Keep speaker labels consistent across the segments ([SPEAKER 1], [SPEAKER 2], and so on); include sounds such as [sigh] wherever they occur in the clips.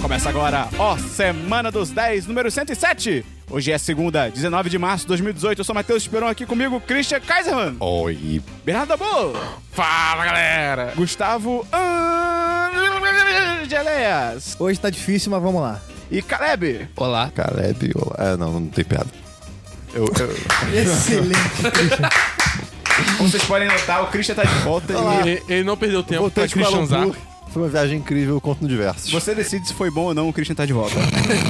[SPEAKER 1] Começa agora, ó, Semana dos 10, número 107. Hoje é segunda, 19 de março de 2018. Eu sou Matheus Esperon aqui comigo, Christian Kaiserman.
[SPEAKER 2] Oi.
[SPEAKER 1] Bernardo Dabu.
[SPEAKER 2] Fala, galera!
[SPEAKER 1] Gustavo Angeléas.
[SPEAKER 3] Hoje tá difícil, mas vamos lá.
[SPEAKER 1] E Caleb.
[SPEAKER 2] Olá.
[SPEAKER 4] Caleb, olá. Ah, não, não tem piada.
[SPEAKER 1] Eu, eu-
[SPEAKER 3] Excelente.
[SPEAKER 1] como vocês podem notar, o Christian tá de volta e
[SPEAKER 2] Ele, ele não perdeu tempo tá pra
[SPEAKER 4] de Kuala
[SPEAKER 2] cristãozar.
[SPEAKER 4] Lumpur. Foi uma viagem incrível, eu conto no diversos.
[SPEAKER 1] Você decide se foi bom ou não, o Christian tá de [laughs] volta.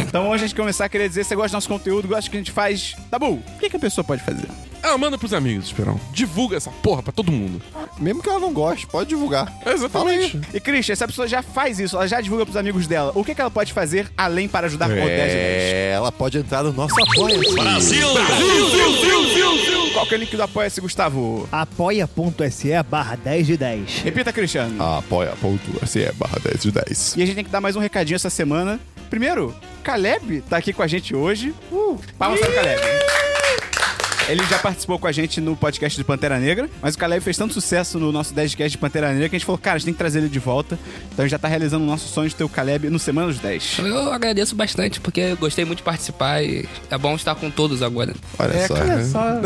[SPEAKER 1] então, antes de começar, queria dizer, se você gosta do nosso conteúdo, gosta do que a gente faz, Dabu, o que, que a pessoa pode fazer?
[SPEAKER 2] Ah, manda pros amigos, Esperão. Divulga essa porra pra todo mundo.
[SPEAKER 4] Mesmo que ela não goste, pode divulgar.
[SPEAKER 2] Exatamente. Né,
[SPEAKER 1] E, Christian, se a pessoa já faz isso, ela já divulga pros amigos dela, o que, que ela pode fazer além para ajudar com o 10 de 10?
[SPEAKER 4] É, ela pode entrar no nosso apoio.
[SPEAKER 1] Qual que é o link do Apoia-se, Gustavo?
[SPEAKER 3] Apoia.se barra 10 de 10.
[SPEAKER 1] Repita, Christian.
[SPEAKER 4] Apoia.se barra 10 de 10.
[SPEAKER 1] E a gente tem que dar mais um recadinho essa semana. Primeiro, Caleb tá aqui com a gente hoje. Uh, palmas para o Caleb. Ele já participou com a gente no podcast do Pantera Negra, mas o Caleb fez tanto sucesso no nosso 10cast de Pantera Negra que a gente falou, cara, a gente tem que trazer ele de volta. Então a gente já tá realizando o nosso sonho de ter o Caleb no Semana dos 10.
[SPEAKER 5] Eu agradeço bastante, porque eu gostei muito de participar e é bom estar com todos agora.
[SPEAKER 4] Olha só. né?
[SPEAKER 2] Né,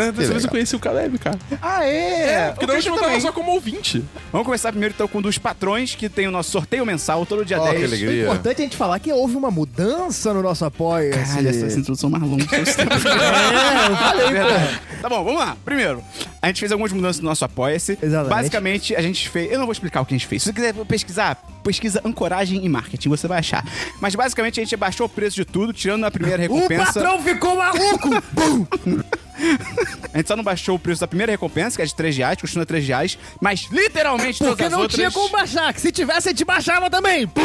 [SPEAKER 2] Dessa vez eu
[SPEAKER 4] legal.
[SPEAKER 2] conheci o Caleb, cara.
[SPEAKER 1] Ah, é!
[SPEAKER 2] Porque daí a gente não tava só como ouvinte.
[SPEAKER 1] Vamos começar primeiro então com um dos patrões, que tem o nosso sorteio mensal todo dia
[SPEAKER 4] Ó, que
[SPEAKER 1] 10.
[SPEAKER 3] É
[SPEAKER 4] alegria.
[SPEAKER 3] importante a gente falar que houve uma mudança no nosso apoio.
[SPEAKER 1] Caralho, essa, essa introdução mais longa. que eu
[SPEAKER 3] [laughs]
[SPEAKER 1] sei.
[SPEAKER 3] É, eu falei, pô.
[SPEAKER 1] Verdade. Tá bom, vamos lá. Primeiro, a gente fez algumas mudanças no nosso Apoia-se.
[SPEAKER 3] Exatamente.
[SPEAKER 1] Basicamente, a gente fez. Eu não vou explicar o que a gente fez. Se você quiser pesquisar, pesquisa ancoragem e marketing, você vai achar. Mas basicamente, a gente baixou o preço de tudo, tirando a
[SPEAKER 3] [laughs]
[SPEAKER 1] primeira
[SPEAKER 3] O
[SPEAKER 1] recompensa.
[SPEAKER 3] Um patrão ficou
[SPEAKER 4] [laughs]
[SPEAKER 3] maluco! Bum!
[SPEAKER 1] A gente só não baixou o preço da primeira recompensa, que é de 3 reais, continua 3 reais. Mas literalmente todas
[SPEAKER 3] Porque
[SPEAKER 1] as
[SPEAKER 3] não
[SPEAKER 1] outras.
[SPEAKER 3] tinha como baixar, que se tivesse a gente baixava também. Bum!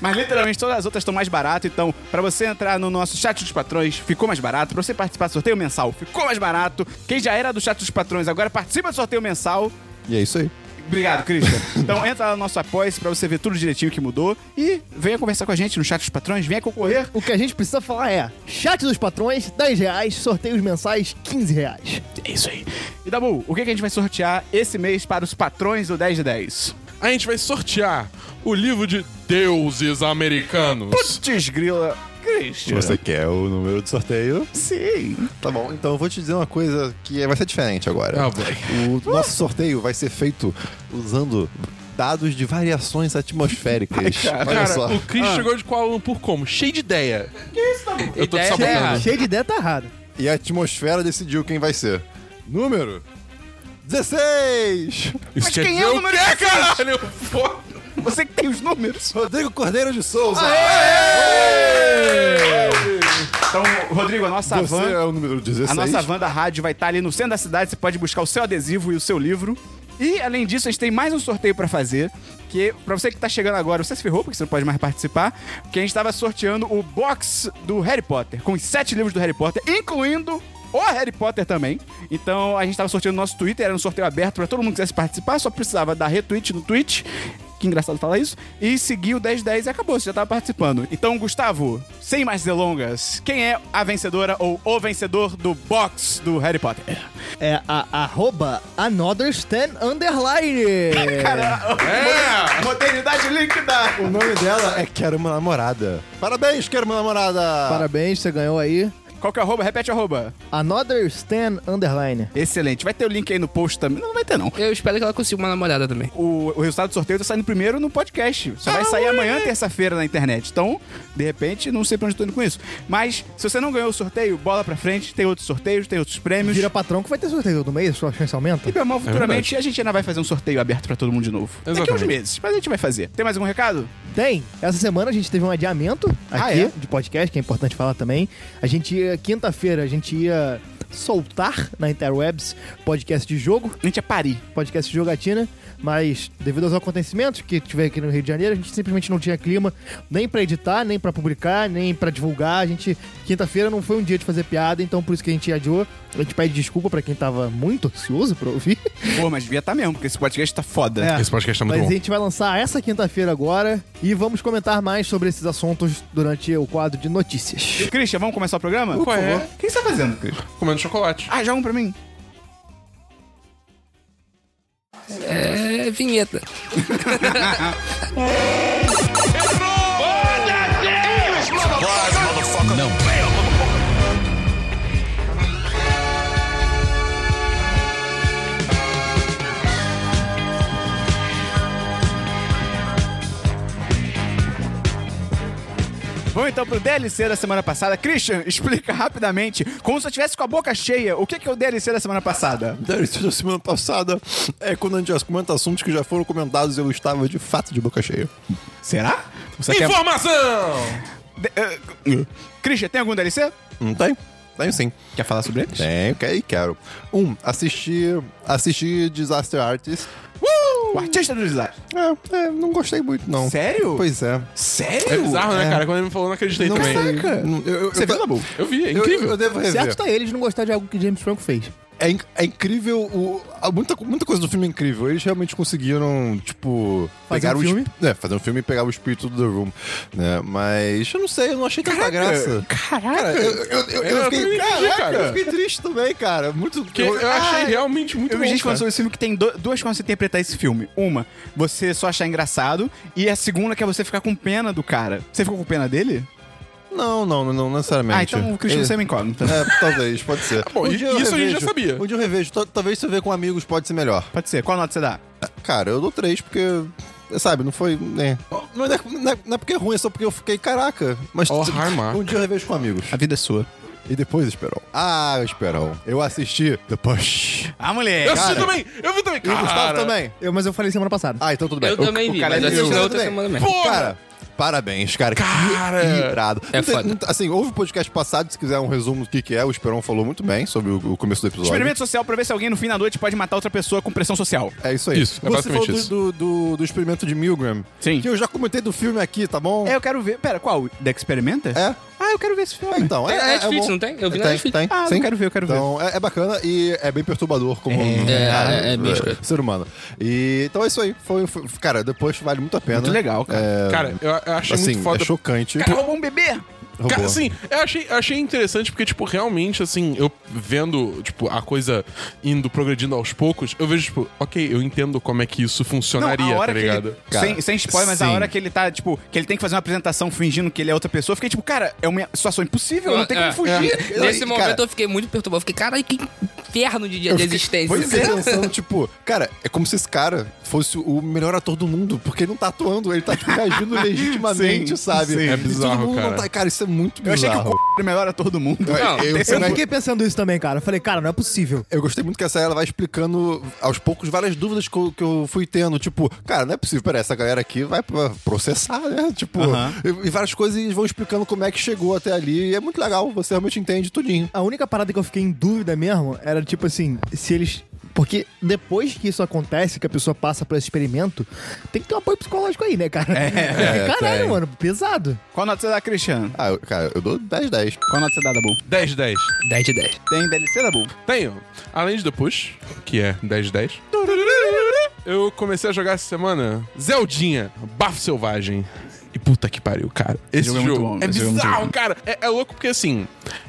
[SPEAKER 1] Mas literalmente todas as outras estão mais barato, então pra você entrar no nosso chat dos patrões, ficou mais barato. Pra você participar do sorteio mensal, ficou mais barato. Quem já era do chat dos patrões agora participa do sorteio mensal.
[SPEAKER 4] E é isso aí.
[SPEAKER 1] Obrigado, [laughs] Christian. Então entra lá no nosso apoia pra você ver tudo direitinho que mudou e venha conversar com a gente no chat dos patrões, venha concorrer.
[SPEAKER 3] O que a gente precisa falar é chat dos patrões, 10 reais, sorteios mensais, 15 reais.
[SPEAKER 1] É isso aí. E Dabu, o que, que a gente vai sortear esse mês para os patrões do 10 de 10?
[SPEAKER 2] A gente vai sortear o livro de Deuses Americanos.
[SPEAKER 1] Putz, grila. Christian.
[SPEAKER 4] Você quer o número do sorteio?
[SPEAKER 1] Sim.
[SPEAKER 4] Tá bom, então eu vou te dizer uma coisa que é, vai ser diferente agora.
[SPEAKER 2] Ah, boy.
[SPEAKER 4] O nosso sorteio vai ser feito usando dados de variações atmosféricas. Olha
[SPEAKER 2] Cara,
[SPEAKER 4] só.
[SPEAKER 2] o Chris chegou de Kuala Lumpur como? Cheio de ideia. Que isso, tá Eu tô te
[SPEAKER 5] Ideia
[SPEAKER 2] sabotando.
[SPEAKER 3] Cheio de ideia tá errado.
[SPEAKER 4] E a atmosfera decidiu quem vai ser. Número 16!
[SPEAKER 2] Isso
[SPEAKER 1] Mas
[SPEAKER 2] quer
[SPEAKER 1] quem é
[SPEAKER 2] dizer
[SPEAKER 1] o número
[SPEAKER 2] quê,
[SPEAKER 1] 16?
[SPEAKER 2] caralho? Foda.
[SPEAKER 1] Você que tem os números.
[SPEAKER 4] Rodrigo Cordeiro de Souza!
[SPEAKER 1] Então, Rodrigo, a nossa
[SPEAKER 4] Você
[SPEAKER 1] van.
[SPEAKER 4] é o número 16.
[SPEAKER 1] A nossa van da rádio vai estar ali no centro da cidade, você pode buscar o seu adesivo e o seu livro. E, além disso, a gente tem mais um sorteio pra fazer, que pra você que tá chegando agora, você se ferrou, porque você não pode mais participar, que a gente tava sorteando o box do Harry Potter, com os sete livros do Harry Potter, incluindo o Harry Potter também. Então, a gente tava sorteando no nosso Twitter, era um sorteio aberto pra todo mundo que quisesse participar, só precisava dar retweet no tweet, que engraçado falar isso, e seguir o 1010 e acabou, você já tava participando. Então, Gustavo, sem mais delongas, quem é a vencedora ou o vencedor do box do Harry Potter?
[SPEAKER 3] É a arroba another stand
[SPEAKER 4] [laughs]
[SPEAKER 3] underline.
[SPEAKER 1] Cara,
[SPEAKER 2] É!
[SPEAKER 1] modernidade líquida!
[SPEAKER 4] O nome dela é Quero Uma Namorada. Parabéns, Quero Uma Namorada!
[SPEAKER 1] Ah.
[SPEAKER 3] Parabéns, você ganhou aí.
[SPEAKER 1] Qual que é o arroba? Repete o arroba.
[SPEAKER 3] Another Stan Underline.
[SPEAKER 1] Excelente. Vai ter o link aí no post também. Não, não vai ter não.
[SPEAKER 5] Eu espero que ela consiga uma namorada também.
[SPEAKER 1] O, o resultado do sorteio tá saindo primeiro no podcast. Só vai sair amanhã, terça-feira, na internet. Então, de repente, não sei pra onde eu tô indo com isso. Mas, se você não ganhou o sorteio, bola pra frente. Tem outros sorteios, tem outros prêmios.
[SPEAKER 3] Vira patrão que vai ter sorteio todo mês, sua chance aumenta.
[SPEAKER 1] E, meu
[SPEAKER 2] É
[SPEAKER 1] irmão, futuramente a gente ainda vai fazer um sorteio aberto pra todo mundo de novo. Daqui a uns
[SPEAKER 2] Exatamente.
[SPEAKER 1] meses. Mas a gente vai fazer. Tem mais algum recado?
[SPEAKER 3] Tem. Essa semana a gente teve um adiamento
[SPEAKER 1] Ah,
[SPEAKER 3] aqui
[SPEAKER 1] é?
[SPEAKER 3] de podcast, que é importante falar também. A gente ia, quinta-feira, a gente ia soltar na Interwebs podcast de jogo,
[SPEAKER 1] A gente é Paris.
[SPEAKER 3] podcast de jogatina, mas devido aos acontecimentos que tiver aqui no Rio de Janeiro, a gente simplesmente não tinha clima nem pra editar, nem pra publicar, nem pra divulgar. A gente quinta-feira não foi um dia de fazer piada, então por isso que a gente adiou. A gente pede desculpa pra quem tava muito ansioso pra ouvir.
[SPEAKER 1] Pô, mas devia tá mesmo, porque esse podcast tá foda.
[SPEAKER 3] É.
[SPEAKER 2] Esse podcast tá muito
[SPEAKER 3] Mas a
[SPEAKER 2] bom.
[SPEAKER 3] gente vai lançar essa quinta-feira agora e vamos comentar mais sobre esses assuntos durante o quadro de notícias.
[SPEAKER 1] Christian, vamos começar o programa?
[SPEAKER 2] Qual é?
[SPEAKER 1] O que você tá fazendo, Christian?
[SPEAKER 2] Comendo chocolate.
[SPEAKER 1] Ah, joga um pra mim.
[SPEAKER 5] É vinheta.
[SPEAKER 2] Olha!
[SPEAKER 1] Vamos então pro DLC da semana passada. Christian, [laughs] explica rapidamente, como se eu tivesse com a boca cheia, o que que é o DLC da semana passada?
[SPEAKER 4] DLC da semana passada é quando a gente comenta assuntos que já foram comentados eu estava de fato de boca cheia.
[SPEAKER 1] Será? Você quer...
[SPEAKER 2] Informação!
[SPEAKER 1] De- eh, Christian, tem algum DLC?
[SPEAKER 4] Não Hum, tem? Tenho sim.
[SPEAKER 1] Quer falar sobre eles?
[SPEAKER 4] Tenho, que- e quero. Um, assistir, assistir Disaster Artist.
[SPEAKER 1] O artista do desastre.
[SPEAKER 4] É, é, não gostei muito, não.
[SPEAKER 1] Sério?
[SPEAKER 4] Pois é.
[SPEAKER 1] Sério?
[SPEAKER 2] É bizarro, né,
[SPEAKER 4] é.
[SPEAKER 2] cara? Quando ele me falou, eu não acreditei
[SPEAKER 4] Não
[SPEAKER 2] também.
[SPEAKER 4] sei. Não, eu- eu-
[SPEAKER 1] Você
[SPEAKER 4] eu-
[SPEAKER 1] viu, Dabu?
[SPEAKER 2] Eu vi, é
[SPEAKER 4] Eu,
[SPEAKER 2] incrível.
[SPEAKER 4] eu, eu devo rever.
[SPEAKER 3] Certo tá ele de não gostar de algo que James Franco fez.
[SPEAKER 4] É, inc- é incrível, o- a- muita, co- muita coisa do filme é incrível. Eles realmente conseguiram, tipo,
[SPEAKER 3] Fazer um
[SPEAKER 4] o
[SPEAKER 3] filme?
[SPEAKER 4] esp- é, fazer um filme e pegar o espírito do The Room. Né? Mas eu não sei, eu não achei tanta graça. Caraca! eu, eu- eu- eu
[SPEAKER 2] Eu
[SPEAKER 4] fiquei,
[SPEAKER 2] também entendi,
[SPEAKER 4] caraca,
[SPEAKER 2] cara.
[SPEAKER 4] eu fiquei triste também, cara. Muito.
[SPEAKER 2] Que eu, achei
[SPEAKER 1] Ah,
[SPEAKER 2] realmente muito
[SPEAKER 1] Eu
[SPEAKER 2] bom.
[SPEAKER 1] vi gente
[SPEAKER 2] cara.
[SPEAKER 1] falando sobre esse filme que tem do- duas formas de você interpretar esse filme. Uma, você só achar engraçado. E a segunda, que é você ficar com pena do cara. Você ficou com pena dele?
[SPEAKER 4] Não, não, não, não
[SPEAKER 1] Ah,
[SPEAKER 4] necessariamente.
[SPEAKER 1] então o Christian
[SPEAKER 4] Ele-
[SPEAKER 1] você é uma incógnita.
[SPEAKER 4] [laughs] É, talvez, pode ser.
[SPEAKER 2] Ah,
[SPEAKER 4] Um
[SPEAKER 2] bom, e-
[SPEAKER 4] dia eu
[SPEAKER 2] isso a gente já sabia.
[SPEAKER 4] Um dia eu revejo. Tal- Talvez se eu ver com amigos pode ser melhor.
[SPEAKER 1] Pode ser. Qual nota você dá?
[SPEAKER 4] Cara, eu dou três, porque. Sabe, não foi. né? Não, é, não é- não é porque é ruim, é só porque eu fiquei, caraca. Mas
[SPEAKER 2] Ó, Harmar.
[SPEAKER 4] um dia eu revejo com amigos.
[SPEAKER 1] A vida é sua.
[SPEAKER 4] E depois Esperão. Ah, Esperão. Eu assisti The Push.
[SPEAKER 1] Ah, moleque.
[SPEAKER 2] Eu assisti
[SPEAKER 4] cara.
[SPEAKER 2] também! Eu vi também!
[SPEAKER 4] E o
[SPEAKER 2] Cara,
[SPEAKER 4] Gustavo também.
[SPEAKER 3] Eu, mas eu falei semana passada.
[SPEAKER 4] Ah, então tudo bem.
[SPEAKER 5] Eu também vi,
[SPEAKER 1] cara
[SPEAKER 5] mas
[SPEAKER 1] é
[SPEAKER 5] eu assisti
[SPEAKER 1] lindo.
[SPEAKER 5] na outra
[SPEAKER 4] Tudo bem.
[SPEAKER 5] semana mesmo.
[SPEAKER 2] Porra!
[SPEAKER 4] Cara, parabéns, cara.
[SPEAKER 2] Cara.
[SPEAKER 4] Que irado.
[SPEAKER 5] É
[SPEAKER 4] Não tem-
[SPEAKER 5] foda.
[SPEAKER 4] não- assim, houve o podcast passado, se quiser um resumo do que, que é, o Esperão falou muito bem sobre o, o começo do episódio.
[SPEAKER 1] Experimento social pra ver se alguém no fim da noite pode matar outra pessoa com pressão social.
[SPEAKER 4] É isso aí.
[SPEAKER 2] Isso, é
[SPEAKER 4] Você
[SPEAKER 2] basicamente
[SPEAKER 4] falou do-
[SPEAKER 2] isso.
[SPEAKER 4] Do, do- do experimento de Milgram.
[SPEAKER 1] Sim.
[SPEAKER 4] Que eu já comentei do filme aqui, tá bom?
[SPEAKER 1] É, eu quero ver. Pera, qual? Da Experimenta?
[SPEAKER 4] É.
[SPEAKER 1] Ah, eu quero ver esse filme.
[SPEAKER 4] Então, é,
[SPEAKER 5] É,
[SPEAKER 4] é, é
[SPEAKER 5] Netflix,
[SPEAKER 4] bom.
[SPEAKER 5] não tem? Eu vi na
[SPEAKER 4] tem,
[SPEAKER 5] Netflix.
[SPEAKER 4] Tem,
[SPEAKER 1] Ah,
[SPEAKER 4] sim.
[SPEAKER 1] eu quero ver, eu quero ver.
[SPEAKER 4] Então, é, é bacana e é bem perturbador como
[SPEAKER 5] É,
[SPEAKER 4] cara,
[SPEAKER 5] é, é bem escroto.
[SPEAKER 4] ser humano. E, então é isso aí. Foi, foi- cara, depois vale muito a pena. É,
[SPEAKER 1] Muito legal, cara.
[SPEAKER 2] Cara, eu, eu achei
[SPEAKER 4] assim,
[SPEAKER 2] muito foda.
[SPEAKER 4] é chocante.
[SPEAKER 1] Cara, roubou um bebê!
[SPEAKER 4] Roubou.
[SPEAKER 2] Cara, assim, eu achei, eu achei interessante porque, tipo, realmente, assim, eu vendo, tipo, a coisa indo, progredindo aos poucos, eu vejo, tipo, ok, eu entendo como é que isso funcionaria,
[SPEAKER 1] a
[SPEAKER 2] tá
[SPEAKER 1] hora que
[SPEAKER 2] ligado?
[SPEAKER 1] ele,
[SPEAKER 4] Cara,
[SPEAKER 1] sem, sem spoiler, mas a
[SPEAKER 4] sim.
[SPEAKER 1] hora que ele tá, tipo, que ele tem que fazer uma apresentação fingindo que ele é outra pessoa, eu fiquei tipo, cara, é uma situação impossível, não tem como
[SPEAKER 5] É,
[SPEAKER 1] fugir.
[SPEAKER 5] é. Nesse
[SPEAKER 4] Cara-
[SPEAKER 5] momento eu fiquei muito perturbado. Eu Fiquei, caralho, que inferno de dia de existência.
[SPEAKER 4] Pois é, pensando, tipo, cara, é como se esse cara fosse o melhor ator do mundo, porque ele não tá atuando, ele tá tipo, reagindo legitimamente,
[SPEAKER 1] Sim,
[SPEAKER 4] sabe?
[SPEAKER 1] sim.
[SPEAKER 4] E
[SPEAKER 2] É
[SPEAKER 4] todo
[SPEAKER 2] bizarro,
[SPEAKER 4] mundo não
[SPEAKER 2] cara.
[SPEAKER 4] tá- cara, isso é muito
[SPEAKER 1] Eu achei
[SPEAKER 4] bizarro.
[SPEAKER 1] que o c... era melhor a todo mundo.
[SPEAKER 5] Não,
[SPEAKER 4] eu,
[SPEAKER 3] Eu
[SPEAKER 4] eu-
[SPEAKER 3] fiquei pensando isso também, cara. Eu falei, cara, não é possível.
[SPEAKER 4] eu gostei muito que essa ela vai explicando aos poucos várias dúvidas que eu, que eu fui tendo. Tipo, cara, não é possível, peraí, essa galera aqui vai pra- processar, né? [laughs] Tipo,
[SPEAKER 1] Aham.
[SPEAKER 4] e, e várias coisas e eles vão explicando como é que chegou até ali. E é muito legal, você realmente entende tudinho.
[SPEAKER 3] A única parada que eu fiquei em dúvida mesmo era, tipo assim, se eles. Porque depois que isso acontece, que a pessoa passa por esse experimento, tem que ter um apoio psicológico aí, né, cara?
[SPEAKER 4] É,
[SPEAKER 3] Caralho,
[SPEAKER 4] tem.
[SPEAKER 3] mano, pesado.
[SPEAKER 1] Qual nota você dá, Cristiano?
[SPEAKER 4] Ah, eu- cara, eu dou 10 10.
[SPEAKER 1] Qual nota você dá, Dabu?
[SPEAKER 2] 10 de 10.
[SPEAKER 5] 10 de 10.
[SPEAKER 1] Tem DLC, Dabu?
[SPEAKER 2] Tenho. Além de The Push, que é 10 de 10. Eu comecei a jogar essa semana Zeldinha, Bafo Selvagem. E puta que pariu, cara. Esse
[SPEAKER 1] jogo é
[SPEAKER 2] jogo,
[SPEAKER 1] muito
[SPEAKER 2] é,
[SPEAKER 1] bom, esse jogo é muito
[SPEAKER 2] bizarro,
[SPEAKER 1] bom.
[SPEAKER 2] cara. É, é louco porque, assim,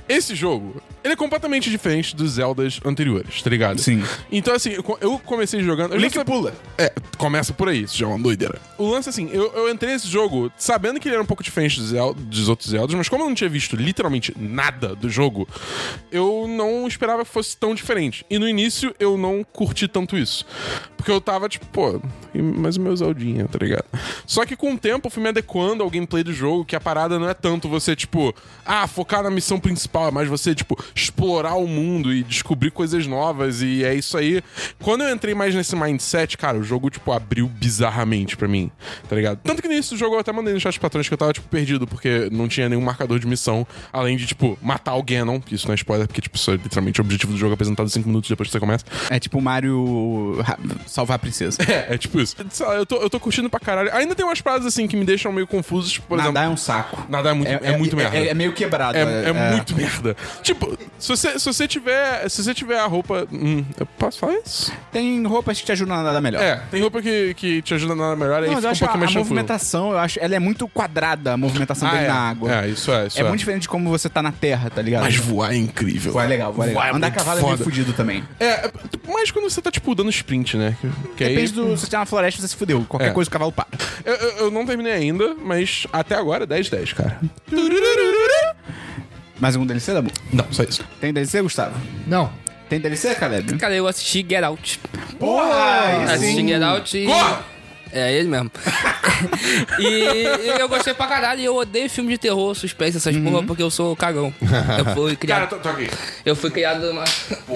[SPEAKER 2] esse jogo, ele é completamente diferente dos Zeldas anteriores, tá ligado?
[SPEAKER 1] Sim.
[SPEAKER 2] Então, assim, eu co- eu comecei jogando... Eu já
[SPEAKER 1] Link
[SPEAKER 2] sabia-
[SPEAKER 1] pula.
[SPEAKER 2] é, começa por aí, isso já é uma doideira. O lance, assim, eu, eu entrei nesse jogo sabendo que ele era um pouco diferente dos, Zel- dos outros Zeldas, mas como eu não tinha visto literalmente nada do jogo, eu não esperava que fosse tão diferente. E no início eu não curti tanto isso. Porque eu tava tipo, pô, e- mas o meu Zeldinha, tá ligado? Só que com o tempo eu fui me adequando ao gameplay do jogo, que a parada não é tanto você, tipo, ah, focar na missão principal, é mais você, tipo, explorar o mundo e descobrir coisas novas e é isso aí. Quando eu entrei mais nesse mindset, cara, o jogo, tipo, abriu bizarramente pra mim, tá ligado? Tanto que nesse jogo eu até mandei no chat de patrões que eu tava, tipo, perdido, porque não tinha nenhum marcador de missão, além de, tipo, matar o Ganon, que isso não é spoiler, porque, tipo, isso é literalmente o objetivo do jogo apresentado cinco minutos depois que você começa.
[SPEAKER 1] É tipo o Mario ra- salvar a princesa.
[SPEAKER 2] É, é tipo isso. Sei lá, eu tô, eu tô curtindo pra caralho. Ainda tem umas paradas, assim, que me deixam meio confuso, tipo, por exemplo...
[SPEAKER 1] Nadar é um saco.
[SPEAKER 2] Nadar é muito, é, muito merda.
[SPEAKER 1] É, é meio quebrado.
[SPEAKER 2] É, é muito merda. Tipo, se você, se você tiver. Se você tiver a roupa. Hum, eu posso falar isso?
[SPEAKER 1] Tem roupas que te ajudam a nadar melhor.
[SPEAKER 2] É, tem roupa que, que te ajuda a nadar melhor aí
[SPEAKER 1] Não, mas eu
[SPEAKER 2] fica um
[SPEAKER 1] acho a,
[SPEAKER 2] pouquinho mais
[SPEAKER 1] a
[SPEAKER 2] tranquilo.
[SPEAKER 1] movimentação, eu acho, ela é muito quadrada, a movimentação
[SPEAKER 2] Ah,
[SPEAKER 1] dele
[SPEAKER 2] é.
[SPEAKER 1] na água.
[SPEAKER 2] É, isso é, isso
[SPEAKER 1] É
[SPEAKER 2] é.
[SPEAKER 1] muito diferente de como você tá na terra, tá ligado?
[SPEAKER 2] Mas voar é incrível.
[SPEAKER 1] Vai legal, vai legal.
[SPEAKER 2] Voar é
[SPEAKER 1] Andar a
[SPEAKER 2] muito
[SPEAKER 1] cavalo é meio
[SPEAKER 2] foda.
[SPEAKER 1] fudido também.
[SPEAKER 2] É, é, mas quando você tá, tipo, dando sprint, né? Que- Que aí,
[SPEAKER 1] Depende do. Se você tá na floresta, você se fudeu. Qualquer
[SPEAKER 2] É.
[SPEAKER 1] coisa o cavalo para.
[SPEAKER 2] eu, eu- eu não terminei ainda, mas até agora é 10-10, cara.
[SPEAKER 1] Mais algum DLC, Dabu?
[SPEAKER 2] Não, só isso.
[SPEAKER 1] Tem DLC, Gustavo?
[SPEAKER 3] Não.
[SPEAKER 1] Tem DLC, Caleb?
[SPEAKER 5] Cara, eu assisti Get Out.
[SPEAKER 1] Porra!
[SPEAKER 5] assisti Get Out e.
[SPEAKER 2] Corre!
[SPEAKER 5] É ele mesmo. [laughs] e eu gostei pra caralho. E eu odeio filme de terror, suspense, essas porra, porque eu sou cagão. Eu
[SPEAKER 2] Cara,
[SPEAKER 5] fui criado,
[SPEAKER 2] Ah, tô, tô aqui.
[SPEAKER 5] eu fui criado numa,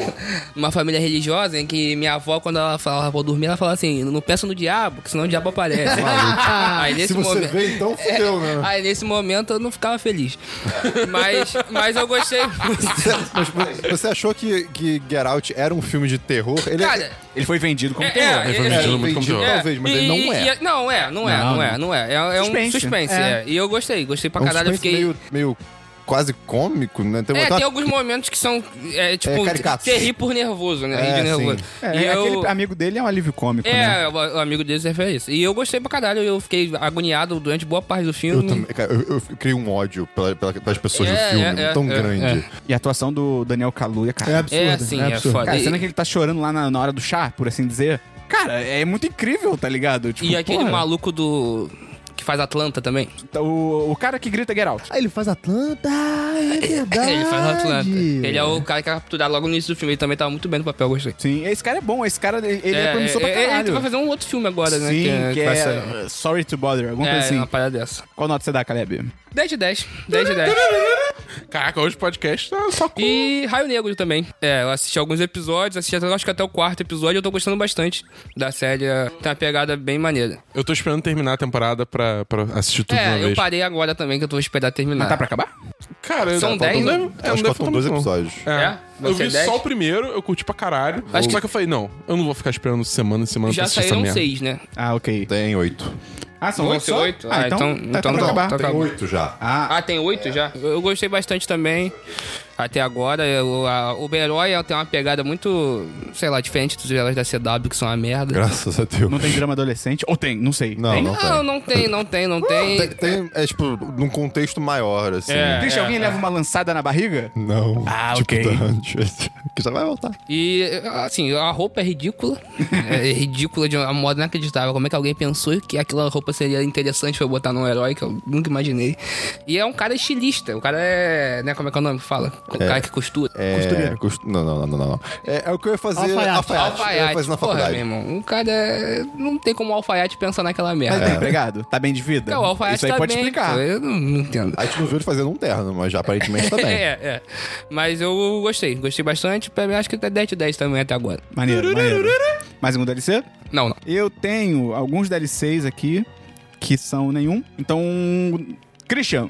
[SPEAKER 5] [laughs] numa família religiosa em que minha avó, quando ela falava pra eu dormir, ela falava assim: não peça no diabo, que senão o diabo aparece. [laughs] Aí nesse
[SPEAKER 4] Se você
[SPEAKER 5] momento.
[SPEAKER 4] vê, então fudeu,
[SPEAKER 5] [laughs]
[SPEAKER 4] né?
[SPEAKER 5] Aí nesse momento eu não ficava feliz. Mas, mas eu gostei muito.
[SPEAKER 4] Mas você achou que, que Get Out era um filme de terror? Ele é-
[SPEAKER 5] Cara,
[SPEAKER 1] Ele foi vendido como
[SPEAKER 5] É,
[SPEAKER 1] terror.
[SPEAKER 5] é,
[SPEAKER 2] Ele foi
[SPEAKER 5] é,
[SPEAKER 2] mentindo muito como
[SPEAKER 4] vendido,
[SPEAKER 2] terror.
[SPEAKER 4] talvez, mas ele não é.
[SPEAKER 5] e- não é, não é, não,
[SPEAKER 6] Não,
[SPEAKER 5] é, não é. É, é um
[SPEAKER 1] Suspense.
[SPEAKER 5] suspense,
[SPEAKER 3] É.
[SPEAKER 5] é. E eu gostei, gostei pra
[SPEAKER 4] É um
[SPEAKER 5] caralho. Eu
[SPEAKER 4] suspense
[SPEAKER 5] fiquei.
[SPEAKER 4] meio, meio quase cômico, né? Tem, uma-
[SPEAKER 5] É,
[SPEAKER 4] tem uma-
[SPEAKER 5] tem alguns momentos que são, é, tipo,
[SPEAKER 4] caricatos.
[SPEAKER 5] você ri por nervoso, né? Ri
[SPEAKER 4] É,
[SPEAKER 5] de nervoso.
[SPEAKER 4] sim.
[SPEAKER 1] É,
[SPEAKER 5] e eu...
[SPEAKER 1] Aquele amigo dele é um alívio cômico, né?
[SPEAKER 5] É, o, o amigo deles é isso. E eu gostei pra caralho, eu fiquei agoniado durante boa parte do filme.
[SPEAKER 4] Eu também, cara, eu, eu criei um ódio pela- pela- pelas pessoas
[SPEAKER 5] É,
[SPEAKER 4] do filme,
[SPEAKER 5] é, é,
[SPEAKER 4] tão
[SPEAKER 5] é,
[SPEAKER 4] grande.
[SPEAKER 1] E a atuação do Daniel Kaluuya, cara.
[SPEAKER 3] É absurdo.
[SPEAKER 5] É, sim, é,
[SPEAKER 3] absurdo.
[SPEAKER 5] foda.
[SPEAKER 1] Cara, a
[SPEAKER 5] E-
[SPEAKER 1] cena que ele tá chorando lá na, na hora do chá, por assim dizer. Cara, é muito incrível, tá ligado? Tipo,
[SPEAKER 5] e aquele
[SPEAKER 1] porra, tá,
[SPEAKER 5] maluco do. que faz Atlanta também. [laughs]
[SPEAKER 1] O, o cara que grita Get Out.
[SPEAKER 3] Ah, ele faz Atlanta, é verdade.
[SPEAKER 5] [laughs] Ele faz Atlanta. Ele é o cara que é capturado logo no início do filme. Ele também tava muito bem no papel, eu gostei.
[SPEAKER 1] Sim, esse cara é bom. Esse cara, ele ele é, promissor pra
[SPEAKER 5] é,
[SPEAKER 1] caralho.
[SPEAKER 5] Ele vai fazer um outro filme agora, né?
[SPEAKER 1] Sim, que
[SPEAKER 5] vai
[SPEAKER 1] é,
[SPEAKER 5] sair.
[SPEAKER 1] uh, Sorry to Bother, alguma
[SPEAKER 5] É,
[SPEAKER 1] coisa assim.
[SPEAKER 5] uma parada dessa.
[SPEAKER 1] Qual nota você dá, Caleb?
[SPEAKER 5] 10 de 10. 10 de 10.
[SPEAKER 2] Caraca, hoje o podcast tá só com...
[SPEAKER 5] E Raio Negro também. É, eu assisti alguns episódios, assisti até, acho que até o quarto episódio, eu tô gostando bastante da série. é, Tem uma pegada bem maneira.
[SPEAKER 2] Eu tô esperando terminar a temporada pra, pra assistir tudo de uma
[SPEAKER 5] É, eu
[SPEAKER 2] vez.
[SPEAKER 5] parei agora também, que eu tô esperando terminar.
[SPEAKER 1] Mas tá pra acabar?
[SPEAKER 2] Cara, eu-
[SPEAKER 5] São
[SPEAKER 2] não
[SPEAKER 5] dez,
[SPEAKER 2] deve-
[SPEAKER 5] né?
[SPEAKER 2] é, não
[SPEAKER 4] Acho
[SPEAKER 2] deve
[SPEAKER 4] que faltam
[SPEAKER 2] faltar
[SPEAKER 4] dois
[SPEAKER 2] muito, não.
[SPEAKER 4] episódios.
[SPEAKER 2] É.
[SPEAKER 5] É? Vai
[SPEAKER 2] Eu
[SPEAKER 5] ser
[SPEAKER 2] vi
[SPEAKER 5] dez?
[SPEAKER 2] só o primeiro, eu curti pra caralho.
[SPEAKER 5] Acho
[SPEAKER 2] Acho que... eu falei, não, eu não vou ficar esperando semana em semana pra
[SPEAKER 5] Já
[SPEAKER 2] assistir
[SPEAKER 5] saíram
[SPEAKER 2] essa merda.
[SPEAKER 5] 6, né?
[SPEAKER 1] Ah, ok.
[SPEAKER 4] Tem oito.
[SPEAKER 1] Ah, são
[SPEAKER 5] Vão
[SPEAKER 1] oito
[SPEAKER 5] ser
[SPEAKER 1] só?
[SPEAKER 5] oito?
[SPEAKER 1] Ah,
[SPEAKER 5] Ah,
[SPEAKER 1] então,
[SPEAKER 5] então-
[SPEAKER 1] tá, pra
[SPEAKER 5] então tá bom.
[SPEAKER 1] acabar.
[SPEAKER 5] Tá
[SPEAKER 4] Tem
[SPEAKER 5] bom.
[SPEAKER 4] oito já.
[SPEAKER 1] Ah,
[SPEAKER 5] Ah, tem 8 já? Eu eu gostei bastante também. Até agora, eu, a, o Berói tem uma pegada muito, sei lá, diferente dos heróis da CW, que são uma merda.
[SPEAKER 4] Graças a Deus.
[SPEAKER 1] não tem drama adolescente? Ou tem? Não sei.
[SPEAKER 4] Não,
[SPEAKER 1] tem?
[SPEAKER 4] não tem.
[SPEAKER 5] Não, não tem, não tem, não tem.
[SPEAKER 4] Tem, tem, é tipo, num contexto maior, assim.
[SPEAKER 5] É.
[SPEAKER 1] Christian, alguém leva uma lançada na barriga?
[SPEAKER 4] Não.
[SPEAKER 1] Ah,
[SPEAKER 4] tipo,
[SPEAKER 1] ok.
[SPEAKER 4] da- [laughs] que já vai voltar.
[SPEAKER 5] E, assim, a roupa é ridícula. é ridícula de uma moda inacreditável. Como é que alguém pensou que aquela roupa seria interessante pra eu botar num herói que eu nunca imaginei. E é um cara estilista. O cara é. Né, como é que é o nome? que Fala. O cara que costura.
[SPEAKER 4] É, cost... Não, não, não, não. não. É, é o que eu ia fazer.
[SPEAKER 3] Alfaiate.
[SPEAKER 4] Eu ia fazer na
[SPEAKER 5] Porra,
[SPEAKER 4] faculdade. É.
[SPEAKER 5] meu irmão. O cara é- não tem como alfaiate pensar naquela
[SPEAKER 1] Mas
[SPEAKER 5] merda.
[SPEAKER 1] tá empregado? Tá bem de vida?
[SPEAKER 5] Não, o alfaiate
[SPEAKER 1] Isso aí
[SPEAKER 5] tá
[SPEAKER 1] pode
[SPEAKER 5] bem,
[SPEAKER 1] explicar.
[SPEAKER 5] pô, Eu não, não entendo.
[SPEAKER 4] A gente não viu ele fazendo um terno, mas já aparentemente tá bem.
[SPEAKER 5] [laughs] É, é. Mas eu gostei. Gostei bastante. Pra mim, Acho que tá 10 de 10 também até agora.
[SPEAKER 1] Maneiro, maneiro. Mais um DLC?
[SPEAKER 5] Não, não.
[SPEAKER 1] Eu tenho alguns DLCs aqui, que são nenhum. Então, Christian,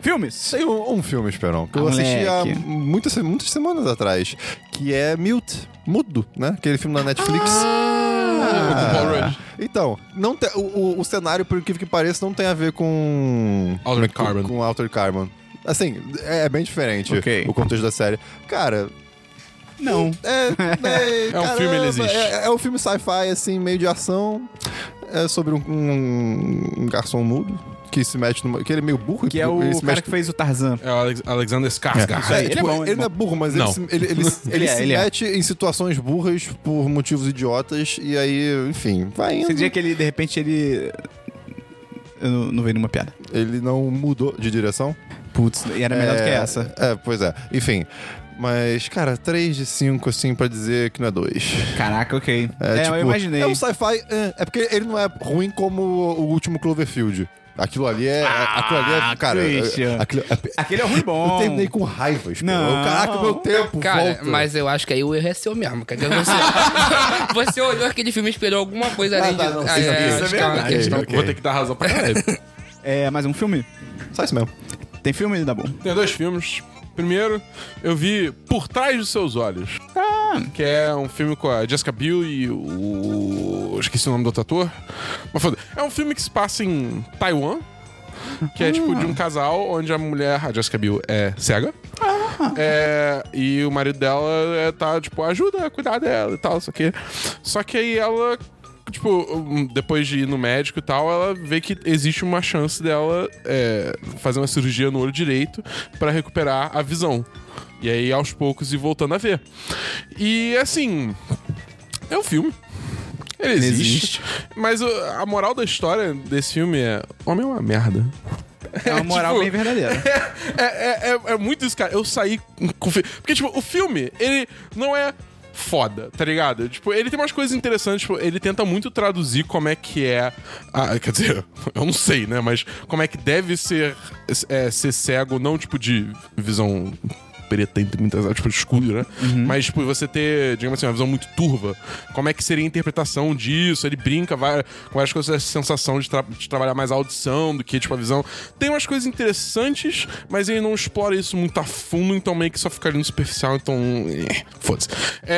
[SPEAKER 1] filmes.
[SPEAKER 4] Tem um, um filme, Esperão, que eu
[SPEAKER 1] Ah,
[SPEAKER 4] assisti há
[SPEAKER 1] moleque.
[SPEAKER 4] muitas, se- muitas semanas atrás, que é Mute, Mudo, né? Aquele filme da Netflix.
[SPEAKER 2] Ah, com o Paul Rudd.
[SPEAKER 4] Então, não te- o, o- o cenário, por incrível que pareça, não tem a ver com.
[SPEAKER 2] Altered
[SPEAKER 4] com-
[SPEAKER 2] Carbon.
[SPEAKER 4] Com Altered Carbon. Assim, é bem diferente
[SPEAKER 1] Ok.
[SPEAKER 4] o contexto da série. Cara,
[SPEAKER 1] Não.
[SPEAKER 4] é. É,
[SPEAKER 2] [laughs] É um filme, ele existe.
[SPEAKER 4] É, é um filme sci-fi, assim, meio de ação. É sobre um, um- um garçom mudo que se mete numa. que ele é meio burro e
[SPEAKER 1] Que é o
[SPEAKER 4] ele se
[SPEAKER 1] cara
[SPEAKER 4] mexe
[SPEAKER 1] que fez o Tarzan.
[SPEAKER 2] É o Alex- Alexander
[SPEAKER 1] Isso
[SPEAKER 2] Skarsgård.
[SPEAKER 1] aí.
[SPEAKER 4] É,
[SPEAKER 1] Ele
[SPEAKER 4] tipo,
[SPEAKER 1] é bom, ele
[SPEAKER 4] ele
[SPEAKER 1] é
[SPEAKER 4] não é burro, mas ele,
[SPEAKER 2] Não.
[SPEAKER 4] se, ele, ele,
[SPEAKER 1] [laughs]
[SPEAKER 4] ele
[SPEAKER 1] é,
[SPEAKER 4] se
[SPEAKER 1] ele é.
[SPEAKER 4] mete em situações burras por motivos idiotas e aí, enfim, vai indo.
[SPEAKER 1] Você diria que ele, de repente, ele... Eu não, não veio nenhuma piada.
[SPEAKER 4] Ele não mudou de direção?
[SPEAKER 1] Putz, e era melhor do que essa.
[SPEAKER 4] É, pois é. Enfim. Mas, cara, 3 de 5, assim, pra dizer que não é 2.
[SPEAKER 1] Caraca, ok. É,
[SPEAKER 4] tipo,
[SPEAKER 1] eu imaginei.
[SPEAKER 4] É um sci-fi. É, é porque ele não é ruim como o último Cloverfield. Aquilo ali é. aquilo ali é. Cara. é-
[SPEAKER 1] Ah, Christian.
[SPEAKER 4] aquilo, é-
[SPEAKER 1] Aquele é ruim bom. [laughs]
[SPEAKER 4] eu terminei com raiva, espera.
[SPEAKER 1] Não.
[SPEAKER 4] Caraca, meu tempo.
[SPEAKER 5] Cara,
[SPEAKER 4] volta.
[SPEAKER 5] mas eu acho que aí o erro é seu mesmo. Quer dizer,
[SPEAKER 4] [laughs]
[SPEAKER 5] você, você olhou aquele filme e esperou alguma coisa além
[SPEAKER 4] tá,
[SPEAKER 5] de.
[SPEAKER 4] não,
[SPEAKER 5] Ah,
[SPEAKER 4] sim,
[SPEAKER 5] é,
[SPEAKER 4] isso
[SPEAKER 5] acho
[SPEAKER 1] é
[SPEAKER 5] que é uma
[SPEAKER 1] verdade.
[SPEAKER 5] questão.
[SPEAKER 4] Ok.
[SPEAKER 2] Vou ter que dar razão pra
[SPEAKER 4] [laughs]
[SPEAKER 2] caralho.
[SPEAKER 1] É, mais um filme?
[SPEAKER 4] Só isso mesmo. É
[SPEAKER 1] Tem filme, dá bom.
[SPEAKER 2] Tem dois filmes. Primeiro, eu vi Por Trás dos Seus Olhos.
[SPEAKER 5] Ah.
[SPEAKER 2] Que é um filme com a Jessica Biel e o. Esqueci o nome do outro ator. Mas foda. É um filme que se passa em Taiwan. Que é tipo de um casal onde a mulher, a Jessica Biel, é cega. É, e o marido dela é, tá, tipo, ajuda a cuidar dela e tal, só que. Só que aí ela, tipo, um, depois de ir no médico e tal, ela vê que existe uma chance dela é, fazer uma cirurgia no olho direito pra recuperar a visão. E aí, aos poucos, ir voltando a ver. E assim. É um filme. Ele
[SPEAKER 1] Ele
[SPEAKER 2] existe.
[SPEAKER 1] existe.
[SPEAKER 2] Mas o- a moral da história desse filme é. Homem é uma merda.
[SPEAKER 1] É uma moral
[SPEAKER 2] tipo-
[SPEAKER 1] bem verdadeira.
[SPEAKER 2] É, é, é, é muito isso, cara. Eu saí com. com fi- Porque, tipo, o filme, ele não é foda, tá ligado? Tipo, ele tem umas coisas interessantes, tipo, ele tenta muito traduzir como é que é. a- quer dizer, [laughs] eu não sei, né? Mas como é que deve ser é, ser cego, não tipo de visão preta entre muitas aspas, tipo escuro, né? Mas, tipo, você ter, digamos assim, uma visão muito turva. Como é que seria a interpretação disso? Ele brinca vai, com as coisas, essa sensação de, tra- de trabalhar mais a audição do que, tipo, a visão. Tem umas coisas interessantes, mas ele não explora isso muito a fundo, então meio que só fica ali no superficial, então... eh, Foda-se.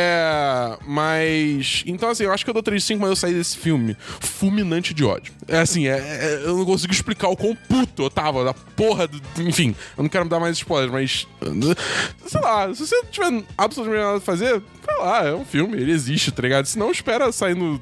[SPEAKER 2] É... Mas... Então, assim, eu acho que eu dou 3 de 5, mas eu saí desse filme fulminante de ódio. É assim, é- é- eu não consigo explicar o quão puto eu tava da porra do... Enfim, eu não quero me dar mais spoiler, mas... Sei lá, se você tiver absolutamente nada a fazer, sei lá, é um filme, ele existe, tá ligado? Se não, espera sair no...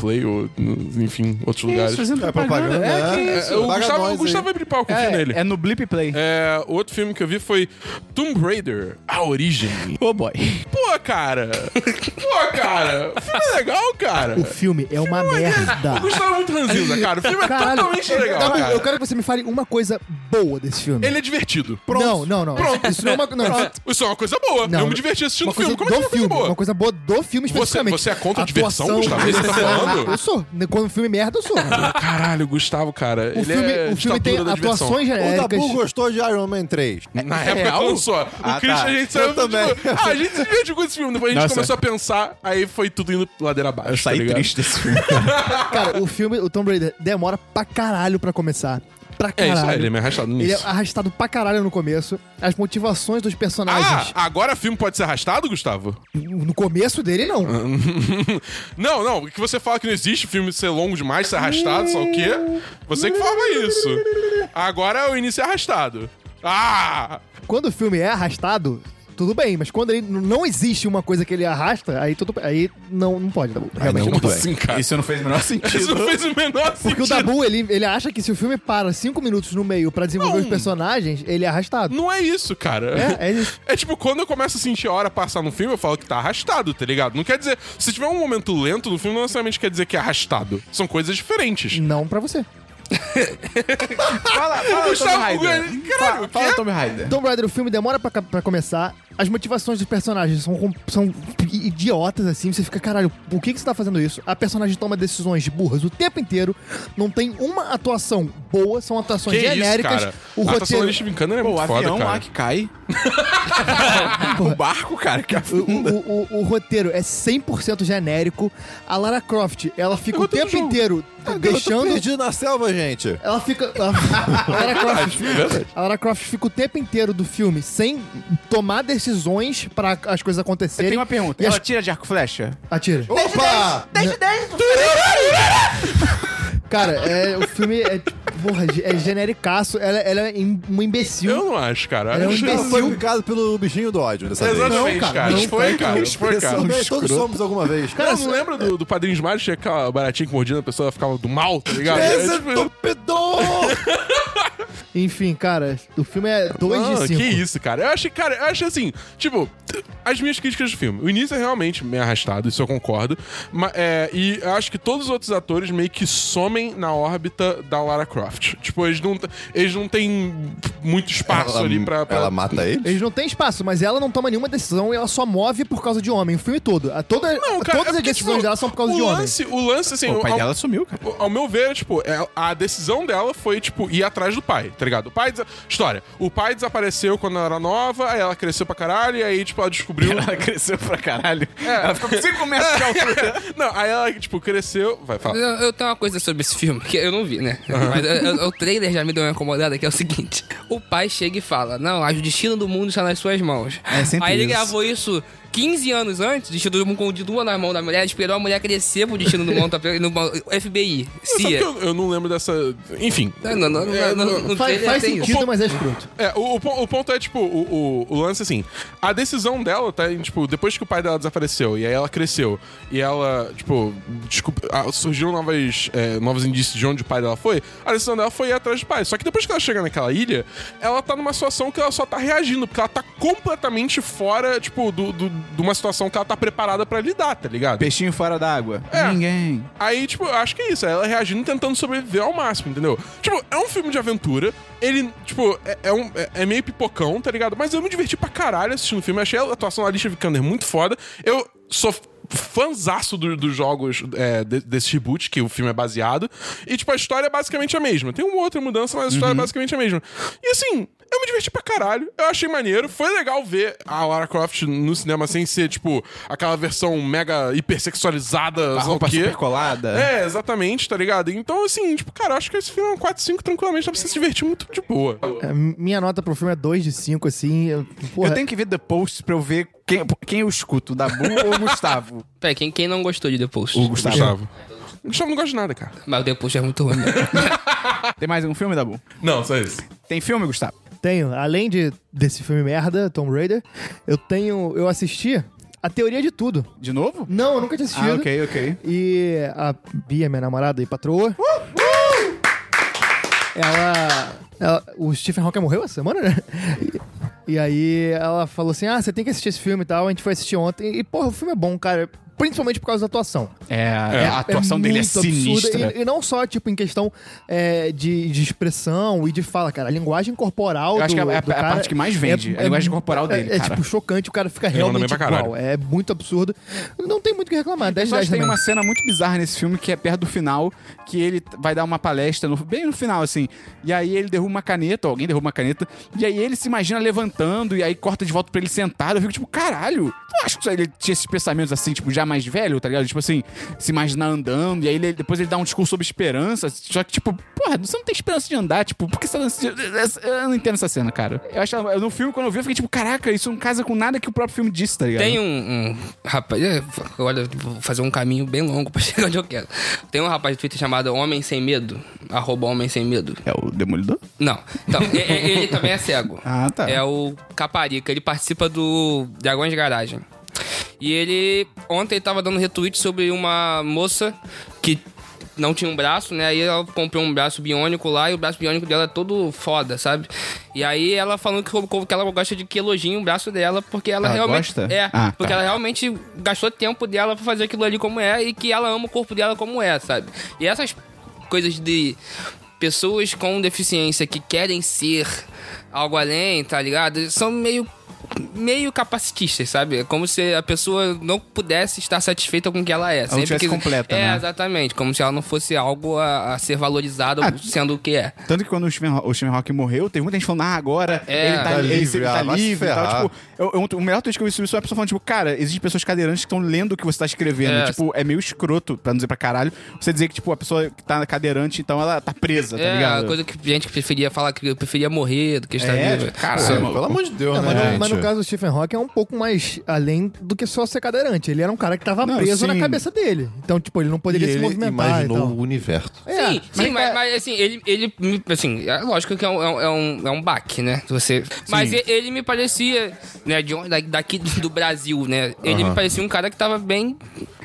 [SPEAKER 2] Play ou, no- enfim, outros lugares.
[SPEAKER 1] fazendo
[SPEAKER 4] É propaganda,
[SPEAKER 1] É, que
[SPEAKER 4] né?
[SPEAKER 1] isso?
[SPEAKER 2] É, o
[SPEAKER 4] Paga
[SPEAKER 2] Gustavo,
[SPEAKER 4] nós
[SPEAKER 2] o Gustavo vai blipar o confio nele.
[SPEAKER 1] É, é no Blip Play.
[SPEAKER 2] É, outro filme que eu vi foi Tomb Raider, A Origem.
[SPEAKER 1] Oh boy.
[SPEAKER 2] Pô, cara! Pô, cara! O filme é legal, cara!
[SPEAKER 3] O filme é uma merda.
[SPEAKER 2] O Gustavo é muito ranzinza, cara. O filme é totalmente legal,
[SPEAKER 3] Dabu,
[SPEAKER 2] cara.
[SPEAKER 3] eu quero que você me fale uma coisa boa desse filme.
[SPEAKER 2] Ele é divertido.
[SPEAKER 3] Não, não, não.
[SPEAKER 2] Pronto.
[SPEAKER 3] Isso não é uma, não, isso-
[SPEAKER 2] Isso é uma coisa boa.
[SPEAKER 3] não,
[SPEAKER 2] eu me diverti assistindo o
[SPEAKER 3] uma
[SPEAKER 2] filme.
[SPEAKER 3] coisa
[SPEAKER 2] Como é que é
[SPEAKER 3] do
[SPEAKER 2] uma coisa boa?
[SPEAKER 3] Uma coisa boa do filme especificamente.
[SPEAKER 2] você é contra a diversão,
[SPEAKER 3] Atuação,
[SPEAKER 2] Gustavo? É isso que você tá
[SPEAKER 3] direção,
[SPEAKER 2] falando?
[SPEAKER 3] Eu sou. Quando o filme é
[SPEAKER 2] [laughs]
[SPEAKER 3] merda, eu sou. O
[SPEAKER 2] Ah, Caralho, o Gustavo, cara. ele
[SPEAKER 3] filme,
[SPEAKER 2] é
[SPEAKER 3] o filme tem
[SPEAKER 2] ditadura da diversão.
[SPEAKER 3] atuações
[SPEAKER 4] O
[SPEAKER 3] genéricas.
[SPEAKER 4] Dabu gostou de Iron Man 3.
[SPEAKER 1] É,
[SPEAKER 2] Na época
[SPEAKER 1] real?
[SPEAKER 2] quando só. O
[SPEAKER 1] Ah,
[SPEAKER 2] Christian,
[SPEAKER 1] tá.
[SPEAKER 2] a gente
[SPEAKER 4] Eu
[SPEAKER 2] saiu do
[SPEAKER 4] também.
[SPEAKER 1] [laughs]
[SPEAKER 2] tipo, ah, a gente se divertiu com esse filme. Depois a gente
[SPEAKER 1] Nossa.
[SPEAKER 2] começou a pensar, aí foi tudo indo ladeira abaixo.
[SPEAKER 1] Eu saí
[SPEAKER 2] tá ligado?
[SPEAKER 1] triste desse [laughs] filme.
[SPEAKER 3] Cara, o filme, o Tomb Raider, demora pra caralho pra começar. Pra
[SPEAKER 2] É
[SPEAKER 3] caralho.
[SPEAKER 2] isso, é, ele é meio arrastado nisso.
[SPEAKER 3] Ele é arrastado pra caralho no começo. As motivações dos
[SPEAKER 2] Ah,
[SPEAKER 3] personagens.
[SPEAKER 2] agora filme pode ser arrastado, Gustavo?
[SPEAKER 3] No começo dele, não.
[SPEAKER 2] Ah. [laughs] Não, não. O que você fala que não existe filme ser longo demais, ser arrastado, só o quê? Você que forma isso. Agora o início é arrastado. Ah!
[SPEAKER 3] Quando o filme é arrastado, tudo bem, mas quando ele n- não existe uma coisa que ele arrasta, aí tudo aí não, não pode, Dabu. Realmente.
[SPEAKER 2] Como
[SPEAKER 1] Tudo é bem.
[SPEAKER 2] assim, cara?
[SPEAKER 1] Isso não fez o menor
[SPEAKER 2] Isso
[SPEAKER 1] sentido.
[SPEAKER 2] não fez o menor sentido.
[SPEAKER 3] Porque o Dabu, ele, ele acha que se o filme para cinco minutos no meio pra desenvolver
[SPEAKER 2] Não.
[SPEAKER 3] os personagens, ele é arrastado.
[SPEAKER 2] Não é isso, cara.
[SPEAKER 3] É, é isso.
[SPEAKER 2] É tipo, quando eu começo a sentir a hora passar no filme, eu falo que tá arrastado, tá ligado? Não quer dizer. Se tiver um momento lento no filme, não necessariamente quer dizer que é arrastado. São coisas diferentes.
[SPEAKER 3] Não pra você.
[SPEAKER 1] Fala, fala,
[SPEAKER 2] Gustavo,
[SPEAKER 1] Tommy Hyder.
[SPEAKER 2] caralho,
[SPEAKER 1] Fala,
[SPEAKER 2] o
[SPEAKER 1] fala
[SPEAKER 2] quê?
[SPEAKER 1] Tommy Hyder.
[SPEAKER 3] Tomb Raider, o filme demora pra, ca- pra começar. As motivações dos personagens são, com- são i- idiotas, assim. Você fica, caralho, por que, que você tá fazendo isso? A personagem toma decisões burras o tempo inteiro. Não tem uma atuação boa, são atuações
[SPEAKER 2] Que
[SPEAKER 3] genéricas.
[SPEAKER 2] isso, cara? Ah,
[SPEAKER 3] O
[SPEAKER 2] a atuação
[SPEAKER 3] roteiro.
[SPEAKER 2] do Steven Cannon é
[SPEAKER 1] Pô, o
[SPEAKER 2] muito foda,
[SPEAKER 1] avião
[SPEAKER 2] cara.
[SPEAKER 1] lá que cai. o barco, cara, que
[SPEAKER 3] O,
[SPEAKER 1] afunda.
[SPEAKER 3] o- o- o roteiro é 100% genérico. A Lara Croft, ela fica o
[SPEAKER 2] roteiro
[SPEAKER 3] tempo
[SPEAKER 2] do jogo.
[SPEAKER 3] inteiro
[SPEAKER 4] Deixando...
[SPEAKER 3] deixando.
[SPEAKER 4] perdido na selva, gente.
[SPEAKER 3] Ela fica.
[SPEAKER 2] [laughs]
[SPEAKER 3] ela-
[SPEAKER 2] É
[SPEAKER 3] a, Lara Croft, a Lara Croft fica o tempo inteiro do filme sem tomar decisões pra as coisas
[SPEAKER 1] Eu
[SPEAKER 3] acontecerem.
[SPEAKER 1] tenho uma pergunta.
[SPEAKER 3] E
[SPEAKER 1] Ela
[SPEAKER 3] as-
[SPEAKER 1] tira de arco e flecha?
[SPEAKER 3] Atira.
[SPEAKER 4] Opa!
[SPEAKER 3] Cara, é, o filme é. Porra, é genericaço. Ela, ela é im- uma imbecil.
[SPEAKER 2] Eu não acho, cara.
[SPEAKER 3] Ela é um
[SPEAKER 2] Acho-
[SPEAKER 4] Não
[SPEAKER 3] imbecil.
[SPEAKER 4] foi picado pelo bichinho do ódio dessa vez.
[SPEAKER 2] Exatamente,
[SPEAKER 3] Não, cara,
[SPEAKER 2] cara.
[SPEAKER 3] não
[SPEAKER 2] Isso foi,
[SPEAKER 3] tem
[SPEAKER 2] cara. Isso foi, cara.
[SPEAKER 4] Tudo bem, Todos somos alguma vez.
[SPEAKER 2] Cara, não lembra do, do Padrinho Smart? Tinha aquela baratinha que mordia a pessoa, ela ficava do mal, tá ligado?
[SPEAKER 4] Esse
[SPEAKER 2] É, tipo,
[SPEAKER 4] estupidor!
[SPEAKER 3] Enfim, cara, o filme é 2
[SPEAKER 2] Não,
[SPEAKER 3] de 5.
[SPEAKER 2] que isso, cara. Eu achei, cara, eu achei assim, tipo, t- as minhas críticas do filme. O início é realmente meio arrastado, isso eu concordo. Mas, é, e eu acho que todos os outros atores meio que somem na órbita da Lara Croft. Tipo, eles não, t- eles não têm muito espaço
[SPEAKER 4] Ela-
[SPEAKER 2] ali pra. pra-
[SPEAKER 4] Ela mata ele?
[SPEAKER 3] Eles não têm espaço, mas ela não toma nenhuma decisão e ela só move por causa de homem. O filme todo. A toda,
[SPEAKER 2] Não, cara, é
[SPEAKER 3] todas as
[SPEAKER 2] porque,
[SPEAKER 3] decisões
[SPEAKER 2] tipo,
[SPEAKER 3] dela são por causa
[SPEAKER 2] o
[SPEAKER 3] de homem.
[SPEAKER 2] lance, O lance, assim,
[SPEAKER 1] Pô, o pai
[SPEAKER 2] ao-
[SPEAKER 1] dela sumiu, cara.
[SPEAKER 2] Ao meu ver, tipo, é- a decisão dela foi, tipo, ir atrás do pai, tá ligado? O pai. desa- História. O pai desapareceu quando ela era nova, aí ela cresceu pra caralho, e aí, tipo, ela descobriu.
[SPEAKER 1] [laughs] Ela cresceu pra caralho.
[SPEAKER 2] É.
[SPEAKER 1] Ela ficou com 5 metros de altura.
[SPEAKER 2] [laughs] Não, aí ela, tipo, cresceu. Vai, fala.
[SPEAKER 5] Eu, eu tenho uma coisa sobre esse filme, que eu não vi, né? Mas eu- eu- o trailer já me deu uma incomodada, que é o seguinte. O pai chega e fala, não, a- o destino do mundo está nas suas mãos.
[SPEAKER 1] É, sempre
[SPEAKER 5] Aí ele
[SPEAKER 1] isso.
[SPEAKER 5] gravou isso 15 anos antes, o destino do mundo continua nas mãos da mulher, esperou a mulher crescer pro destino do mundo, tá, no FBI,
[SPEAKER 2] Sabe
[SPEAKER 5] CIA.
[SPEAKER 2] que eu, eu não lembro dessa. Enfim.
[SPEAKER 5] Não, não, não, não,
[SPEAKER 2] É,
[SPEAKER 5] não,
[SPEAKER 2] não-
[SPEAKER 5] no
[SPEAKER 3] Faz,
[SPEAKER 5] trailer
[SPEAKER 3] faz
[SPEAKER 5] tem isso.
[SPEAKER 3] sentido, mas é escroto.
[SPEAKER 2] É, o, o pon- o ponto é, tipo, o, o- o lance, assim, a decisão dela, tá, em, tipo, depois que o pai dela desapareceu e aí ela cresceu e ela, tipo, descob- ah, surgiram novas, é, novos indícios de onde o pai dela foi, a decisão dela foi ir atrás do pai. Só que depois que ela chega naquela ilha, ela tá numa situação que ela só tá reagindo, porque ela tá completamente fora, tipo, do, do- de uma situação que ela tá preparada pra lidar, tá ligado?
[SPEAKER 1] Peixinho fora d'água.
[SPEAKER 2] É.
[SPEAKER 1] Ninguém.
[SPEAKER 2] Aí, tipo, eu acho que é isso. Ela reagindo e tentando sobreviver ao máximo, entendeu? Tipo, é um filme de aventura. Ele, tipo, é, é um, é, é meio pipocão, tá ligado? Mas eu me diverti pra caralho assistindo o filme. Achei a atuação da Alicia Vikander muito foda. Eu sou fanzaço do- dos jogos é, de- desse reboot que o filme é baseado. E, tipo, a história é basicamente a mesma. Tem uma outra mudança, mas a história é basicamente a mesma. E, assim, eu me diverti pra caralho. Eu achei maneiro. Foi legal ver a Lara Croft no cinema sem ser, tipo, aquela versão mega hipersexualizada.
[SPEAKER 1] A
[SPEAKER 2] sei lá o
[SPEAKER 1] roupa
[SPEAKER 2] quê.
[SPEAKER 1] super colada.
[SPEAKER 2] É, exatamente, tá ligado? Então, assim, tipo, cara, eu acho que esse filme é um 4 5 tranquilamente. Dá pra você se divertir muito de boa.
[SPEAKER 3] É, Minha nota pro filme é 2 de 5, assim. eu- Porra,
[SPEAKER 1] Eu tenho que ver The Post pra eu ver quem, quem eu escuto, o Dabu
[SPEAKER 2] [laughs]
[SPEAKER 1] ou o Gustavo.
[SPEAKER 5] Peraí, quem, quem não gostou de The Post?
[SPEAKER 2] Gustavo. Gustavo não gosta de nada, cara.
[SPEAKER 5] Mas o The Post é muito ruim. né?
[SPEAKER 1] Tem mais um filme, Dabu?
[SPEAKER 2] Não, só isso.
[SPEAKER 1] Tem filme, Gustavo?
[SPEAKER 3] tenho, além de, desse filme merda, Tomb Raider, eu tenho. Eu assisti a teoria de tudo.
[SPEAKER 1] De novo?
[SPEAKER 3] Não, eu nunca tinha assistido.
[SPEAKER 1] Ah, ok, ok.
[SPEAKER 3] E a Bia, minha namorada e patroa. Ela, ela- O Stephen Hawking morreu essa semana, né? E, e aí ela falou assim: ah, você tem que assistir esse filme e tal. A gente foi assistir ontem. E, porra, o filme é bom, cara. Principalmente por causa da atuação.
[SPEAKER 1] É, a atuação dele é
[SPEAKER 3] muito absurda.
[SPEAKER 1] sinistra.
[SPEAKER 3] E, e não só, tipo, em questão é, de, de expressão e de fala, cara. A linguagem corporal
[SPEAKER 1] Eu acho
[SPEAKER 3] do,
[SPEAKER 1] que é a- é a
[SPEAKER 3] do cara
[SPEAKER 1] parte que mais vende, a linguagem corporal dele,
[SPEAKER 3] É,
[SPEAKER 1] cara.
[SPEAKER 3] tipo, chocante. O cara fica
[SPEAKER 2] manda bem
[SPEAKER 3] realmente
[SPEAKER 2] pra caralho.
[SPEAKER 3] igual. É muito absurdo. Não tem muito o que reclamar. 10
[SPEAKER 1] Só
[SPEAKER 3] 10
[SPEAKER 1] tem
[SPEAKER 3] também.
[SPEAKER 1] uma cena muito bizarra nesse filme que é perto do final, que ele t- vai dar uma palestra no- bem no final, assim. E aí ele derruba uma caneta, ou alguém derruba uma caneta, e aí ele se imagina levantando, e aí corta de volta pra ele sentado. Eu fico tipo, caralho, eu acho que ele tinha esses pensamentos assim, tipo, já mais velho, tá ligado? Tipo assim, se imaginar andando, e aí ele- depois ele dá um discurso sobre esperança. Só que, tipo, porra, você não tem esperança de andar, tipo, por que você tá dando- Eu não entendo essa cena, cara. Eu acho eu- no filme, quando eu vi, eu fiquei tipo, caraca, isso não casa com nada que o próprio filme disse, tá ligado?
[SPEAKER 5] Tem um, um rapaz. é, Agora eu vou fazer um caminho bem longo pra [laughs] chegar onde eu quero. Tem um rapaz do Twitter chamado Homem Sem Medo. Arroba Homem Sem Medo.
[SPEAKER 1] É o Demolidor?
[SPEAKER 5] Não. Então, e- e- ele também é cego.
[SPEAKER 1] [laughs] Ah, tá.
[SPEAKER 5] É o Caparica. Ele participa do Dragões de Garagem. E ele. Ontem ele tava dando retweet sobre uma moça que não tinha um braço, né? Aí ela comprou um braço biônico lá e o braço biônico dela é todo foda, sabe? E aí ela falando que, que ela gosta de que elogiem o braço dela, porque ela
[SPEAKER 1] Ela
[SPEAKER 5] realmente.
[SPEAKER 1] gosta?
[SPEAKER 5] É,
[SPEAKER 1] Ah,
[SPEAKER 5] porque
[SPEAKER 1] tá.
[SPEAKER 5] ela realmente gastou tempo dela pra fazer aquilo ali como é e que ela ama o corpo dela como é, sabe? E essas coisas de pessoas com deficiência que querem ser algo além, tá ligado? São meio meio capacitistas, sabe? É como se a pessoa não pudesse estar satisfeita com o que ela é. Sempre
[SPEAKER 1] tivesse
[SPEAKER 5] que-
[SPEAKER 1] completa,
[SPEAKER 5] é,
[SPEAKER 1] né?
[SPEAKER 5] exatamente. Como se ela não fosse algo a, a ser valorizado
[SPEAKER 1] Ah,
[SPEAKER 5] sendo o que é.
[SPEAKER 1] Tanto que quando o Stephen, Haw- o Stephen Hawking morreu, teve muita gente falando, ah, agora
[SPEAKER 5] É.
[SPEAKER 1] ele tá,
[SPEAKER 4] Tá
[SPEAKER 1] ele,
[SPEAKER 4] livre,
[SPEAKER 1] sempre
[SPEAKER 4] ah,
[SPEAKER 1] tá
[SPEAKER 4] vai se
[SPEAKER 1] livre e
[SPEAKER 4] ferrar.
[SPEAKER 1] tal. Tipo, eu- eu- o melhor tweet que eu vi sobre isso é a pessoa falando, tipo, cara, existem pessoas cadeirantes que estão lendo o que você tá escrevendo.
[SPEAKER 5] É.
[SPEAKER 1] Tipo, é meio escroto, pra não dizer pra caralho, você dizer que, tipo, a pessoa que tá cadeirante, então ela tá presa, tá
[SPEAKER 5] é,
[SPEAKER 1] ligado?
[SPEAKER 5] a coisa que gente que preferia falar que eu preferia morrer do que estar
[SPEAKER 1] É,
[SPEAKER 5] vivo.
[SPEAKER 1] cara,
[SPEAKER 4] Pô,
[SPEAKER 1] Sim.
[SPEAKER 4] pelo amor de Deus,
[SPEAKER 3] Não, É, mas,
[SPEAKER 4] né?
[SPEAKER 3] no- mas no
[SPEAKER 4] gente?
[SPEAKER 3] caso do Stephen Hawking é um pouco mais além do que só ser cadeirante. Ele era um cara que tava
[SPEAKER 1] Não,
[SPEAKER 3] preso
[SPEAKER 1] sim.
[SPEAKER 3] na cabeça dele. Então, tipo, ele não poderia
[SPEAKER 4] E
[SPEAKER 3] se
[SPEAKER 4] ele
[SPEAKER 3] movimentar e
[SPEAKER 4] imaginou
[SPEAKER 3] tal.
[SPEAKER 4] o universo.
[SPEAKER 3] É,
[SPEAKER 5] sim, sim, mas, mas, assim, ele, ele. me- Assim, é lógico que é um, é um- é um, é um baque, né? Você, mas e- ele me parecia, né, de, onde- da- daqui do Brasil, né? Ele me parecia um cara que tava bem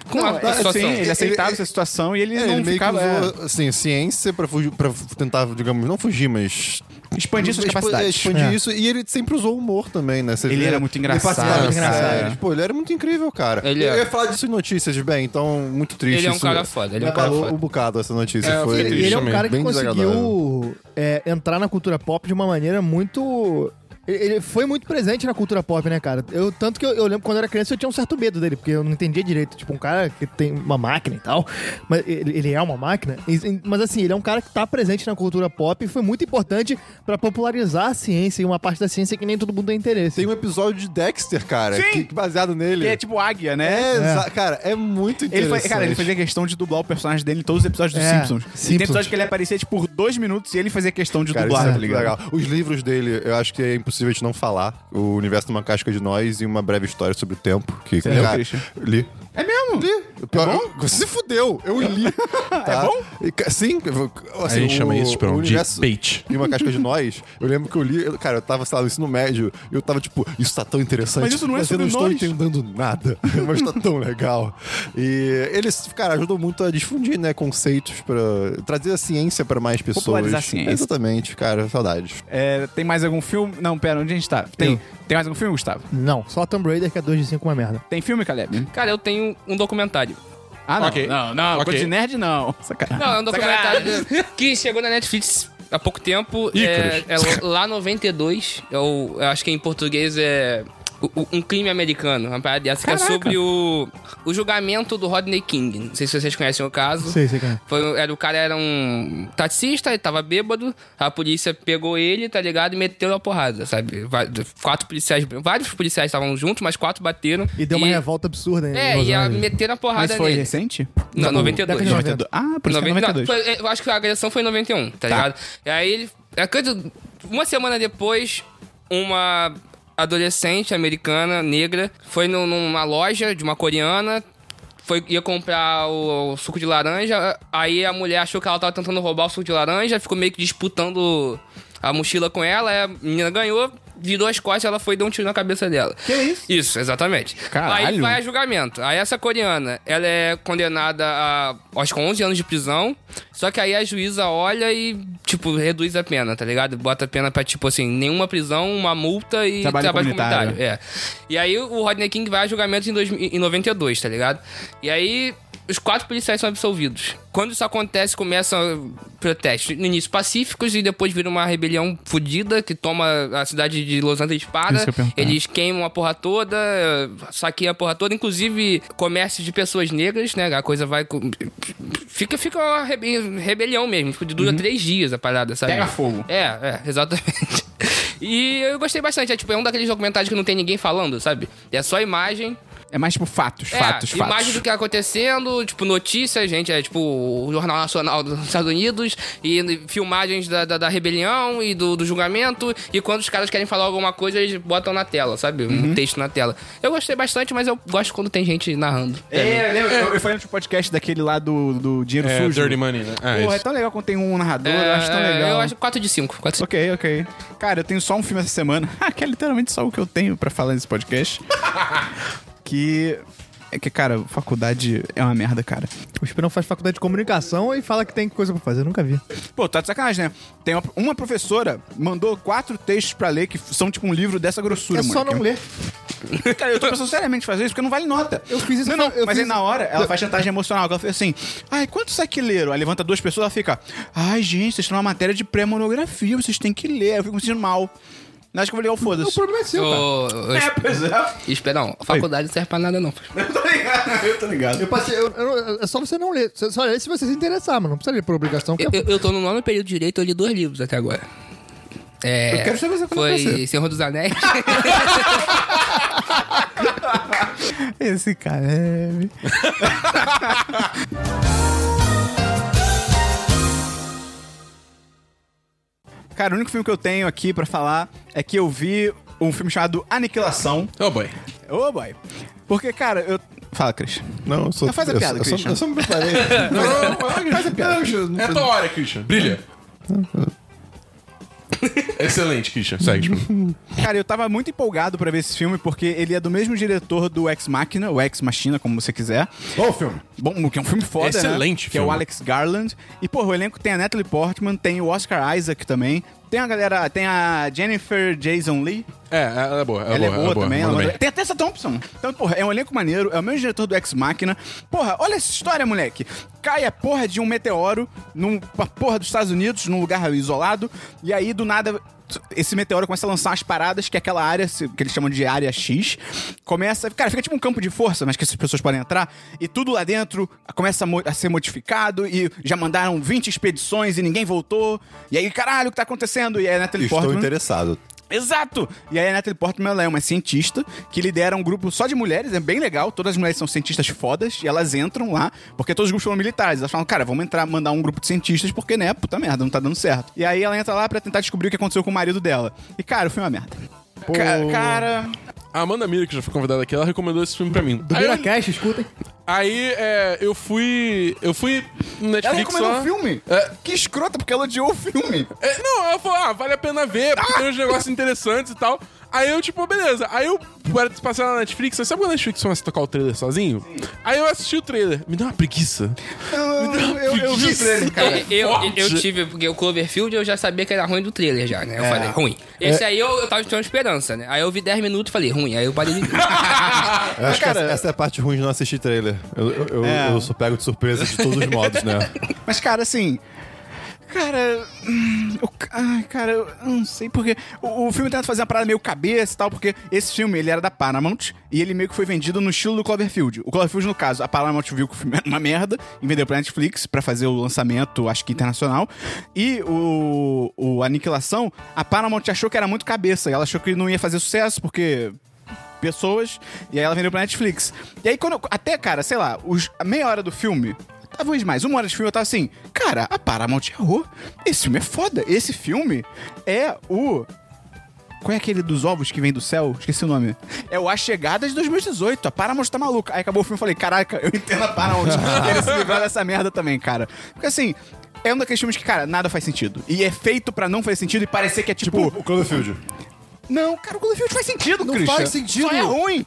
[SPEAKER 5] com
[SPEAKER 1] Não,
[SPEAKER 5] a
[SPEAKER 1] é,
[SPEAKER 5] situação.
[SPEAKER 1] sim, ele aceitava
[SPEAKER 4] Ele-
[SPEAKER 1] essa situação e ele
[SPEAKER 4] É,
[SPEAKER 1] não
[SPEAKER 4] ele meio
[SPEAKER 1] ficava...
[SPEAKER 4] que
[SPEAKER 1] é,
[SPEAKER 4] usou, assim, ciência pra, fugir, pra f- tentar, digamos, não fugir, mas...
[SPEAKER 1] expandir suas
[SPEAKER 4] expo-
[SPEAKER 1] capacidades.
[SPEAKER 4] Expandir
[SPEAKER 3] É.
[SPEAKER 4] isso. E ele sempre usou o humor também, né? Você
[SPEAKER 1] Ele
[SPEAKER 4] vê-
[SPEAKER 1] era muito engraçado,
[SPEAKER 4] Ele participava de
[SPEAKER 1] engraçado,
[SPEAKER 4] séries.
[SPEAKER 1] é.
[SPEAKER 4] Pô, ele era muito incrível, cara.
[SPEAKER 5] Ele
[SPEAKER 4] Eu
[SPEAKER 5] é.
[SPEAKER 4] ia falar disso em notícias, bem, então muito triste.
[SPEAKER 5] Ele é um
[SPEAKER 4] isso.
[SPEAKER 5] cara foda, ele é um cara
[SPEAKER 4] Abalou
[SPEAKER 5] foda.
[SPEAKER 4] um bocado essa notícia.
[SPEAKER 2] É, eu
[SPEAKER 4] foi
[SPEAKER 2] fiquei
[SPEAKER 3] Ele, ele é um
[SPEAKER 2] também,
[SPEAKER 3] cara que
[SPEAKER 4] bem desagradável.
[SPEAKER 3] conseguiu é, entrar na cultura pop de uma maneira muito. Ele ele foi muito presente na cultura pop, né, cara? Eu, tanto que eu, eu lembro quando eu era criança eu tinha um certo medo dele, porque eu não entendia direito. Tipo, um cara que tem uma máquina e tal, mas ele, ele é uma máquina. E- e- Mas assim, ele é um cara que tá presente na cultura pop e foi muito importante pra popularizar a ciência e uma parte da ciência que nem todo mundo tem interesse.
[SPEAKER 4] Tem um episódio de Dexter, cara,
[SPEAKER 1] Sim!
[SPEAKER 4] que- que baseado nele.
[SPEAKER 1] Que é tipo águia, né?
[SPEAKER 4] É, exa- cara, é muito
[SPEAKER 1] Ele
[SPEAKER 4] interessante.
[SPEAKER 1] foi, cara, ele fazia questão de dublar o personagem dele em todos os episódios dos
[SPEAKER 3] É,
[SPEAKER 1] Simpsons. E tem
[SPEAKER 3] Simpsons.
[SPEAKER 1] episódio que ele aparecia, tipo, por dois minutos e ele fazia questão de
[SPEAKER 4] Cara, isso
[SPEAKER 1] dublar,
[SPEAKER 4] é
[SPEAKER 1] tá
[SPEAKER 4] muito
[SPEAKER 1] ligado?
[SPEAKER 4] legal. Os livros dele, eu acho que é impossível a gente não falar. O Universo numa Casca de Nós e Uma Breve História sobre o Tempo. Que,
[SPEAKER 1] Você leu,
[SPEAKER 4] cara,
[SPEAKER 1] Christian?
[SPEAKER 4] Li.
[SPEAKER 1] É mesmo?
[SPEAKER 4] Li. Você se fudeu.
[SPEAKER 1] [laughs]
[SPEAKER 4] Eu li. Tá?
[SPEAKER 1] É bom?
[SPEAKER 4] E, ca- Sim. eu vou-
[SPEAKER 2] A
[SPEAKER 4] Assim,
[SPEAKER 2] gente
[SPEAKER 4] o-
[SPEAKER 2] chama isso, tipo, é um
[SPEAKER 4] o
[SPEAKER 2] perdão, de
[SPEAKER 4] universo...
[SPEAKER 2] bait.
[SPEAKER 4] E uma casca de nós, eu lembro que eu li, eu- cara, eu tava, sei lá, no ensino médio, e eu tava tipo, isso tá tão interessante.
[SPEAKER 1] Mas isso não é
[SPEAKER 4] eu
[SPEAKER 1] sobre
[SPEAKER 4] não estou
[SPEAKER 1] nós.
[SPEAKER 4] entendendo nada, [laughs] mas tá tão legal. E eles, cara, ajudam muito a difundir, né, conceitos pra trazer a ciência pra mais pessoas.
[SPEAKER 1] Popularizar a ciência.
[SPEAKER 4] Exatamente, cara, saudades.
[SPEAKER 1] É, tem mais algum filme? Não, pera, onde a gente tá? Tem,
[SPEAKER 3] Eu.
[SPEAKER 1] tem mais algum filme, Gustavo?
[SPEAKER 3] Não, só Tomb Raider que é 2 de 5 uma merda.
[SPEAKER 1] Tem filme,
[SPEAKER 2] Hum.
[SPEAKER 1] Caleb?
[SPEAKER 5] Cara, eu tenho um documentário.
[SPEAKER 1] Ah, não.
[SPEAKER 2] Ok.
[SPEAKER 1] Não, não,
[SPEAKER 2] Ok.
[SPEAKER 1] coisa de nerd, não. Sacanagem.
[SPEAKER 5] Não, é um documentário [laughs] que chegou na Netflix há pouco tempo. É,
[SPEAKER 2] Ícaros.
[SPEAKER 5] é lá 92. Eu, eu acho que em português é o- o- um crime americano, uma parada dessa, que é sobre o, o julgamento do Rodney King. Não sei se vocês conhecem o caso.
[SPEAKER 3] Sei, sei, cara.
[SPEAKER 5] Foi, era, o cara era um taxista, ele tava bêbado, a polícia pegou ele, tá ligado? E meteu a porrada, sabe? Va- Quatro policiais, vários policiais estavam juntos, mas quatro bateram.
[SPEAKER 3] E deu uma revolta absurda, né?
[SPEAKER 5] É,
[SPEAKER 3] em Los
[SPEAKER 5] e a,
[SPEAKER 3] Angeles.
[SPEAKER 5] meteram a porrada
[SPEAKER 1] Mas foi
[SPEAKER 5] nele.
[SPEAKER 1] recente?
[SPEAKER 3] Tá
[SPEAKER 5] Não, 92.
[SPEAKER 3] década de 90.
[SPEAKER 1] Ah, por isso que é
[SPEAKER 5] 90, não,
[SPEAKER 1] 92.
[SPEAKER 5] foi- eu acho que a agressão foi em 91, tá, ligado? E aí ele. é coisa- Uma semana depois, uma adolescente americana, negra, foi num- numa loja de uma coreana. Foi, ia comprar o, o suco de laranja, aí a mulher achou que ela tava tentando roubar o suco de laranja, ficou meio que disputando a mochila com ela, aí a menina ganhou, virou as costas, ela foi e deu um tiro na cabeça dela. Que isso? Isso, exatamente.
[SPEAKER 1] Caralho.
[SPEAKER 5] Aí vai a julgamento. Aí essa coreana, ela é condenada a, acho que 11 anos de prisão. Só que aí a juíza olha e, tipo, reduz a pena, tá ligado? Bota a pena pra, tipo assim, nenhuma prisão, uma multa e
[SPEAKER 1] Trabalho
[SPEAKER 5] trabalho,
[SPEAKER 1] comunitário.
[SPEAKER 5] comunitário. É. E aí o Rodney King vai a julgamento em, dois, em 92, tá ligado? E aí os quatro policiais são absolvidos. Quando isso acontece, começam protestos. No início pacíficos e depois vira uma rebelião fodida que toma a cidade de Los Angeles
[SPEAKER 1] Isso
[SPEAKER 5] para.
[SPEAKER 1] que eu ia perguntar.
[SPEAKER 5] Eles queimam a porra toda, eh, saqueiam a porra toda, inclusive comércio de pessoas negras, né? A coisa vai. com- Fica, fica uma rebe- rebelião mesmo. Tipo, Dura três dias a parada, sabe?
[SPEAKER 1] Uhum. Pega fogo.
[SPEAKER 5] É, é, exatamente. [laughs] E eu gostei bastante. É, tipo, é um daqueles documentários que não tem ninguém falando, sabe? É só imagem.
[SPEAKER 1] É mais tipo fatos,
[SPEAKER 5] É,
[SPEAKER 1] fatos, fatos.
[SPEAKER 5] Imagem do que tá acontecendo, tipo, notícias, gente. É tipo o Jornal Nacional dos Estados Unidos e filmagens da, da, da rebelião e do, do julgamento. E quando os caras querem falar alguma coisa, eles botam na tela, sabe?
[SPEAKER 1] Uhum.
[SPEAKER 5] Um texto na tela. Eu gostei bastante, mas eu gosto quando tem gente narrando.
[SPEAKER 1] É, eu lembro, eu, eu falei no podcast daquele lá do, do Dinheiro
[SPEAKER 2] É,
[SPEAKER 1] Sujo.
[SPEAKER 2] Dirty Money, né? É,
[SPEAKER 1] Porra, é
[SPEAKER 2] isso.
[SPEAKER 1] tão legal quando tem um narrador, eu acho tão
[SPEAKER 5] É,
[SPEAKER 1] legal.
[SPEAKER 5] Eu acho 4 de 5. 4 de 5.
[SPEAKER 1] Ok, ok. Cara, eu tenho só um filme essa semana, [laughs] que é literalmente só o que eu tenho pra falar nesse podcast. [laughs] que. É que, cara, faculdade é uma merda, cara.
[SPEAKER 3] O Esperão faz faculdade de comunicação e fala que tem coisa pra fazer. Eu nunca vi.
[SPEAKER 1] Pô, tá de sacanagem, né? Tem uma, uma professora mandou quatro textos pra ler que são tipo um livro dessa grossura,
[SPEAKER 3] é
[SPEAKER 1] mano.
[SPEAKER 3] só não ler.
[SPEAKER 1] Cara, eu tô pensando seriamente em fazer isso porque não vale nota.
[SPEAKER 3] Eu fiz isso
[SPEAKER 1] Não, não,
[SPEAKER 3] com- eu
[SPEAKER 1] mas
[SPEAKER 3] fiz
[SPEAKER 1] aí na hora ela faz chantagem emocional. Ela fica assim: ai, quantos é que leram? Aí levanta duas pessoas, ela fica: ai, gente, vocês estão numa matéria de pré-monografia, vocês têm que ler. Eu fico me sentindo mal. Eu acho que eu vou ligar o
[SPEAKER 3] O
[SPEAKER 1] foda-se.
[SPEAKER 3] problema é seu, cara.
[SPEAKER 5] Ô, ô,
[SPEAKER 1] É, pois é.
[SPEAKER 5] Espera, não. Faculdade não serve pra nada, não.
[SPEAKER 1] Eu tô ligado, eu tô ligado.
[SPEAKER 3] Eu passei, eu- eu não- é só você não ler. Você Só ler se você se interessar, mano. Não precisa ler por obrigação. que
[SPEAKER 5] Eu, eu, eu tô no nono período de direito, eu li dois livros até agora. É,
[SPEAKER 1] Eu quero saber se
[SPEAKER 5] Foi
[SPEAKER 1] aconteceu.
[SPEAKER 5] Senhor
[SPEAKER 1] [laughs]
[SPEAKER 5] dos Anéis.
[SPEAKER 1] Esse cara é. [laughs] Cara, o único filme que eu tenho aqui pra falar é que eu vi um filme chamado Aniquilação.
[SPEAKER 2] Oh, boy.
[SPEAKER 1] Ô, boy. Porque, cara, eu. Fala, Cris.
[SPEAKER 4] Não, eu sou.
[SPEAKER 1] Mas faz a
[SPEAKER 4] eu,
[SPEAKER 1] piada,
[SPEAKER 4] eu, só-
[SPEAKER 1] Christian.
[SPEAKER 4] eu só
[SPEAKER 1] [laughs]
[SPEAKER 4] me preparei.
[SPEAKER 2] Não, não, não, faz a piada. É a tua hora, Christian. Brilha. [laughs] Excelente, Christian. Segue. tipo.
[SPEAKER 1] Cara, eu tava muito empolgado pra ver esse filme porque ele é do mesmo diretor do Ex Machina, ou Ex Machina, como você quiser.
[SPEAKER 4] Bom filme.
[SPEAKER 1] Bom, que é um filme foda, né?
[SPEAKER 2] Excelente
[SPEAKER 1] Que
[SPEAKER 2] filme.
[SPEAKER 1] é o Alex Garland. E, porra, o elenco tem a Natalie Portman, tem o Oscar Isaac também. Tem a galera, tem a Jennifer Jason Lee.
[SPEAKER 2] É, ela é boa. Ela,
[SPEAKER 1] ela é boa, também.
[SPEAKER 2] manda
[SPEAKER 1] ela
[SPEAKER 2] bem.
[SPEAKER 1] manda- Tem a Tessa Thompson. Então, porra, é um elenco maneiro, é o mesmo diretor do Ex Machina. Porra, olha essa história, moleque. Cai a porra de um meteoro numa porra dos Estados Unidos, num lugar isolado, e aí do nada. Esse meteoro começa a lançar umas paradas que aquela área, se- que eles chamam de área X, começa. Cara, fica tipo um campo de força, mas que essas pessoas podem entrar, e tudo lá dentro começa a, mo- a ser modificado, e já mandaram 20 expedições e ninguém voltou. E aí, caralho, o que tá acontecendo? E aí, a Natalie
[SPEAKER 4] Estou
[SPEAKER 1] Portman-
[SPEAKER 4] interessado.
[SPEAKER 1] Exato! E aí a Natalie Portman ela é uma cientista que lidera um grupo só de mulheres, é bem legal, todas as mulheres são cientistas fodas e elas entram lá, porque todos os grupos foram militares. Elas falam, cara, vamos entrar, mandar um grupo de cientistas, porque né, puta merda, não tá dando certo. E aí ela entra lá pra tentar descobrir o que aconteceu com o marido dela. E cara, o filme é uma merda. Ca- cara.
[SPEAKER 2] A Amanda Mira, que já foi convidada aqui, ela recomendou esse filme
[SPEAKER 1] [laughs]
[SPEAKER 2] pra mim.
[SPEAKER 3] Do
[SPEAKER 2] Aí eu-
[SPEAKER 3] Miracast, escutem.
[SPEAKER 2] Aí é, eu fui. Eu fui no Netflix.
[SPEAKER 1] Ela recomendou um
[SPEAKER 2] lá.
[SPEAKER 1] o filme?
[SPEAKER 2] É.
[SPEAKER 1] Que escrota, porque ela odiou o filme.
[SPEAKER 2] É, não, ela falou, ah, vale a pena ver, porque tem uns negócios interessantes e tal. Aí eu, tipo, beleza. Aí eu passei lá na Netflix, sabe quando a Netflix começa a tocar o trailer sozinho? Aí eu assisti o trailer. Me deu uma preguiça.
[SPEAKER 1] Eu, eu, eu vi o trailer, cara.
[SPEAKER 5] Eu, eu,
[SPEAKER 2] forte. É.
[SPEAKER 5] eu tive, porque o Cloverfield eu já sabia que era ruim do trailer já, né? Eu falei, ruim. Esse aí eu, eu tava tendo esperança, né? Aí eu vi 10 minutos e falei, ruim. Aí eu parei de
[SPEAKER 2] [laughs]
[SPEAKER 5] ver.
[SPEAKER 4] Eu
[SPEAKER 1] cara-
[SPEAKER 4] acho que essa, essa é a parte ruim de não assistir trailer. Eu, eu, eu-
[SPEAKER 1] É. [laughs]
[SPEAKER 4] eu sou pego de surpresa de todos os modos, né?
[SPEAKER 1] Mas, cara, assim. Cara. hum, o ca- ai, cara, eu não sei porque. O, o filme tenta fazer uma parada meio cabeça e tal, porque esse filme ele era da Paramount e ele meio que foi vendido no estilo do Cloverfield. O Cloverfield, no caso, a Paramount viu que o filme era uma merda e vendeu pra Netflix pra fazer o lançamento, acho que internacional. E o, o Aniquilação, a Paramount achou que era muito cabeça. Ela achou que não ia fazer sucesso porque pessoas, e aí ela vendeu pra Netflix. E aí, quando eu- até, cara, sei lá, os, a meia hora do filme, talvez mais, uma hora de filme, eu tava assim, cara, a Paramount errou. Esse filme é foda. Esse filme é o. Qual é aquele dos ovos que vem do céu? Esqueci o nome. É o A Chegada de 2018. A Paramount tá maluca. Aí acabou o filme e falei, caraca, eu entendo a
[SPEAKER 4] [laughs]
[SPEAKER 1] Paramount. Ele se livrar dessa merda também, cara. Porque assim, é um daqueles filmes que, cara, nada faz sentido. E é feito pra não fazer sentido e parecer que é tipo...
[SPEAKER 4] O Cloverfield.
[SPEAKER 1] Não, cara, o Cloverfield faz sentido,
[SPEAKER 4] Não
[SPEAKER 1] Christian.
[SPEAKER 4] faz sentido.
[SPEAKER 1] Só é ruim.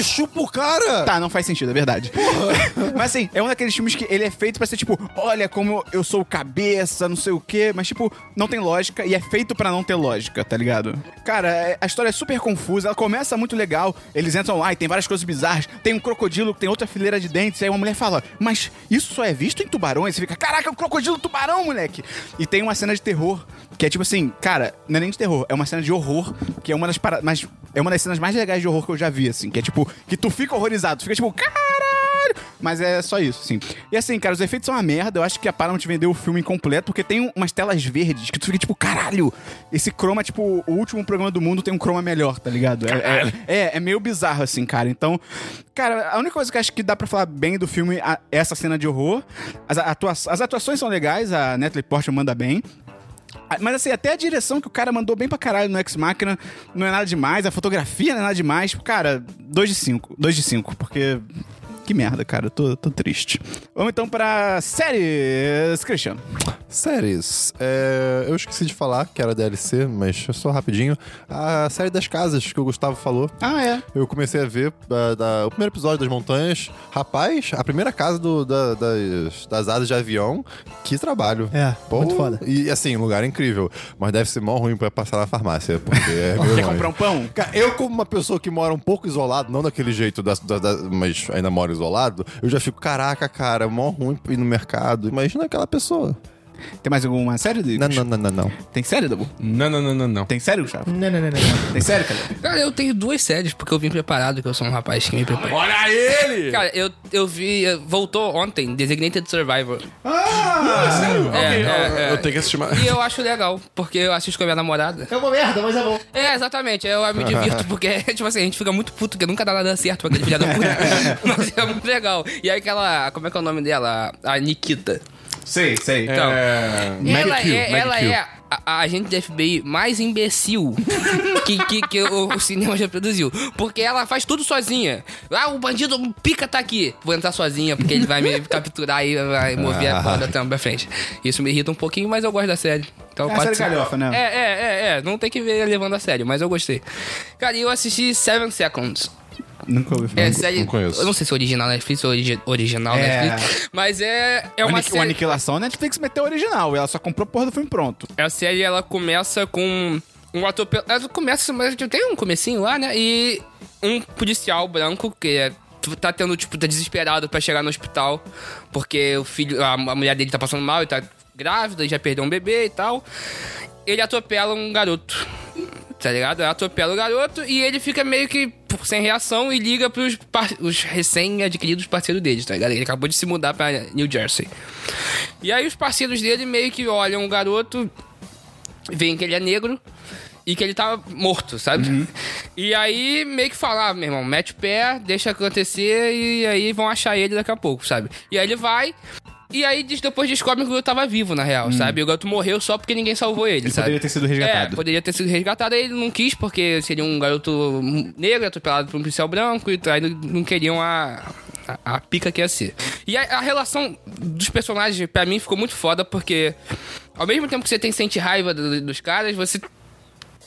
[SPEAKER 4] Chupa o cara!
[SPEAKER 1] Tá, não faz sentido, é verdade. [laughs] mas assim, é um daqueles filmes que ele é feito pra ser tipo, olha como eu sou cabeça, não sei o quê, mas tipo, não tem lógica e é feito pra não ter lógica, tá ligado? Cara, é- a história é super confusa, ela começa muito legal, eles entram lá e tem várias coisas bizarras, tem um crocodilo que tem outra fileira de dentes, e aí uma mulher fala, mas isso só é visto em tubarões? Você fica, caraca, é um crocodilo tubarão, moleque! E tem uma cena de terror, que é tipo assim, cara, não é nem de terror, é uma cena de horror, que é uma das para- mas é uma das cenas mais legais de horror que eu já vi, assim, que é tipo, que tu fica horrorizado, tu fica tipo, caralho! Mas é só isso, assim. E assim, cara, os efeitos são uma merda, eu acho que a Paramount vendeu o filme incompleto, porque tem um- umas telas verdes que tu fica tipo, caralho! Esse croma, tipo, o último programa do mundo tem um croma melhor, tá ligado? É- É, é, é meio bizarro, assim, cara. Então, cara, a única coisa que eu acho que dá pra falar bem do filme a- é essa cena de horror. As, atua- as atuações são legais, a Natalie Portman manda bem. Ah, Mas assim, até a direção que o cara mandou bem pra caralho no Ex Machina não é nada demais, a fotografia não é nada demais. Cara, 2 de 5. 2 de 5, porque. Que merda, cara, eu tô, tô triste. Vamos então pra séries, Christian.
[SPEAKER 4] Séries. É, eu esqueci de falar que era DLC, mas só rapidinho. A série das casas que o Gustavo falou.
[SPEAKER 1] Ah, é.
[SPEAKER 4] Eu comecei a ver ah, da- o primeiro episódio das montanhas. Rapaz, a primeira casa do- da- das, das asas de avião. Que trabalho.
[SPEAKER 3] É, muito foda.
[SPEAKER 4] E assim, lugar incrível. Mas deve ser mó ruim pra passar na farmácia, porque
[SPEAKER 3] [laughs]
[SPEAKER 4] é meio
[SPEAKER 1] Quer
[SPEAKER 4] longe.
[SPEAKER 1] comprar um pão?
[SPEAKER 4] Cara, eu, como uma pessoa que mora um pouco isolado, não daquele jeito, da, da- da- mas ainda mora isolado, eu já fico, caraca, cara, mó ruim pra ir no mercado. Imagina aquela pessoa.
[SPEAKER 1] Tem mais alguma série, Christian?
[SPEAKER 4] Não, não, não, não, não.
[SPEAKER 1] Tem série, Dabu?
[SPEAKER 2] Não, não, não, não, não.
[SPEAKER 1] Tem série, Gustavo?
[SPEAKER 3] Não, não, não, não.
[SPEAKER 1] Tem série, cara?
[SPEAKER 5] Cara, eu tenho duas séries, porque eu vim preparado, que eu sou um rapaz que me prepara.
[SPEAKER 2] Olha ele!
[SPEAKER 5] Cara, eu, eu vi. eh, Voltou ontem, Designated Survivor.
[SPEAKER 2] Ah, Sério?
[SPEAKER 5] É,
[SPEAKER 2] Ok,
[SPEAKER 5] é,
[SPEAKER 2] eu-
[SPEAKER 5] é.
[SPEAKER 2] Eu tenho que assistir mais. [laughs]
[SPEAKER 5] E eu acho legal, porque eu assisto com a minha namorada.
[SPEAKER 3] É uma merda, mas é bom.
[SPEAKER 5] É, exatamente. Eu me divirto, porque, [laughs] tipo assim, a gente fica muito puto, porque nunca dá nada certo pra aquele filho da
[SPEAKER 2] [laughs]
[SPEAKER 5] puta. Mas é muito legal. E aí aquela. Como é que é o nome dela? A Nikita.
[SPEAKER 1] Sei, sei.
[SPEAKER 5] Então,
[SPEAKER 2] É...
[SPEAKER 5] ela
[SPEAKER 2] Mag Q,
[SPEAKER 5] é,
[SPEAKER 2] Mag
[SPEAKER 5] ela
[SPEAKER 2] Q.
[SPEAKER 5] é a, a agente da FBI mais imbecil que, que, que o, o cinema já produziu. Porque ela faz tudo sozinha. Ah, o bandido o pica tá aqui. Vou entrar sozinha, porque ele vai me [laughs] capturar e vai mover a
[SPEAKER 2] Ah.
[SPEAKER 5] porra da trama pra frente. Isso me irrita um pouquinho, mas eu gosto da série. Então,
[SPEAKER 1] É a
[SPEAKER 5] pode
[SPEAKER 1] série
[SPEAKER 5] ser-
[SPEAKER 1] galhofa, né?
[SPEAKER 5] É, é, é, é. Não tem que ver levando a sério, mas eu gostei. Cara, e eu assisti Seven Seconds.
[SPEAKER 1] Nunca ouvi falar.
[SPEAKER 5] É série.
[SPEAKER 4] não conheço.
[SPEAKER 5] Eu não sei se é original Netflix ou origi- original
[SPEAKER 1] É.
[SPEAKER 5] Netflix. Mas é, é
[SPEAKER 1] O
[SPEAKER 5] uma
[SPEAKER 1] Aniqu- O
[SPEAKER 5] série.
[SPEAKER 1] Aniquilação, a Netflix meteu o original, ela só comprou porra do filme pronto.
[SPEAKER 5] É A série ela começa com um atropelo. Ela começa, mas tem um comecinho lá, né? E um policial branco que é- tá tendo, tipo, tá desesperado pra chegar no hospital, porque o filho, a, a mulher dele tá passando mal e tá grávida, e já perdeu um bebê e tal. Ele atropela um garoto. Tá ligado? Ela atropela o garoto e ele fica meio que pô, sem reação e liga pros par- os recém-adquiridos parceiros dele, tá ligado? Ele acabou de se mudar pra New Jersey. E aí os parceiros dele meio que olham o garoto veem que ele é negro e que ele tá morto, sabe?
[SPEAKER 1] Uhum.
[SPEAKER 5] [laughs] E aí meio que falar, meu irmão, mete o pé, deixa acontecer e aí vão achar ele daqui a pouco, sabe? E aí ele vai. E aí des- depois descobrem que o garoto tava vivo, na real, sabe? E o garoto morreu só porque ninguém salvou ele,
[SPEAKER 1] Uhum. Ele
[SPEAKER 5] sabe?
[SPEAKER 1] poderia ter sido resgatado.
[SPEAKER 5] É, poderia ter sido resgatado, aí ele não quis, porque seria um garoto negro, atropelado por um policial branco, e aí não- não queriam a, a, a pica que ia ser. E a, a relação dos personagens, pra mim, ficou muito foda, porque ao mesmo tempo que você tem sente raiva do- dos caras, você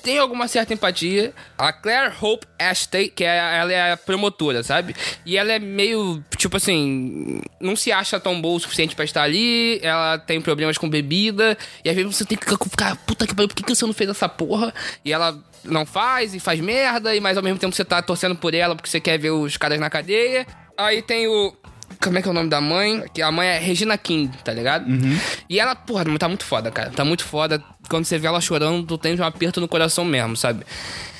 [SPEAKER 5] tem alguma certa empatia. A Claire Hope Ashtay, que é, ela é a promotora, sabe? E ela é meio, tipo assim, não se acha tão boa o suficiente pra estar ali, ela tem problemas com bebida, e às vezes você tem que ficar, ficar, puta que pariu, por que, que você não fez essa porra? E ela não faz, e faz merda, e mas ao mesmo tempo você tá torcendo por ela porque você quer ver os caras na cadeia. Aí tem o Como é que é o nome da mãe? Que a mãe é Regina King, tá ligado?
[SPEAKER 1] Uhum.
[SPEAKER 5] E ela, porra, tá muito foda, cara. Tá muito foda. Quando você vê ela chorando, tu tem um aperto no coração mesmo, sabe?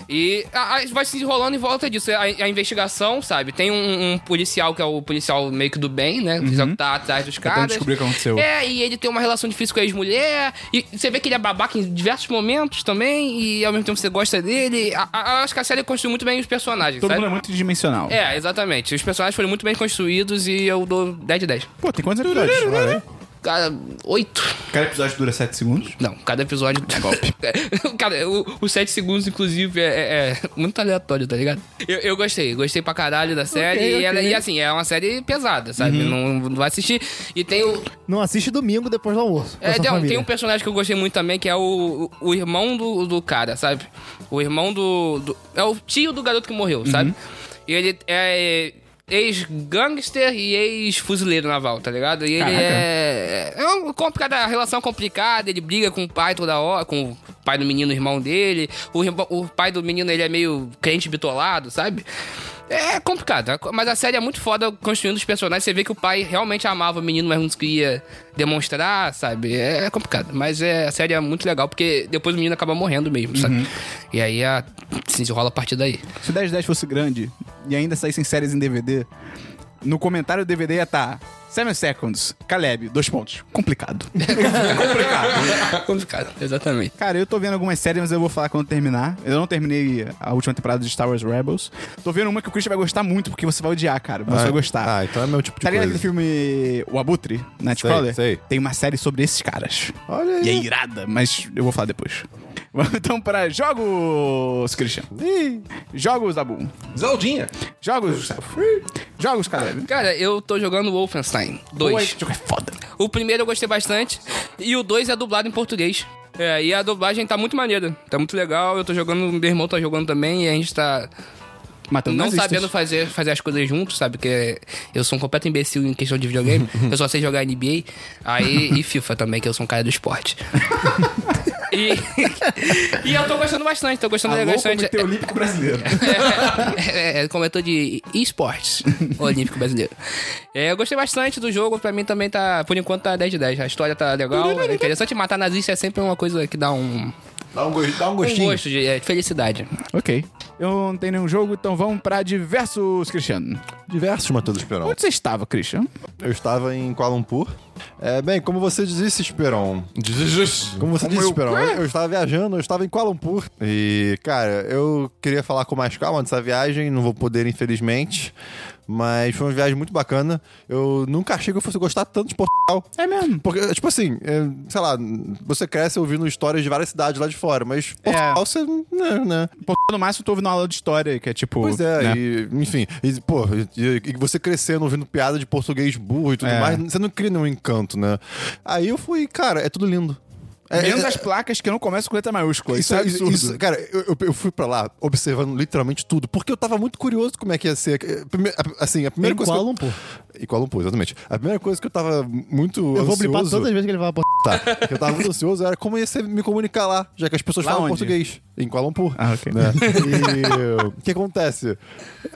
[SPEAKER 5] E a- a- vai se enrolando em volta disso. A, a investigação, sabe? Tem um, um policial que é o policial meio que do bem, né? O policial que tá atrás dos caras.
[SPEAKER 1] Uhum. descobrir o que aconteceu.
[SPEAKER 5] É, e ele tem uma relação difícil com a ex-mulher. E você vê que ele é babaca em diversos momentos também. E ao mesmo tempo você gosta dele. A- a- eu acho que a série construiu muito bem os personagens,
[SPEAKER 1] Todo
[SPEAKER 5] sabe?
[SPEAKER 1] mundo é multidimensional.
[SPEAKER 5] É, exatamente. Os personagens foram muito bem construídos e eu dou 10 de 10.
[SPEAKER 1] Pô, tem quantos episódios?
[SPEAKER 5] Cada. 8?
[SPEAKER 1] Cada episódio dura 7 segundos.
[SPEAKER 5] Não, cada episódio. [laughs] Golpe. Cara, o- os 7 segundos, inclusive, é, é- é muito aleatório, tá ligado? Eu, eu gostei, gostei pra caralho da série. e, ela- e assim, é uma série pesada, sabe? Não, não vai assistir. E tem o.
[SPEAKER 3] Não assiste domingo depois do almoço. com a
[SPEAKER 5] É,
[SPEAKER 3] sua
[SPEAKER 5] tem, um-
[SPEAKER 3] família.
[SPEAKER 5] tem um personagem que eu gostei muito também, que é o, o, o irmão do, do cara, sabe? O irmão do, do- É o tio do garoto que morreu,
[SPEAKER 3] Uhum.
[SPEAKER 5] sabe? E ele é ex-gangster e ex-fuzileiro naval, tá ligado? E ele
[SPEAKER 1] Caraca.
[SPEAKER 5] é. É uma complicada, a relação é complicada, ele briga com o pai toda hora, com o pai do menino, o irmão dele. O, irmão- o pai do menino, ele é meio crente bitolado, sabe? É complicado, mas a série é muito foda construindo os personagens. Você vê que o pai realmente amava o menino, mas não queria demonstrar, sabe? É complicado. Mas é, a série é muito legal, porque depois o menino acaba morrendo mesmo, sabe? E aí a, se enrola a partir daí.
[SPEAKER 1] Se o 10 10 fosse grande e ainda saíssem séries em DVD, no comentário do DVD ia estar 7 Seconds, Caleb, dois pontos.
[SPEAKER 4] [laughs]
[SPEAKER 1] Complicado.
[SPEAKER 5] [laughs] complicado, exatamente.
[SPEAKER 1] Cara, eu tô vendo algumas séries, mas eu vou falar quando terminar. Eu não terminei a última temporada de Star Wars Rebels. Tô vendo uma que o Christian vai gostar muito, porque você vai odiar, cara. Você vai gostar.
[SPEAKER 4] Ah, então é meu tipo de
[SPEAKER 1] Tá ligado aquele
[SPEAKER 4] coisa.
[SPEAKER 1] filme O Abutre, Nightcrawler?
[SPEAKER 4] sei.
[SPEAKER 1] Tem uma série sobre esses caras.
[SPEAKER 4] Olha aí.
[SPEAKER 1] E é irada, mas eu vou falar depois. [laughs] Vamos então pra jogos, Christian. Jogos, Dabu.
[SPEAKER 2] Zeldinha.
[SPEAKER 1] Jogos, Gustavo. Jogos, Caleb.
[SPEAKER 5] Cara, eu tô jogando Wolfenstein 2.
[SPEAKER 1] Esse jogo é foda.
[SPEAKER 5] O primeiro eu gostei bastante. E o dois é dublado em português. É, e a dublagem tá muito maneira. Tá muito legal. Eu tô jogando, meu irmão tá jogando também. E a gente tá
[SPEAKER 1] Matando
[SPEAKER 5] não
[SPEAKER 1] nazistas.
[SPEAKER 5] sabendo fazer, fazer as coisas juntos, sabe? Porque eu sou um completo imbecil em questão de videogame. eu só sei jogar NBA aí, e FIFA também, que eu sou um cara
[SPEAKER 1] [laughs]
[SPEAKER 5] do esporte. e, [laughs] e eu tô gostando bastante, tô gostando
[SPEAKER 1] Alô,
[SPEAKER 5] bastante.
[SPEAKER 1] Comitê Olímpico Brasileiro.
[SPEAKER 5] É, é, é, comentou de esportes olímpico brasileiro. É, eu gostei bastante do jogo, pra mim também tá, por enquanto tá 10 de 10. A história tá legal, é interessante. Matar nazista é sempre uma coisa que dá um,
[SPEAKER 4] Dá um, go- dá um
[SPEAKER 5] um
[SPEAKER 4] gostinho.
[SPEAKER 5] gosto de é, de felicidade.
[SPEAKER 1] [laughs] ok. Eu não tenho nenhum jogo, então vamos pra diversos, Cristiano.
[SPEAKER 4] Diversos, Matheus Esperon.
[SPEAKER 1] Onde você estava, Christian?
[SPEAKER 4] Eu estava em Kuala Lumpur. É, bem, como você disse, Esperon, Como você disse, Esperão, eu, eu estava viajando, eu estava em Kuala Lumpur. E, cara, eu queria falar com mais calma dessa viagem, não vou poder, infelizmente. Mas foi uma viagem muito bacana. Eu nunca achei que eu fosse gostar tanto de Portugal.
[SPEAKER 1] É mesmo.
[SPEAKER 4] Porque, tipo assim, é, sei lá, você cresce ouvindo histórias de várias cidades lá de fora, mas Portugal você. né, né?
[SPEAKER 1] Pô, no máximo tô ouvindo uma aula de história, que é tipo...
[SPEAKER 4] Pois é,
[SPEAKER 1] né?
[SPEAKER 4] e, enfim, e, pô, e, e você crescendo ouvindo piada de português burro e tudo
[SPEAKER 1] É.
[SPEAKER 4] mais, você não cria nenhum encanto, né? Aí eu fui, cara, é tudo lindo. É,
[SPEAKER 1] Menos
[SPEAKER 4] é-
[SPEAKER 1] as placas que não começam com letra maiúscula. Isso,
[SPEAKER 4] Isso,
[SPEAKER 1] é
[SPEAKER 4] isso-
[SPEAKER 1] absurdo.
[SPEAKER 4] isso- cara, eu, eu- eu fui pra lá observando literalmente tudo, porque eu tava muito curioso como é que ia ser. eh, prime- a- Assim, a primeira
[SPEAKER 3] Em
[SPEAKER 4] coisa.
[SPEAKER 3] Kuala
[SPEAKER 1] um
[SPEAKER 4] que eu-
[SPEAKER 3] Lumpur.
[SPEAKER 4] Em Kuala Lumpur, exatamente. A primeira coisa que eu tava muito
[SPEAKER 3] Eu vou
[SPEAKER 4] ansioso.
[SPEAKER 3] blipar todas as vezes que ele fala, pô.
[SPEAKER 4] Tá. Que eu tava muito ansioso era como ia ser me comunicar lá, já que as pessoas
[SPEAKER 1] Lá
[SPEAKER 4] falam
[SPEAKER 1] onde?
[SPEAKER 4] português em Kuala Lumpur.
[SPEAKER 1] Ah, ok.
[SPEAKER 4] né? E o que acontece?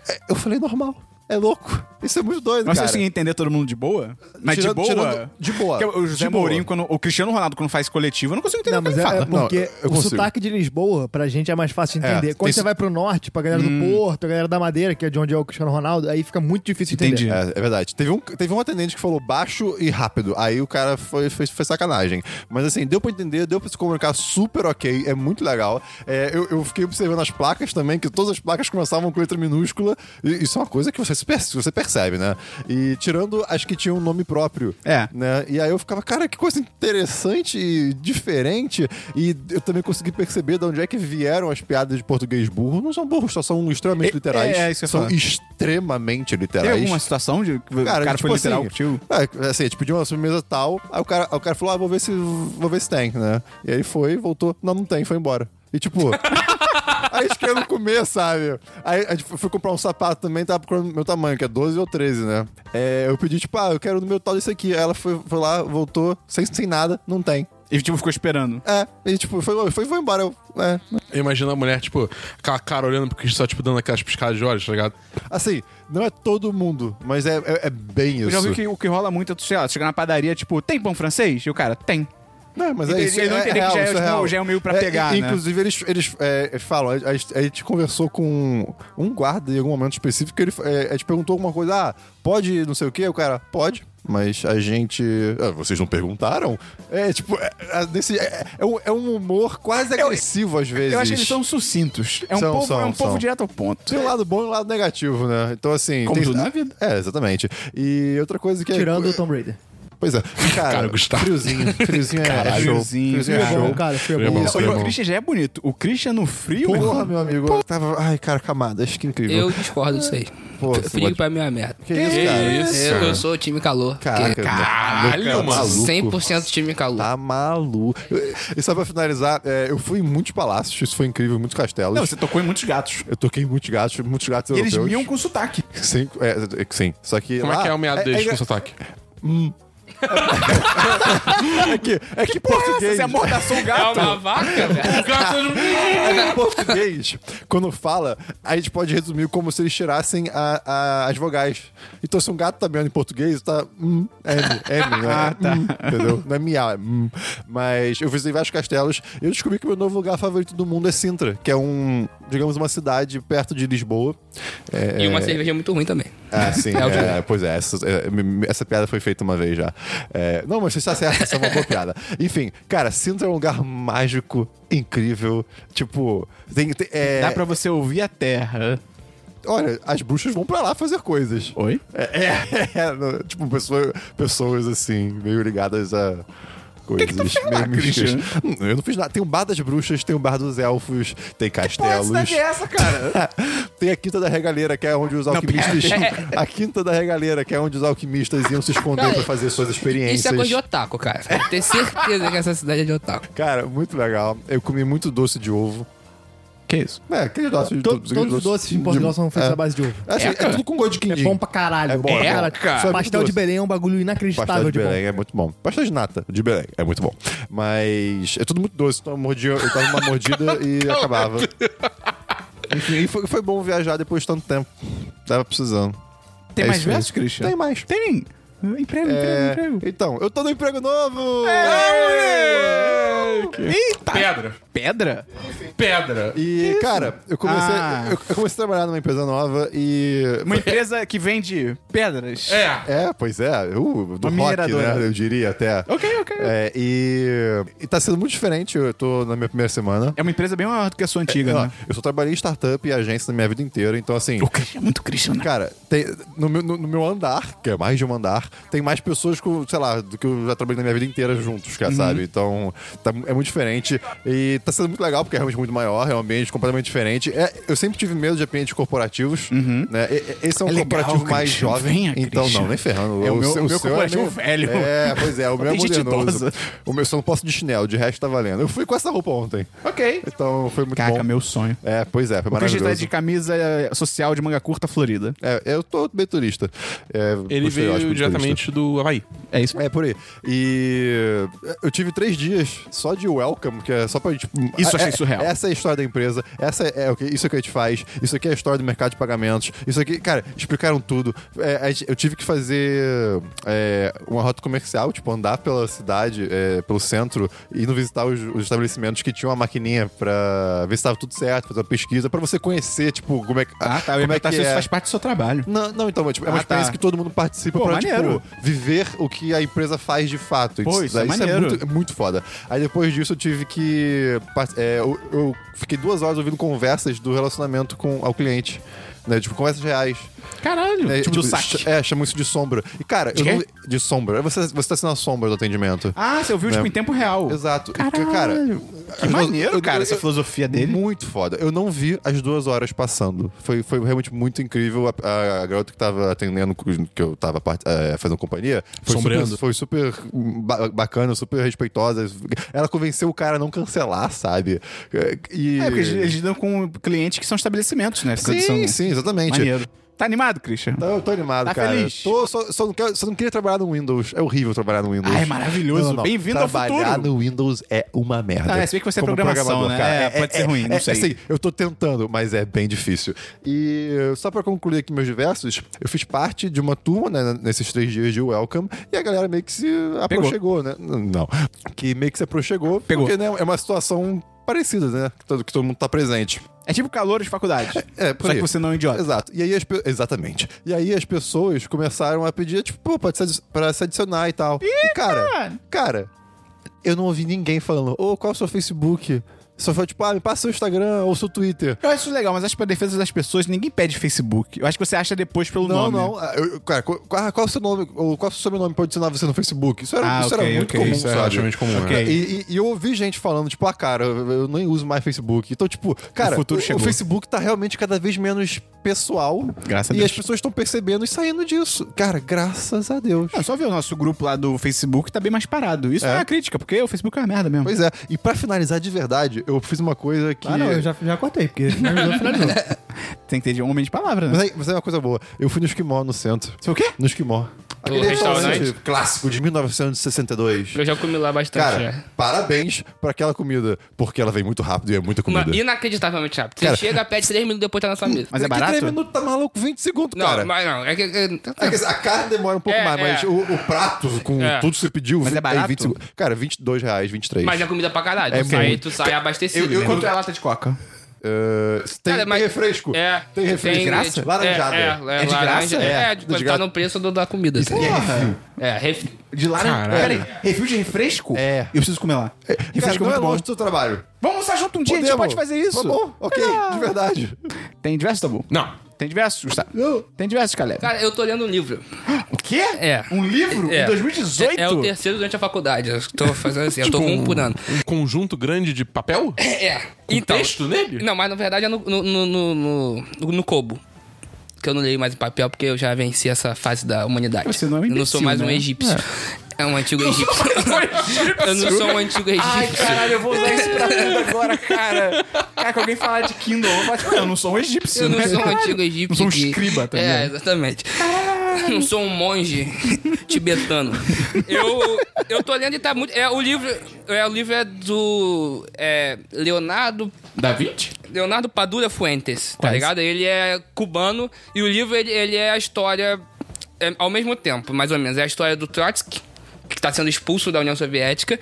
[SPEAKER 4] É, Eu falei normal. É louco. Isso é muito doido,
[SPEAKER 1] Mas assim, você
[SPEAKER 4] cara.
[SPEAKER 1] conseguia entender todo mundo de boa? Mas de
[SPEAKER 4] Tirando-
[SPEAKER 1] boa?
[SPEAKER 4] tirando- de boa.
[SPEAKER 1] Porque o José
[SPEAKER 4] De boa.
[SPEAKER 1] Mourinho, quando, o Cristiano Ronaldo, quando faz coletivo, eu não consigo entender
[SPEAKER 3] Não,
[SPEAKER 1] o que
[SPEAKER 3] mas
[SPEAKER 1] ele
[SPEAKER 3] é,
[SPEAKER 1] fala.
[SPEAKER 3] é porque
[SPEAKER 4] eu
[SPEAKER 3] o
[SPEAKER 4] consigo.
[SPEAKER 3] sotaque de Lisboa, pra gente, é mais fácil de
[SPEAKER 4] É,
[SPEAKER 3] entender. Quando
[SPEAKER 4] tem
[SPEAKER 3] você
[SPEAKER 4] so-
[SPEAKER 3] vai pro norte, pra galera do Porto, a galera da Madeira, que é de onde é o Cristiano Ronaldo, aí fica muito difícil de entender.
[SPEAKER 1] Entendi.
[SPEAKER 4] É, é verdade. Teve um, teve um atendente que falou baixo e rápido. Aí o cara foi, foi, foi sacanagem. Mas assim, deu pra entender, deu pra se comunicar super ok. É muito legal. É, eu, eu fiquei observando as placas também, que todas as placas começavam com letra minúscula. E isso é uma coisa que você, se per- você percebe, né? E tirando as que tinham um nome próprio.
[SPEAKER 1] É.
[SPEAKER 4] Né? E aí eu ficava, cara, que coisa interessante e diferente. E eu também consegui perceber de onde é que vieram as piadas de português burro. Não são burros, só são extremamente
[SPEAKER 1] É-
[SPEAKER 4] literais.
[SPEAKER 1] é isso que eu ia
[SPEAKER 4] são
[SPEAKER 1] falar.
[SPEAKER 4] extremamente literais.
[SPEAKER 1] Teve alguma situação de que o cara
[SPEAKER 4] tipo
[SPEAKER 1] foi literal
[SPEAKER 4] assim,
[SPEAKER 1] contigo?
[SPEAKER 4] [laughs] É, assim, te pediu uma sobremesa tal, aí o cara, aí o cara falou, ah, vou ver, se, vou ver se tem, né? E aí foi, voltou, não, não tem, foi embora. E tipo... [laughs] Aí eles querendo comer, sabe? Aí a gente foi comprar um sapato também, tava procurando meu tamanho, que é 12 ou 13, né? É, eu pedi, tipo, ah, eu quero do meu tal desse aqui. Aí ela foi, foi lá, voltou, sem, sem nada, não tem.
[SPEAKER 1] E o tipo ficou esperando.
[SPEAKER 4] É, e tipo, foi, foi, foi embora. Eu, é,
[SPEAKER 2] Eu imagino a mulher, tipo, aquela cara olhando pro Cristo, só, tipo, dando aquelas piscadas de olhos, tá ligado?
[SPEAKER 4] Assim, não é todo mundo, mas é, é, é bem isso.
[SPEAKER 1] Eu já vi que o que rola muito é tu, sei lá, tu chegar na padaria, tipo, tem pão francês? E o cara, tem.
[SPEAKER 4] Não, mas é
[SPEAKER 1] Ele-
[SPEAKER 4] isso.
[SPEAKER 1] ele não
[SPEAKER 4] é,
[SPEAKER 1] entendeu que
[SPEAKER 4] real,
[SPEAKER 1] já é,
[SPEAKER 4] isso
[SPEAKER 1] tipo,
[SPEAKER 4] real.
[SPEAKER 1] já é um meio pra
[SPEAKER 4] É,
[SPEAKER 1] pegar, né?
[SPEAKER 4] Inclusive, eles, eles é, eles falam, a, a- a gente conversou com um guarda em algum momento específico, que ele é, a gente perguntou alguma coisa, ah, pode não sei o quê? O cara, pode. Mas a gente. ah, vocês não perguntaram? É tipo. É, é, desse- é- é um, é um humor quase agressivo às vezes.
[SPEAKER 1] Eu acho que eles são sucintos. É um
[SPEAKER 4] São,
[SPEAKER 1] povo,
[SPEAKER 4] são,
[SPEAKER 1] é um povo
[SPEAKER 4] são.
[SPEAKER 1] direto ao ponto.
[SPEAKER 4] Tem um lado bom e um lado negativo, né? Então, assim.
[SPEAKER 1] Como
[SPEAKER 4] tem-
[SPEAKER 1] tudo na vida.
[SPEAKER 4] É, exatamente. E outra coisa que é.
[SPEAKER 3] Tirando o Tom Brady.
[SPEAKER 1] [laughs]
[SPEAKER 4] Pois é. Cara,
[SPEAKER 2] Cara, Gustavo.
[SPEAKER 4] Friozinho. Friozinho é, é show.
[SPEAKER 1] Friozinho,
[SPEAKER 4] Friozinho é
[SPEAKER 1] cara.
[SPEAKER 4] show.
[SPEAKER 3] Bom, cara, foi
[SPEAKER 2] Foi
[SPEAKER 3] bom.
[SPEAKER 2] bom.
[SPEAKER 1] Só que o Christian já é bonito. O Christian no frio, meu
[SPEAKER 4] Porra,
[SPEAKER 1] irmão,
[SPEAKER 4] meu amigo. eu Tava... Ai, cara, camadas, que incrível.
[SPEAKER 5] Eu discordo disso aí.
[SPEAKER 4] Pô, você
[SPEAKER 5] Frio
[SPEAKER 4] bate-
[SPEAKER 5] pra mim é uma merda.
[SPEAKER 4] Que isso, cara?
[SPEAKER 5] Eu, eu sou time calor.
[SPEAKER 4] Caraca,
[SPEAKER 5] Porque-
[SPEAKER 2] Caralho,
[SPEAKER 4] cara, tá
[SPEAKER 2] mano.
[SPEAKER 4] maluco.
[SPEAKER 5] 100% time calor.
[SPEAKER 4] Tá maluco. E só pra finalizar, é, eu fui em muitos palácios, isso foi incrível, muitos castelos.
[SPEAKER 1] Não, você tocou em muitos gatos.
[SPEAKER 4] Eu toquei em muitos gatos, muitos gatos
[SPEAKER 1] E eles
[SPEAKER 4] europeus.
[SPEAKER 1] miam com sotaque.
[SPEAKER 4] Sim, é, é, sim. Só que
[SPEAKER 2] Como
[SPEAKER 4] lá-
[SPEAKER 2] é que é o meado deles
[SPEAKER 4] é,
[SPEAKER 2] com sotaque?
[SPEAKER 4] é que, é que português...
[SPEAKER 1] Você
[SPEAKER 4] um
[SPEAKER 1] amordaçou o gato.
[SPEAKER 5] vaca, velho.
[SPEAKER 4] Em é português, quando fala, a gente pode resumir como se eles tirassem a- a- as vogais. Então, se um gato tá miando em português, tá. Hum, M, M, né? Ah, tá. entendeu? Não é miau, é hum. Mas eu visitei vários castelos e eu descobri que meu novo lugar favorito do mundo é Sintra, que é um, digamos, uma cidade perto de Lisboa. É,
[SPEAKER 5] E uma cerveja muito ruim também.
[SPEAKER 4] ah, sim.
[SPEAKER 5] É o que
[SPEAKER 4] é, pois é essa, é, m- m- essa piada foi feita uma vez já. É, não, mas você está certo, essa é uma boa piada. Enfim, cara, Sintra é um lugar mágico, incrível. Tipo, tem. tem- é,
[SPEAKER 1] Dá pra você ouvir a terra.
[SPEAKER 4] Olha, as bruxas vão pra lá fazer coisas.
[SPEAKER 1] Oi?
[SPEAKER 4] É, é, é, [laughs] no- tipo, pessoa- pessoas assim, meio ligadas a. Coisas
[SPEAKER 1] tu fez lá,
[SPEAKER 4] meio místicas.
[SPEAKER 1] Christian?
[SPEAKER 4] Hum, Eu não fiz nada. Tem o bar das bruxas, tem o bar dos elfos, tem
[SPEAKER 3] é
[SPEAKER 4] castelos.
[SPEAKER 1] essa, cara?
[SPEAKER 4] [laughs] Tem a Quinta da Regaleira, que é onde os alquimistas. [laughs] a Quinta da Regaleira, que é onde os alquimistas iam se esconder
[SPEAKER 5] Cara,
[SPEAKER 4] pra fazer suas experiências.
[SPEAKER 5] Isso é coisa de otaku, cara. Eu tenho certeza que essa cidade é de otaku.
[SPEAKER 4] Cara, muito legal. Eu comi muito doce de ovo.
[SPEAKER 1] Que isso?
[SPEAKER 4] É, aquele doce de
[SPEAKER 3] To-
[SPEAKER 4] aquele
[SPEAKER 3] Todos os
[SPEAKER 4] doce
[SPEAKER 3] doces em
[SPEAKER 4] de-
[SPEAKER 3] Portugal são feitos
[SPEAKER 4] é.
[SPEAKER 3] à base de ovo.
[SPEAKER 4] É, assim, é tudo com gosto de
[SPEAKER 3] É
[SPEAKER 4] quindim.
[SPEAKER 3] bom pra caralho.
[SPEAKER 4] É bom, é bom.
[SPEAKER 3] caralho.
[SPEAKER 4] Só é muito
[SPEAKER 3] Pastel de
[SPEAKER 4] doce.
[SPEAKER 3] Belém é um bagulho inacreditável
[SPEAKER 4] Pastel
[SPEAKER 3] de
[SPEAKER 4] de
[SPEAKER 3] bom.
[SPEAKER 4] Belém é muito bom. Pastel de nata, de Belém, é muito bom. Mas é tudo muito doce, então eu, mordia, eu tava uma mordida
[SPEAKER 1] [laughs]
[SPEAKER 4] e acabava. Enfim, e foi, foi bom viajar depois de tanto tempo. Tava precisando.
[SPEAKER 1] Tem
[SPEAKER 4] É
[SPEAKER 1] mais
[SPEAKER 4] isso aí.
[SPEAKER 1] versos, Christian?
[SPEAKER 4] Tem mais.
[SPEAKER 1] Tem. Emprego,
[SPEAKER 4] É,
[SPEAKER 1] emprego, É, emprego.
[SPEAKER 4] então, eu tô no emprego novo!
[SPEAKER 1] Eita!
[SPEAKER 2] Pedra.
[SPEAKER 1] tá. Pedra?
[SPEAKER 2] Pedra.
[SPEAKER 4] E, cara, eu comecei,
[SPEAKER 1] Ah.
[SPEAKER 4] eu, eu comecei a trabalhar numa empresa nova e.
[SPEAKER 1] Uma empresa que vende pedras.
[SPEAKER 2] É.
[SPEAKER 4] É, pois é, uh, do
[SPEAKER 1] Uma
[SPEAKER 4] rock,
[SPEAKER 1] mineradora.
[SPEAKER 4] né? Eu diria até.
[SPEAKER 1] Ok, ok. É.
[SPEAKER 4] É, e, e tá sendo muito diferente. Eu tô na minha primeira semana.
[SPEAKER 1] É uma empresa bem maior do que a sua antiga,
[SPEAKER 4] Ó,
[SPEAKER 1] né?
[SPEAKER 4] Eu só trabalhei em startup e agência na minha vida inteira, então assim.
[SPEAKER 1] O Christian é muito Christian, né?
[SPEAKER 4] Cara, tem- no, meu, no- no meu andar, que é mais de um andar, tem mais pessoas com, sei lá, do que eu já trabalhei na minha vida inteira juntos,
[SPEAKER 1] Uhum.
[SPEAKER 4] cara, sabe? Então, tá- é muito diferente. E tá sendo muito legal, porque é realmente muito maior, é um ambiente completamente diferente. É, eu sempre tive medo de ambientes corporativos, né? E- e- esse é um
[SPEAKER 1] É legal,
[SPEAKER 4] corporativo mais
[SPEAKER 1] Christian,
[SPEAKER 4] jovem.
[SPEAKER 1] venha,
[SPEAKER 4] então,
[SPEAKER 1] Christian.
[SPEAKER 4] não, nem ferrando.
[SPEAKER 1] É, o meu-
[SPEAKER 4] seu-
[SPEAKER 1] o meu
[SPEAKER 4] seu
[SPEAKER 1] corporativo
[SPEAKER 4] meio-
[SPEAKER 1] velho.
[SPEAKER 4] É, pois é, o
[SPEAKER 1] [laughs]
[SPEAKER 4] meu é
[SPEAKER 1] Tem gente
[SPEAKER 4] modernoso.
[SPEAKER 1] idosa.
[SPEAKER 4] O meu só não posso de chinelo, de resto tá valendo. Eu fui com essa roupa ontem.
[SPEAKER 1] Ok.
[SPEAKER 4] Então, foi muito
[SPEAKER 1] Caraca,
[SPEAKER 4] bom.
[SPEAKER 1] meu sonho.
[SPEAKER 4] É, pois é, foi
[SPEAKER 1] O Christian tá
[SPEAKER 4] maravilhoso.
[SPEAKER 1] de camisa social de manga curta florida.
[SPEAKER 4] É, eu tô bem turista. É,
[SPEAKER 2] Ele
[SPEAKER 4] gostei,
[SPEAKER 2] veio
[SPEAKER 4] ótimo de turista.
[SPEAKER 2] diretamente do Havaí.
[SPEAKER 1] É isso.
[SPEAKER 4] É, por aí. E eh, eu tive três dias só de welcome, que é só pra gente.
[SPEAKER 1] Isso eu
[SPEAKER 4] é,
[SPEAKER 1] achei surreal.
[SPEAKER 4] Essa é a história da empresa, essa é o que isso é o que a gente faz, isso aqui é a história do mercado de pagamentos, isso aqui, cara, explicaram tudo. É, a gente- eu tive que fazer é, uma rota comercial, tipo, andar pela cidade, é, pelo centro, indo visitar os, os estabelecimentos que tinham uma maquininha pra ver se tava tudo certo, fazer uma pesquisa, pra você conhecer, tipo, como é que.
[SPEAKER 1] Ah, tá. Eu ia
[SPEAKER 4] como é
[SPEAKER 1] perguntar
[SPEAKER 4] que
[SPEAKER 1] se isso
[SPEAKER 4] é.
[SPEAKER 1] faz parte do seu trabalho.
[SPEAKER 4] Não, não, então, tipo, é uma
[SPEAKER 1] Ah, tá.
[SPEAKER 4] experiência que todo mundo participa
[SPEAKER 1] Pô,
[SPEAKER 4] pra,
[SPEAKER 1] maneiro.
[SPEAKER 4] tipo, viver o que a empresa faz de fato.
[SPEAKER 1] Pô, isso é
[SPEAKER 4] daí
[SPEAKER 1] maneiro.
[SPEAKER 4] muito, é muito foda. Aí depois disso eu tive que... part- é, eu, eu fiquei duas horas ouvindo conversas do relacionamento com ao cliente. Né? Tipo, conversas reais.
[SPEAKER 1] Caralho. [laughs]
[SPEAKER 4] né?
[SPEAKER 1] tipo, do saque.
[SPEAKER 4] ch- É, chamam isso de sombra. E, cara,
[SPEAKER 1] De
[SPEAKER 4] eu não-
[SPEAKER 1] quê?
[SPEAKER 4] de sombra. Você, você tá sendo a sombra do atendimento.
[SPEAKER 1] Ah, você ouviu, tipo,
[SPEAKER 4] Né?
[SPEAKER 1] em tempo real.
[SPEAKER 4] Exato. E,
[SPEAKER 1] Caralho.
[SPEAKER 4] Cara,
[SPEAKER 1] Que maneiro, cara, essa
[SPEAKER 4] filosofia dele. Muito foda. Eu não vi as duas horas passando. Foi, foi realmente muito incrível. A, a- a garota que tava atendendo, que eu tava part- eh, fazendo companhia, foi
[SPEAKER 2] Sombreando.
[SPEAKER 4] super, foi super ba- bacana, super respeitosa. Ela convenceu o cara a não cancelar, sabe? Eh, E...
[SPEAKER 1] É, porque eles, eles lidam com clientes que são estabelecimentos, né?
[SPEAKER 4] Sim,
[SPEAKER 1] são
[SPEAKER 4] sim, exatamente.
[SPEAKER 1] Maneiro. Tá animado, Christian?
[SPEAKER 4] Tá- Eu tô animado,
[SPEAKER 1] Tá
[SPEAKER 4] cara.
[SPEAKER 1] feliz?
[SPEAKER 4] Tô, só, só não quero, só não queria trabalhar no Windows. É horrível trabalhar no Windows.
[SPEAKER 1] Ah, é maravilhoso.
[SPEAKER 4] Não, não, não.
[SPEAKER 1] Bem-vindo ao
[SPEAKER 4] Trabalhar
[SPEAKER 1] futuro.
[SPEAKER 4] no Windows é uma merda.
[SPEAKER 1] Ah, é, se bem que você é
[SPEAKER 4] Como
[SPEAKER 1] programação,
[SPEAKER 4] programador,
[SPEAKER 1] né?
[SPEAKER 4] cara.
[SPEAKER 1] É, pode ser ruim, não
[SPEAKER 4] é,
[SPEAKER 1] sei.
[SPEAKER 4] assim, eu tô tentando, mas é bem difícil. E eh, só pra concluir aqui meus diversos, eu fiz parte de uma turma, né, nesses três dias de Welcome, e a galera meio que se aproxegou, né? N- Não. Que meio que se aproxegou,
[SPEAKER 1] Pegou.
[SPEAKER 4] porque né, é uma situação parecida, né? Que todo, que todo mundo tá presente.
[SPEAKER 1] É tipo calor de faculdade.
[SPEAKER 4] É, por
[SPEAKER 1] Só
[SPEAKER 4] aí.
[SPEAKER 1] que você não é um idiota.
[SPEAKER 4] Exato. E aí as pe- Exatamente. E aí as pessoas começaram a pedir, tipo, pô, pode se, adi- pra se adicionar e tal. e cara, cara, eu não ouvi ninguém falando, ô, qual é o seu Facebook? Só foi tipo, ah, me passa o seu Instagram ou o seu Twitter.
[SPEAKER 1] Eu acho isso legal, mas acho que pra defesa das pessoas, ninguém pede Facebook. Eu acho que você acha depois pelo
[SPEAKER 4] Não,
[SPEAKER 1] nome.
[SPEAKER 4] não. ah, eu- eu- cara, qual, qual qual é o seu nome? Ou qual é o seu sobrenome pra eu adicionar você no Facebook? Isso era,
[SPEAKER 1] Ah,
[SPEAKER 4] isso
[SPEAKER 1] ok,
[SPEAKER 4] era muito
[SPEAKER 1] ok.
[SPEAKER 4] comum,
[SPEAKER 2] Isso é
[SPEAKER 4] sabe?
[SPEAKER 2] relativamente comum,
[SPEAKER 1] Ok.
[SPEAKER 2] né?
[SPEAKER 4] E, e- e eu ouvi gente falando, tipo, ah, cara, eu, eu nem uso mais Facebook. Então, tipo, cara,
[SPEAKER 1] O futuro chegou.
[SPEAKER 4] Facebook tá realmente cada vez menos pessoal.
[SPEAKER 1] Graças a
[SPEAKER 4] e
[SPEAKER 1] Deus.
[SPEAKER 4] as pessoas estão percebendo e saindo disso. Cara, graças a Deus.
[SPEAKER 1] Não, só ver o nosso grupo lá do Facebook tá bem mais parado. Isso é, uma crítica, porque o Facebook é uma merda mesmo.
[SPEAKER 4] Pois é. E pra finalizar de verdade, eu fiz uma coisa que.
[SPEAKER 3] Ah, não, eu já, já cortei, porque finalizou, finalizou.
[SPEAKER 1] [laughs] Tem que ter de um homem de palavra,
[SPEAKER 4] mas,
[SPEAKER 1] né?
[SPEAKER 4] aí, mas é uma coisa boa. Eu fui no Esquimó no centro.
[SPEAKER 1] Você o quê?
[SPEAKER 4] No Esquimó. Aquele
[SPEAKER 5] restaurante?
[SPEAKER 4] restaurante clássico de 1962.
[SPEAKER 5] Eu já comi lá bastante
[SPEAKER 4] Cara,
[SPEAKER 5] já.
[SPEAKER 4] parabéns pra aquela comida, porque ela vem muito rápido e é muita
[SPEAKER 5] Uma-
[SPEAKER 4] comida.
[SPEAKER 5] inacreditavelmente rápido. Você
[SPEAKER 4] Cara-
[SPEAKER 5] chega, pede 3 minutos depois tá na sua mesa.
[SPEAKER 1] Mas é
[SPEAKER 4] Que três
[SPEAKER 1] barato?
[SPEAKER 4] minutos tá maluco, 20 segundos,
[SPEAKER 5] não,
[SPEAKER 4] cara.
[SPEAKER 5] mas não. É que. é-
[SPEAKER 4] É, quer dizer, a carne demora um pouco
[SPEAKER 5] É,
[SPEAKER 4] mais, mas
[SPEAKER 5] é.
[SPEAKER 4] o, o prato com
[SPEAKER 5] É.
[SPEAKER 4] tudo que você pediu.
[SPEAKER 1] Mas é
[SPEAKER 4] vi-
[SPEAKER 1] barato?
[SPEAKER 4] 20 segundos. cara, 22 reais, 23.
[SPEAKER 5] Mas é comida pra caralho.
[SPEAKER 4] É
[SPEAKER 5] tu sai,
[SPEAKER 4] muito.
[SPEAKER 5] tu sai abastecido.
[SPEAKER 4] Eu- eu-
[SPEAKER 5] né?
[SPEAKER 1] Quanto é a lata de coca?
[SPEAKER 4] Eh, tem,
[SPEAKER 5] Cara, mas-
[SPEAKER 4] tem refresco.
[SPEAKER 5] É.
[SPEAKER 4] Tem refresco.
[SPEAKER 5] é, tipo,
[SPEAKER 4] Laranjada.
[SPEAKER 5] É, é,
[SPEAKER 1] É de graça?
[SPEAKER 5] laranja.
[SPEAKER 1] É,
[SPEAKER 5] É,
[SPEAKER 4] de
[SPEAKER 5] tipo, tá
[SPEAKER 4] graça.
[SPEAKER 5] no preço do- da comida. assim.
[SPEAKER 1] Porra!
[SPEAKER 5] É, ref...
[SPEAKER 1] De laranja.
[SPEAKER 2] Caralho.
[SPEAKER 1] Peraí, refil de refresco?
[SPEAKER 4] É.
[SPEAKER 1] Eu preciso comer lá.
[SPEAKER 4] Cara,
[SPEAKER 1] Refresco
[SPEAKER 4] não
[SPEAKER 1] é
[SPEAKER 4] é
[SPEAKER 1] muito bom.
[SPEAKER 4] longe do seu trabalho.
[SPEAKER 1] Vamos almoçar junto um dia, a gente pode fazer isso.
[SPEAKER 4] Tá bom, ok, de verdade.
[SPEAKER 1] Tem diversos, Tabu?
[SPEAKER 2] Não.
[SPEAKER 1] Tem diversos, Gustavo? Tem diversos, Caleb.
[SPEAKER 5] Cara, eu tô lendo um livro.
[SPEAKER 1] o quê?
[SPEAKER 5] É.
[SPEAKER 1] Um livro?
[SPEAKER 5] É.
[SPEAKER 1] Em 2018?
[SPEAKER 5] É, é o terceiro durante a faculdade. Eu tô fazendo assim, eu tô com um por ano.
[SPEAKER 2] Um conjunto grande de papel?
[SPEAKER 5] É. Então,
[SPEAKER 2] texto nele?
[SPEAKER 5] Não, mas na verdade é no, no, no, no, no- no Kobo. Que eu não leio mais em papel porque eu já venci essa fase da humanidade.
[SPEAKER 1] Você não é um
[SPEAKER 5] Eu não
[SPEAKER 1] imbecil,
[SPEAKER 5] sou mais um
[SPEAKER 1] né?
[SPEAKER 5] egípcio. É. um antigo egípcio. eu não sou um antigo egípcio.
[SPEAKER 1] Caralho, eu vou usar isso pra tudo agora, cara. Cara, que alguém falar de Kindle, eu vou falar, eu não sou um egípcio,
[SPEAKER 5] Eu não
[SPEAKER 1] né?
[SPEAKER 5] sou um
[SPEAKER 1] Caralho.
[SPEAKER 5] antigo egípcio.
[SPEAKER 1] Não sou um
[SPEAKER 5] que-
[SPEAKER 1] escriba, tá
[SPEAKER 5] É,
[SPEAKER 1] ligado?
[SPEAKER 5] exatamente. Não sou um monge tibetano. Eu, eu tô lendo e tá muito. É, o livro é, o livro é do é, Leonardo
[SPEAKER 2] Da 20?
[SPEAKER 5] Leonardo Padura Fuentes, tá
[SPEAKER 1] Quase.
[SPEAKER 5] ligado? Ele é cubano e o livro ele, ele é a história é, ao mesmo tempo, mais ou menos. É a história do Trotsky, que tá sendo expulso da União Soviética,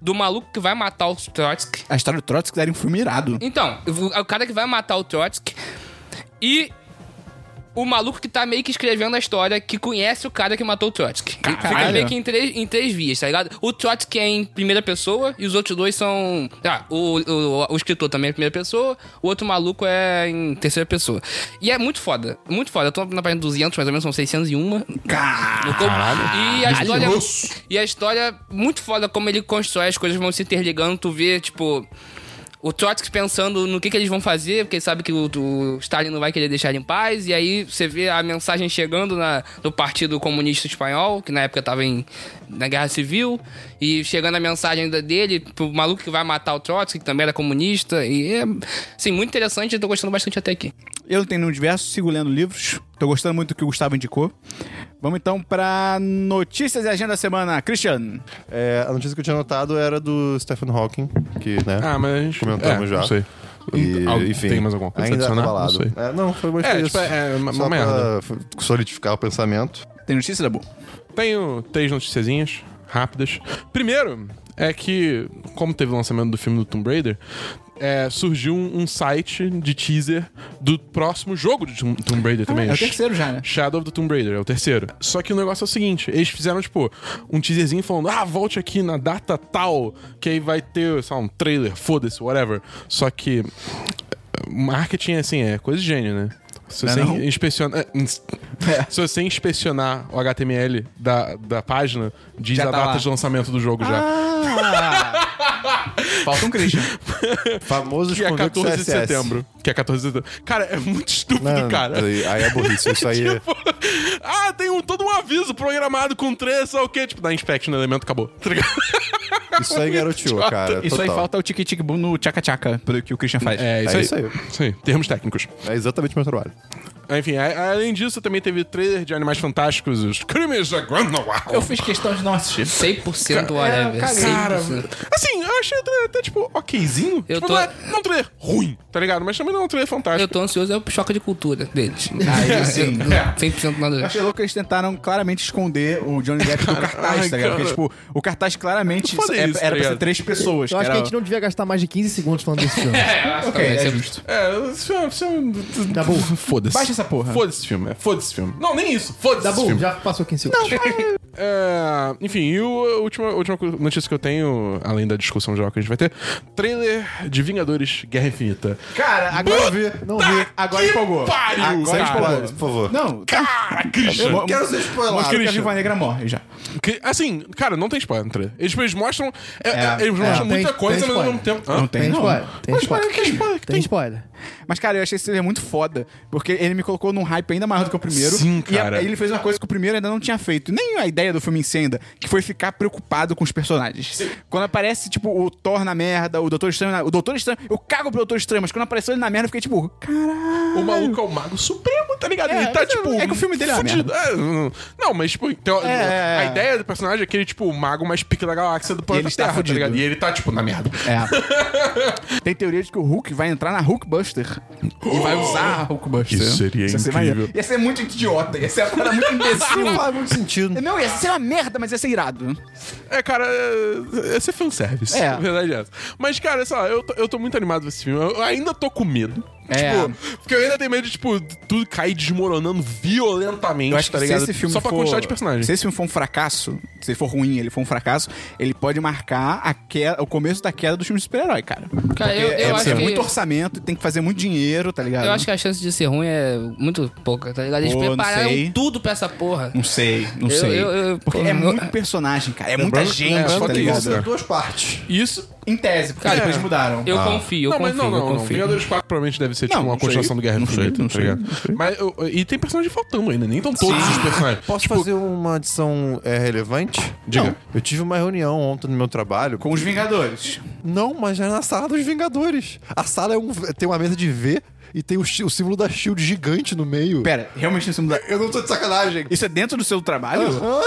[SPEAKER 5] do maluco que vai matar o Trotsky.
[SPEAKER 1] A história do Trotsky era um filme irado.
[SPEAKER 5] Então, o o cara que vai matar o Trotsky e o maluco que tá meio que escrevendo a história que conhece o cara que matou o Trotsky. E Fica
[SPEAKER 1] Caralho.
[SPEAKER 5] meio que em três, em três vias, tá ligado? O Trotsky é em primeira pessoa e os outros dois são. Ah, o, o, o escritor também é em primeira pessoa, o outro maluco é em terceira pessoa. E é muito foda, muito foda. Eu tô na página 200, mais ou menos, são 601.
[SPEAKER 1] Cara,
[SPEAKER 5] No topo. E a história.
[SPEAKER 2] grosso.
[SPEAKER 5] E a história, muito foda como ele constrói, as coisas vão se interligando, tu vê, tipo. O Trotsky pensando no que, que eles vão fazer, porque ele sabe que o, o Stalin não vai querer deixar ele em paz, e aí você vê a mensagem chegando na, do Partido Comunista Espanhol, que na época tava em, na Guerra Civil, e chegando a mensagem da- dele pro maluco que vai matar o Trotsky, que também era comunista, e é, assim, muito interessante, eu tô gostando bastante até aqui.
[SPEAKER 1] eu não tenho nenhum diverso, sigo lendo livros. Tô gostando muito do que o Gustavo indicou. Vamos então pra notícias e agenda da semana. Christian,
[SPEAKER 4] [laughs] É, a notícia que eu tinha anotado era do Stephen Hawking, que, né?
[SPEAKER 2] Ah, mas a gente...
[SPEAKER 4] Comentamos
[SPEAKER 2] é,
[SPEAKER 4] já.
[SPEAKER 2] Não sei.
[SPEAKER 4] E,
[SPEAKER 2] Al-
[SPEAKER 4] enfim,
[SPEAKER 2] Tem mais alguma coisa
[SPEAKER 4] ainda
[SPEAKER 2] a adicionar?
[SPEAKER 4] abalado.
[SPEAKER 2] Não sei.
[SPEAKER 4] É, não, foi mais
[SPEAKER 2] É,
[SPEAKER 4] por
[SPEAKER 2] tipo,
[SPEAKER 4] isso.
[SPEAKER 2] é uma-
[SPEAKER 4] Só
[SPEAKER 2] uma merda.
[SPEAKER 4] pra f- solidificar o pensamento.
[SPEAKER 1] tem notícia, Dabu?
[SPEAKER 2] Tenho três noticiazinhas rápidas. Primeiro é que, como teve o lançamento do filme do Tomb Raider, é, surgiu um, um site de teaser do próximo jogo de Tom- Tomb Raider também.
[SPEAKER 4] Ah,
[SPEAKER 1] É o terceiro já, né?
[SPEAKER 2] Shadow of the Tomb Raider, é o terceiro. Só que o negócio é o seguinte: eles fizeram, tipo, um teaserzinho falando, ah, volte aqui na data tal, que aí vai ter, sei lá, um trailer, foda-se, whatever. Só que. eh, Marketing, assim, é coisa de gênio, né? Se
[SPEAKER 1] Não é
[SPEAKER 2] você
[SPEAKER 1] não? É.
[SPEAKER 2] inspecionar. eh,
[SPEAKER 1] [laughs]
[SPEAKER 2] ins- Se você inspecionar o HTML da, da página, diz
[SPEAKER 1] Já
[SPEAKER 2] a
[SPEAKER 1] tá
[SPEAKER 2] data
[SPEAKER 1] lá. Ah,
[SPEAKER 2] de lançamento do jogo já.
[SPEAKER 1] Falta um Christian.
[SPEAKER 4] Famoso
[SPEAKER 2] Que é
[SPEAKER 4] esconder com
[SPEAKER 2] 14 de
[SPEAKER 4] CSS.
[SPEAKER 2] setembro. Que é 14 de setembro. Cara, é muito estúpido,
[SPEAKER 4] Não,
[SPEAKER 2] cara.
[SPEAKER 4] Aí, aí é
[SPEAKER 2] [laughs]
[SPEAKER 4] burrice. Isso aí é...
[SPEAKER 2] Tipo, ah, tem um, todo um aviso programado com três, sei lá o quê? Tipo, dá inspection no elemento, acabou. Tá ligado?
[SPEAKER 4] Isso aí garoteou,
[SPEAKER 2] idiota.
[SPEAKER 4] cara.
[SPEAKER 1] [laughs] Isso aí
[SPEAKER 4] total.
[SPEAKER 1] falta o tique-tique-boom no tchaca-tchaca, pelo que o Christian faz. [laughs]
[SPEAKER 4] É isso aí.
[SPEAKER 2] Isso aí, termos técnicos. Ah,
[SPEAKER 4] É exatamente o meu trabalho.
[SPEAKER 2] Enfim, a- além disso, também teve trailer de Animais Fantásticos, os crimes da Grindelwald.
[SPEAKER 1] Eu fiz questão de não assistir.
[SPEAKER 5] 100% whatever.
[SPEAKER 2] Cara,
[SPEAKER 5] 100%.
[SPEAKER 2] assim, eu achei o trailer até, tipo, okzinho.
[SPEAKER 5] Eu
[SPEAKER 2] tipo,
[SPEAKER 5] tô-
[SPEAKER 2] não, é, não é um trailer ruim, tá ligado? Mas também não é um trailer
[SPEAKER 5] Eu
[SPEAKER 2] fantástico.
[SPEAKER 5] tô ansioso é o choque de cultura deles.
[SPEAKER 1] [laughs]
[SPEAKER 5] Aí, sim, 100% nada a ver.
[SPEAKER 1] Achei louco que eles tentaram claramente esconder o Johnny Depp do cartaz, tá
[SPEAKER 2] ai,
[SPEAKER 1] ligado? Porque,
[SPEAKER 2] cara.
[SPEAKER 1] tipo, o cartaz claramente
[SPEAKER 2] Foda
[SPEAKER 1] é-
[SPEAKER 2] isso, tá
[SPEAKER 1] era pra
[SPEAKER 2] ligado?
[SPEAKER 1] ser três pessoas.
[SPEAKER 3] Eu acho que
[SPEAKER 1] era-
[SPEAKER 3] é a gente não devia gastar mais de 15 segundos falando desse filme.
[SPEAKER 1] Ok,
[SPEAKER 5] Talvez
[SPEAKER 1] é
[SPEAKER 5] seja-
[SPEAKER 1] justo.
[SPEAKER 2] É, esse filme. Esse filme
[SPEAKER 3] Dabu.
[SPEAKER 2] Foda-se.
[SPEAKER 1] Baixa essa porra.
[SPEAKER 2] Foda-se esse filme. é, Foda-se esse filme. Não, nem isso. Foda-se
[SPEAKER 3] Tá
[SPEAKER 2] esse
[SPEAKER 3] bom,
[SPEAKER 2] filme.
[SPEAKER 3] já passou 15 segundos.
[SPEAKER 2] É, enfim, e o- a última, a última notícia que eu tenho, além da discussão geral que a gente vai ter: trailer de Vingadores Guerra Infinita.
[SPEAKER 1] Cara, agora.
[SPEAKER 3] Não vi.
[SPEAKER 1] Agora
[SPEAKER 2] que
[SPEAKER 1] empolgou.
[SPEAKER 2] pariu,
[SPEAKER 1] agora
[SPEAKER 2] cara.
[SPEAKER 4] Sem spoilers, por favor.
[SPEAKER 1] Ah, Não, tá.
[SPEAKER 2] Cara, Christian!
[SPEAKER 1] Eu
[SPEAKER 4] Quero ser
[SPEAKER 1] Mas
[SPEAKER 4] spoilado.
[SPEAKER 1] que a
[SPEAKER 2] Christian.
[SPEAKER 1] Viva Negra morre já.
[SPEAKER 2] Que, assim, cara, não tem spoiler no trailer. Eles, tipo, eles mostram. é,
[SPEAKER 1] É,
[SPEAKER 2] eles mostram
[SPEAKER 3] é,
[SPEAKER 2] muita
[SPEAKER 3] tem-
[SPEAKER 2] coisa,
[SPEAKER 3] tem
[SPEAKER 2] mas ao
[SPEAKER 3] spoiler.
[SPEAKER 2] mesmo tempo.
[SPEAKER 1] Não
[SPEAKER 2] Hã?
[SPEAKER 1] tem,
[SPEAKER 3] Tem
[SPEAKER 1] não.
[SPEAKER 3] spoiler. Tem
[SPEAKER 2] Mas,
[SPEAKER 3] spoiler.
[SPEAKER 2] mas que é spoiler que
[SPEAKER 3] Tem spoiler.
[SPEAKER 1] Mas, cara, eu achei esse trailer muito foda, porque ele me colocou num hype ainda maior do que o primeiro.
[SPEAKER 2] Sim,
[SPEAKER 1] E a-
[SPEAKER 2] cara.
[SPEAKER 1] ele fez uma coisa que o primeiro ainda não tinha feito. Nem a ideia do filme em si ainda, que foi ficar preocupado com os personagens. Quando aparece, tipo, o Thor na merda, o Doutor Estranho na... O Doutor Estranho... Eu cago pro Doutor Estranho, mas quando apareceu ele na merda, eu fiquei tipo... Caralho...
[SPEAKER 2] O maluco é o mago supremo, tá ligado?
[SPEAKER 1] É,
[SPEAKER 2] ele tá,
[SPEAKER 1] mas
[SPEAKER 2] tipo.
[SPEAKER 1] é que o filme dele é uma
[SPEAKER 2] fudido. É, não, não, mas, tipo, então,
[SPEAKER 1] É, é,
[SPEAKER 2] a
[SPEAKER 1] é.
[SPEAKER 2] ideia do personagem é aquele, tipo, o mago mais pica da galáxia do
[SPEAKER 1] ele
[SPEAKER 2] planeta
[SPEAKER 1] está
[SPEAKER 2] Terra, tá
[SPEAKER 1] fudido.
[SPEAKER 2] ligado? E ele tá, tipo, na merda.
[SPEAKER 1] É. [laughs] Tem teoria de que o Hulk vai entrar na Hulkbuster e vai usar a Hulkbuster.
[SPEAKER 2] Isso seria
[SPEAKER 1] Ia ser
[SPEAKER 2] incrível.
[SPEAKER 1] maneiro. Ia ser muito idiota, ia ser uma parada
[SPEAKER 2] [laughs]
[SPEAKER 1] muito
[SPEAKER 4] Não
[SPEAKER 1] imbecil.
[SPEAKER 4] faz muito sentido.
[SPEAKER 1] Não, ia ser uma merda, mas ia ser irado.
[SPEAKER 2] É, cara, é- esse é fanservice.
[SPEAKER 1] É.
[SPEAKER 2] É. Verdade é essa. Mas, cara, sei lá, eu tô, eu tô muito animado com esse filme. Eu ainda tô com medo.
[SPEAKER 1] É.
[SPEAKER 2] Tipo, porque eu ainda tenho medo de, tipo, tudo cair desmoronando violentamente,
[SPEAKER 1] Eu acho
[SPEAKER 2] tá
[SPEAKER 1] que se
[SPEAKER 2] ligado?
[SPEAKER 1] esse filme
[SPEAKER 2] Só pra
[SPEAKER 1] for-
[SPEAKER 2] quantidade de personagens.
[SPEAKER 1] Se esse filme for um fracasso, se ele for ruim, ele for um fracasso, ele pode marcar a queda, o começo da queda do filme de super-herói, cara.
[SPEAKER 5] Cara, eu,
[SPEAKER 1] é,
[SPEAKER 5] eu acho
[SPEAKER 1] é
[SPEAKER 5] que...
[SPEAKER 1] muito orçamento, tem que fazer muito dinheiro, tá ligado?
[SPEAKER 5] Eu acho que a chance de ser ruim é muito pouca, tá ligado? Eles
[SPEAKER 1] Pô, não sei.
[SPEAKER 5] prepararam tudo pra essa porra.
[SPEAKER 1] Não sei, não
[SPEAKER 5] Eu-
[SPEAKER 1] sei.
[SPEAKER 5] eu- eu-
[SPEAKER 1] Porque
[SPEAKER 5] eu-
[SPEAKER 1] é
[SPEAKER 5] eu-
[SPEAKER 1] muito personagem, cara. É muita gente,
[SPEAKER 2] lembrando
[SPEAKER 1] tá
[SPEAKER 2] que
[SPEAKER 1] ligado?
[SPEAKER 2] isso-
[SPEAKER 4] Tem duas partes.
[SPEAKER 2] Isso.
[SPEAKER 1] Em tese, porque
[SPEAKER 5] Cara,
[SPEAKER 1] depois
[SPEAKER 5] é.
[SPEAKER 1] mudaram.
[SPEAKER 5] Eu
[SPEAKER 4] Ah.
[SPEAKER 5] confio, eu
[SPEAKER 2] não,
[SPEAKER 5] confio,
[SPEAKER 2] mas não,
[SPEAKER 5] eu
[SPEAKER 2] não, não.
[SPEAKER 5] confio.
[SPEAKER 2] Vingadores 4 provavelmente deve ser, tipo,
[SPEAKER 1] Não,
[SPEAKER 2] uma
[SPEAKER 1] não
[SPEAKER 2] continuação
[SPEAKER 1] sei.
[SPEAKER 2] do Guerra
[SPEAKER 1] Não sei,
[SPEAKER 2] Infinita,
[SPEAKER 1] não
[SPEAKER 2] tá
[SPEAKER 1] sei,
[SPEAKER 2] ligado? Mas, eu- e tem personagens faltando ainda, nem estão todos os
[SPEAKER 1] [laughs]
[SPEAKER 2] personagens.
[SPEAKER 4] Posso fazer uma adição é, relevante?
[SPEAKER 2] Diga.
[SPEAKER 4] Não. Eu tive uma reunião ontem no meu trabalho.
[SPEAKER 1] Com os Vingadores.
[SPEAKER 4] Não, mas era na sala dos Vingadores. A sala é um- tem uma mesa de V e tem o, chi- o símbolo da Shield gigante no meio.
[SPEAKER 1] Pera, realmente isso muda.
[SPEAKER 4] Eu não tô de sacanagem.
[SPEAKER 1] Isso é dentro do seu trabalho?
[SPEAKER 4] Hã?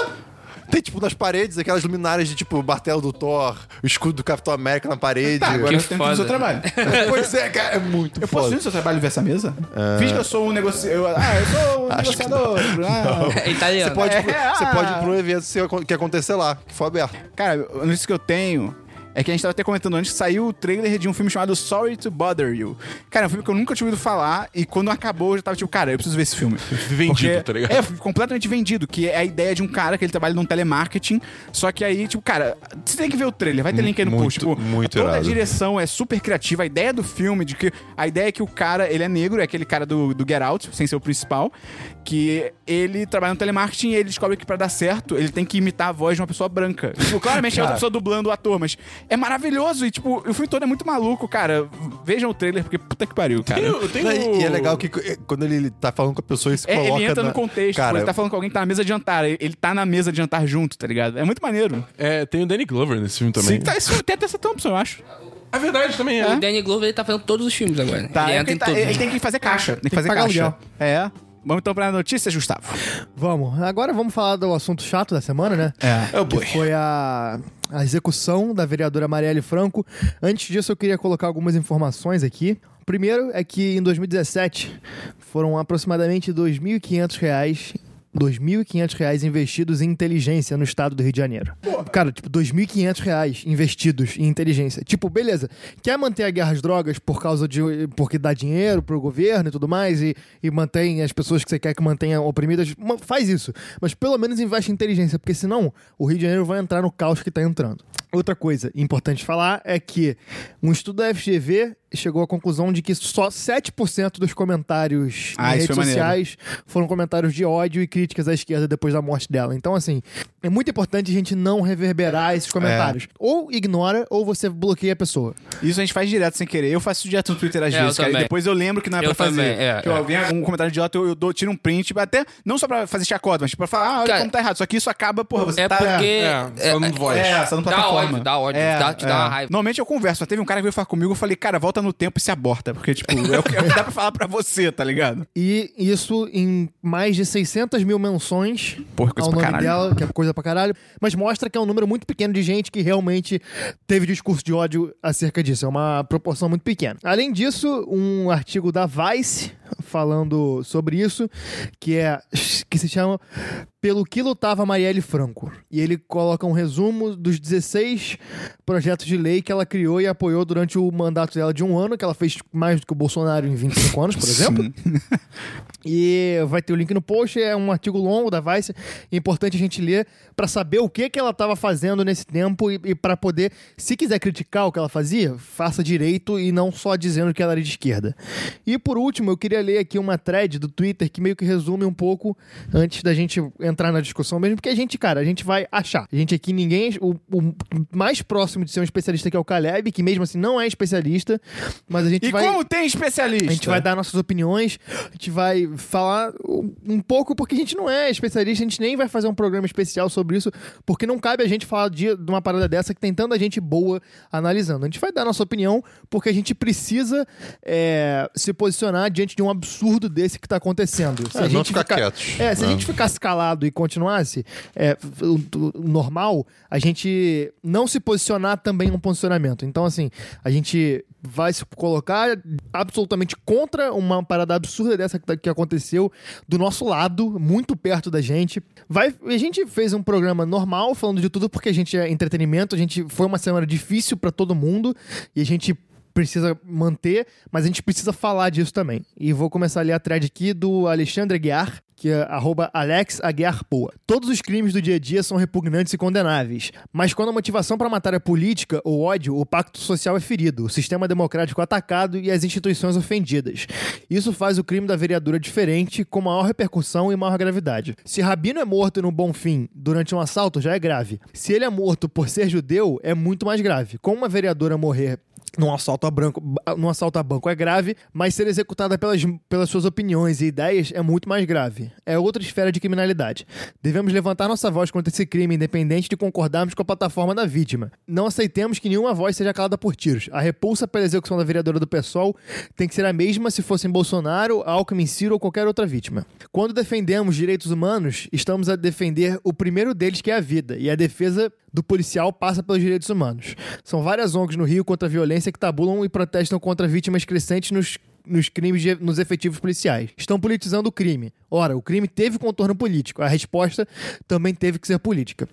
[SPEAKER 4] Tem, tipo, nas paredes, aquelas luminárias de, tipo, o martelo do Thor, o escudo do Capitão América na parede.
[SPEAKER 1] Tá, agora
[SPEAKER 5] Que
[SPEAKER 1] eu tenho que ir no seu
[SPEAKER 5] foda. [laughs]
[SPEAKER 1] trabalho.
[SPEAKER 4] pois é, cara, é muito
[SPEAKER 1] Eu posso ir
[SPEAKER 4] foda.
[SPEAKER 1] no seu trabalho e ver essa mesa? Fiz que eu sou um negociador. Ah, eu sou um
[SPEAKER 4] Acho que
[SPEAKER 1] negociador. Ah.
[SPEAKER 5] [laughs] É italiano.
[SPEAKER 4] Você pode,
[SPEAKER 1] É,
[SPEAKER 4] tipo, você
[SPEAKER 1] ah.
[SPEAKER 4] pode ir pro evento se- que acontecer lá, que for aberto.
[SPEAKER 1] Cara, a notícia que eu tenho é que a gente tava até comentando antes que saiu o trailer de um filme chamado Sorry to Bother You. Cara, é um filme que eu nunca tinha ouvido falar e quando acabou eu já tava tipo, cara, eu preciso ver esse
[SPEAKER 5] [laughs]
[SPEAKER 1] filme.
[SPEAKER 2] Vendido, tá ligado?
[SPEAKER 1] É, completamente vendido, que é a ideia de um cara que ele trabalha num telemarketing, só que aí, tipo, cara, você tem que ver o trailer, vai ter link aí no
[SPEAKER 4] Muito,
[SPEAKER 1] post. Tipo,
[SPEAKER 4] muito
[SPEAKER 1] toda a
[SPEAKER 4] irado.
[SPEAKER 1] direção é super criativa, a ideia do filme, de que a ideia é que o cara, ele é negro, é aquele cara do, do Get Out, sem ser o principal, que ele trabalha no telemarketing e ele descobre que pra dar certo, ele tem que imitar a voz de uma pessoa branca. Tipo, claramente é outra pessoa dublando o ator, mas é maravilhoso e, tipo, o filme todo é muito maluco, cara. Vejam o trailer, porque puta que pariu, cara.
[SPEAKER 2] Eu tenho...
[SPEAKER 4] E é legal que eh, quando ele ele tá falando com a pessoa, ele se
[SPEAKER 1] É,
[SPEAKER 4] coloca
[SPEAKER 1] ele entra
[SPEAKER 4] na-
[SPEAKER 1] no contexto,
[SPEAKER 4] Cara,
[SPEAKER 1] ele tá falando com alguém que tá na mesa de jantar, ele- ele tá na mesa de jantar junto, tá ligado? É muito maneiro.
[SPEAKER 2] É, tem o Danny Glover nesse filme também.
[SPEAKER 1] Sim, tá, isso, tem até essa Thompson, eu acho.
[SPEAKER 2] É verdade, também
[SPEAKER 5] O
[SPEAKER 2] é.
[SPEAKER 5] Danny Glover, ele tá fazendo todos os filmes agora.
[SPEAKER 1] Tá,
[SPEAKER 5] ele
[SPEAKER 1] é porque
[SPEAKER 5] entra em né?
[SPEAKER 1] ele, tá-
[SPEAKER 5] todos.
[SPEAKER 1] ele tem que fazer caixa. Tem que fazer
[SPEAKER 3] pagar
[SPEAKER 1] caixa.
[SPEAKER 3] aluguel.
[SPEAKER 1] É. Vamos então pra notícias, Gustavo.
[SPEAKER 3] Vamos. Agora vamos falar do assunto chato da semana, né?
[SPEAKER 1] É.
[SPEAKER 2] É o
[SPEAKER 3] Que
[SPEAKER 2] boi.
[SPEAKER 3] foi a, a execução da vereadora Marielle Franco. Antes disso, eu queria colocar algumas informações aqui. Primeiro é que em 2017 foram aproximadamente R$ 2.500 reais. R$ 2.500 reais investidos em inteligência no estado do Rio de Janeiro. Cara, tipo, R$ 2.500 reais investidos em inteligência. Tipo, beleza, quer manter a guerra às drogas por causa de. porque dá dinheiro pro governo e tudo mais, e, e mantém as pessoas que você quer que mantenham oprimidas, ma- faz isso. Mas pelo menos investe em inteligência, porque senão o Rio de Janeiro vai entrar no caos que tá entrando. Outra coisa importante falar é que um estudo da FGV chegou à conclusão de que só 7% dos comentários
[SPEAKER 1] Ah,
[SPEAKER 3] em
[SPEAKER 1] isso
[SPEAKER 3] redes
[SPEAKER 1] foi maneiro.
[SPEAKER 3] sociais foram comentários de ódio e críticas à esquerda depois da morte dela. Então, assim, é muito importante a gente não reverberar
[SPEAKER 1] É.
[SPEAKER 3] esses comentários. Ou ignora, ou você bloqueia a pessoa.
[SPEAKER 1] Isso a gente faz direto sem querer. Eu faço isso direto no Twitter às
[SPEAKER 5] É, eu
[SPEAKER 1] vezes, cara. E
[SPEAKER 5] também.
[SPEAKER 1] depois eu lembro que não é pra
[SPEAKER 5] Eu
[SPEAKER 1] fazer.
[SPEAKER 5] também, é,
[SPEAKER 1] que eu
[SPEAKER 5] é.
[SPEAKER 1] alguém algum comentário idiota, eu, eu dou, tiro um print, até não só pra fazer chacota, mas tipo, pra falar, ah, olha
[SPEAKER 5] Cara,
[SPEAKER 1] como tá errado. Só que isso acaba, porra, você
[SPEAKER 5] É
[SPEAKER 1] tá.
[SPEAKER 5] porque.
[SPEAKER 2] É, só no voz.
[SPEAKER 1] É, só no
[SPEAKER 5] Dá
[SPEAKER 1] plataforma.
[SPEAKER 5] ódio, dá ódio, dá- te dá uma raiva.
[SPEAKER 1] É, Normalmente eu converso, mas teve um cara que veio falar comigo, eu falei, cara, volta no tempo e se aborta, porque, tipo, é o que, é o
[SPEAKER 5] [laughs]
[SPEAKER 1] que dá pra falar pra você, tá ligado?
[SPEAKER 3] E isso em mais de 600 mil menções
[SPEAKER 1] Porra, coisa pra
[SPEAKER 3] ao nome
[SPEAKER 1] caralho.
[SPEAKER 3] dela, que é coisa pra caralho. Mas mostra que é um número muito pequeno de gente que realmente teve discurso de ódio acerca disso. É uma proporção muito pequena. Além disso, um artigo da Vice falando sobre isso, que é que se chama Pelo que lutava Marielle Franco. E ele coloca um resumo dos 16 projetos de lei que ela criou e apoiou durante o mandato dela de um ano, que ela fez mais do que o Bolsonaro em 25 anos, por exemplo. E vai ter o link no post, é um artigo longo da Vice, é importante a gente ler pra saber o que que ela tava fazendo nesse tempo e, e para poder, se quiser criticar o que ela fazia, faça direito e não só dizendo que ela era de esquerda. E por último, eu queria ler aqui uma thread do Twitter que meio que resume um pouco antes da gente entrar na discussão mesmo, porque a gente, cara, a gente vai achar. A gente aqui ninguém, o, o mais próximo de ser um especialista que é o Caleb, que mesmo assim não é especialista, mas a gente
[SPEAKER 1] E
[SPEAKER 3] vai
[SPEAKER 1] como tem especialista?
[SPEAKER 3] a gente vai dar nossas opiniões, a gente vai falar um pouco, porque a gente não é especialista, a gente nem vai fazer um programa especial sobre isso, porque não cabe a gente falar de, de uma parada dessa que tem tanta gente boa analisando. A gente vai dar nossa opinião, porque a gente precisa é, se posicionar diante de um absurdo desse que tá acontecendo. Se
[SPEAKER 4] É,
[SPEAKER 3] a
[SPEAKER 4] não
[SPEAKER 3] gente
[SPEAKER 4] ficar quietos.
[SPEAKER 3] É, se a
[SPEAKER 4] É.
[SPEAKER 3] gente ficasse calado e continuasse é, o- o- o normal, a gente não se posicionar também é um posicionamento. Então, assim, a gente vai se colocar absolutamente contra uma parada absurda dessa que que aconteceu do nosso lado, muito perto da gente. Vai, a gente fez um programa normal falando de tudo porque a gente é entretenimento, a gente foi uma semana difícil pra todo mundo e a gente precisa manter, mas a gente precisa falar disso também. E vou começar a ler a thread aqui do Alexandre Aguiar, que é arroba Alex Aguiar Poa. Todos os crimes do dia a dia são repugnantes e condenáveis, mas quando a motivação para matar é política ou ódio, o pacto social é ferido, o sistema democrático é atacado e as instituições ofendidas. Isso faz o crime da vereadora diferente, com maior repercussão e maior gravidade. Se Rabino é morto no Bom Fim durante um assalto, já é grave. Se ele é morto por ser judeu, é muito mais grave. Como uma vereadora morrer num assalto a branco, num assalto a banco é grave, mas ser executada pelas, pelas suas opiniões e ideias é muito mais grave. É outra esfera de criminalidade. Devemos levantar nossa voz contra esse crime, independente de concordarmos com a plataforma da vítima. Não aceitemos que nenhuma voz seja calada por tiros. A repulsa pela execução da vereadora do PSOL tem que ser a mesma se fosse em Bolsonaro, Alckmin, Ciro ou qualquer outra vítima. Quando defendemos direitos humanos, estamos a defender o primeiro deles, que é a vida, e a defesa do policial passa pelos direitos humanos. São várias ONGs no Rio contra a violência que tabulam e protestam contra vítimas crescentes nos nos crimes de- nos efetivos policiais. Estão politizando o crime. Ora, o crime teve contorno político. A resposta também teve que ser política.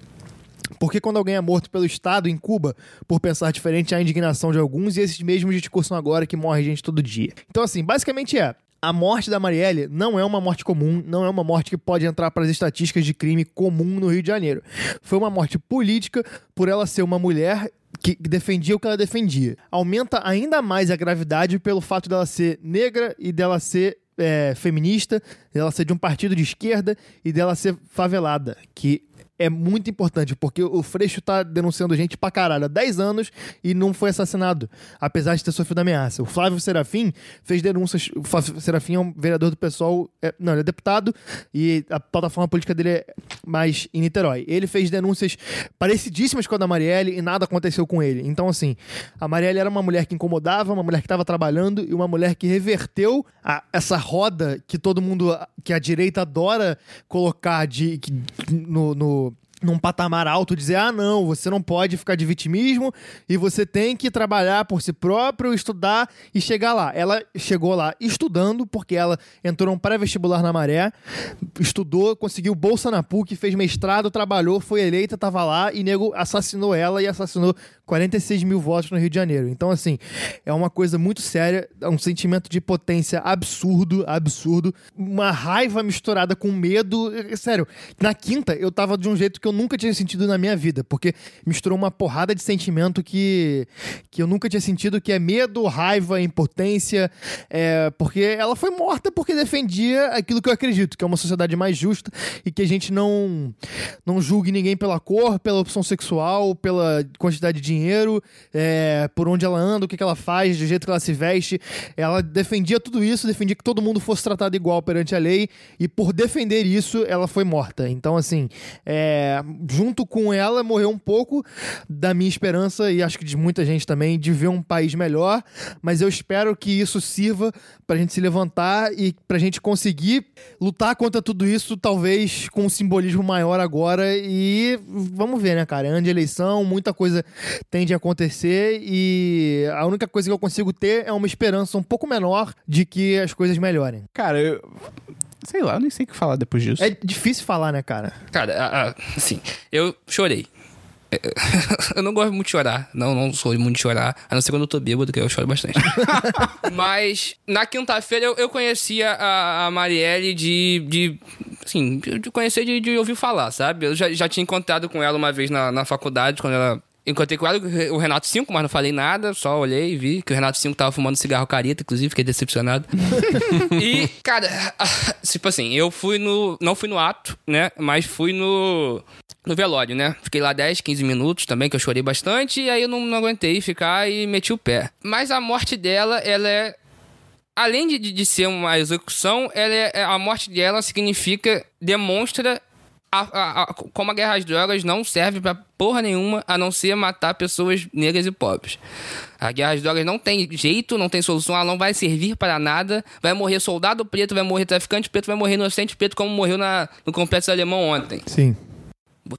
[SPEAKER 3] Porque quando alguém é morto pelo Estado em Cuba, por pensar diferente, há indignação de alguns e esses mesmos discursam agora que morre gente todo dia. Então, assim, basicamente é. A morte da Marielle não é uma morte comum, não é uma morte que pode entrar para as estatísticas de crime comum no Rio de Janeiro. Foi uma morte política por ela ser uma mulher que defendia o que ela defendia. Aumenta ainda mais a gravidade pelo fato dela ser negra e dela ser é, feminista, dela ser de um partido de esquerda e dela ser favelada, que é muito importante, porque o Freixo tá denunciando gente pra caralho há 10 anos e não foi assassinado, apesar de ter sofrido ameaça. O Flávio Serafim fez denúncias. O Flávio Serafim é um vereador do PSOL, é- não, ele é deputado e a plataforma política dele é mais em Niterói. Ele fez denúncias parecidíssimas com a da Marielle e nada aconteceu com ele. Então, assim, a Marielle era uma mulher que incomodava, uma mulher que estava trabalhando e uma mulher que reverteu a- essa roda que todo mundo, que a direita adora colocar de, que- no- no num patamar alto dizer: ah, não, você não pode ficar de vitimismo e você tem que trabalhar por si próprio, estudar e chegar lá. Ela chegou lá estudando, porque ela entrou num pré-vestibular na Maré, estudou, conseguiu bolsa na PUC, fez mestrado, trabalhou, foi eleita, tava lá e nego assassinou ela e assassinou 46 mil votos no Rio de Janeiro. Então, assim, é uma coisa muito séria, é um sentimento de potência absurdo, absurdo. Uma raiva misturada com medo. É, Sério, na quinta eu tava de um jeito que eu nunca tinha sentido na minha vida, porque misturou uma porrada de sentimento que, que eu nunca tinha sentido, que é medo, raiva, impotência, é, porque ela foi morta porque defendia aquilo que eu acredito, que é uma sociedade mais justa e que a gente não, não julgue ninguém pela cor, pela opção sexual, pela quantidade de dinheiro, é, por onde ela anda, o que, que ela faz, do jeito que ela se veste. Ela defendia tudo isso, defendia que todo mundo fosse tratado igual perante a lei e por defender isso, ela foi morta. Então, assim, é, junto com ela morreu um pouco da minha esperança e acho que de muita gente também de ver um país melhor, mas eu espero que isso sirva pra gente se levantar e pra gente conseguir lutar contra tudo isso, talvez com um simbolismo maior agora e vamos ver, né, cara? É ano de eleição, muita coisa tende a acontecer e a única coisa que eu consigo ter é uma esperança um pouco menor de que as coisas melhorem.
[SPEAKER 1] Cara, eu. Sei lá, eu nem sei o que falar depois disso.
[SPEAKER 3] É difícil falar, né, cara?
[SPEAKER 5] Cara, a- a- assim, eu chorei. É, [laughs] Eu não gosto muito de chorar. Não, não sou muito de chorar. A não ser quando eu tô bêbado, que eu choro bastante. Mas na quinta-feira eu, eu conhecia a, a Marielle de. de assim, de conhecer de, de ouvir falar, sabe? Eu já, já tinha encontrado com ela uma vez na, na faculdade, quando ela. Encontrei com ela o Renato 5, mas não falei nada, só olhei e vi que o Renato 5 tava fumando cigarro careta, inclusive, fiquei decepcionado. e, cara, [laughs] tipo assim, eu fui no. Não fui no ato, né? Mas fui no. No velório, né? Fiquei lá 10, 15 minutos também, que eu chorei bastante, e aí eu não, não aguentei ficar e meti o pé. Mas a morte dela, ela é além de, de- de ser uma execução, ela é- é- a morte dela significa, demonstra a- a- a- como a guerra às drogas não serve pra porra nenhuma a não ser matar pessoas negras e pobres. A guerra às drogas não tem jeito, não tem solução, ela não vai servir para nada. Vai morrer soldado preto, vai morrer traficante preto, vai morrer inocente preto, como morreu na- no complexo alemão ontem.
[SPEAKER 3] Sim.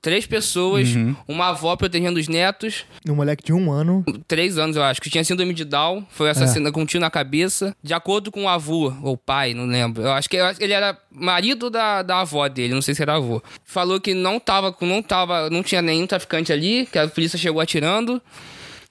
[SPEAKER 5] Três pessoas, uma avó protegendo os netos,
[SPEAKER 3] Um moleque de um ano.
[SPEAKER 5] três anos, eu acho, que tinha síndrome de Down, foi assassinado com um tiro na cabeça, de acordo com o avô, ou pai, não lembro. Eu acho que eu acho que ele era marido da, da avó dele, não sei se era avô. Falou que não tava, com- não tava, não tinha nenhum traficante ali, que a polícia chegou atirando.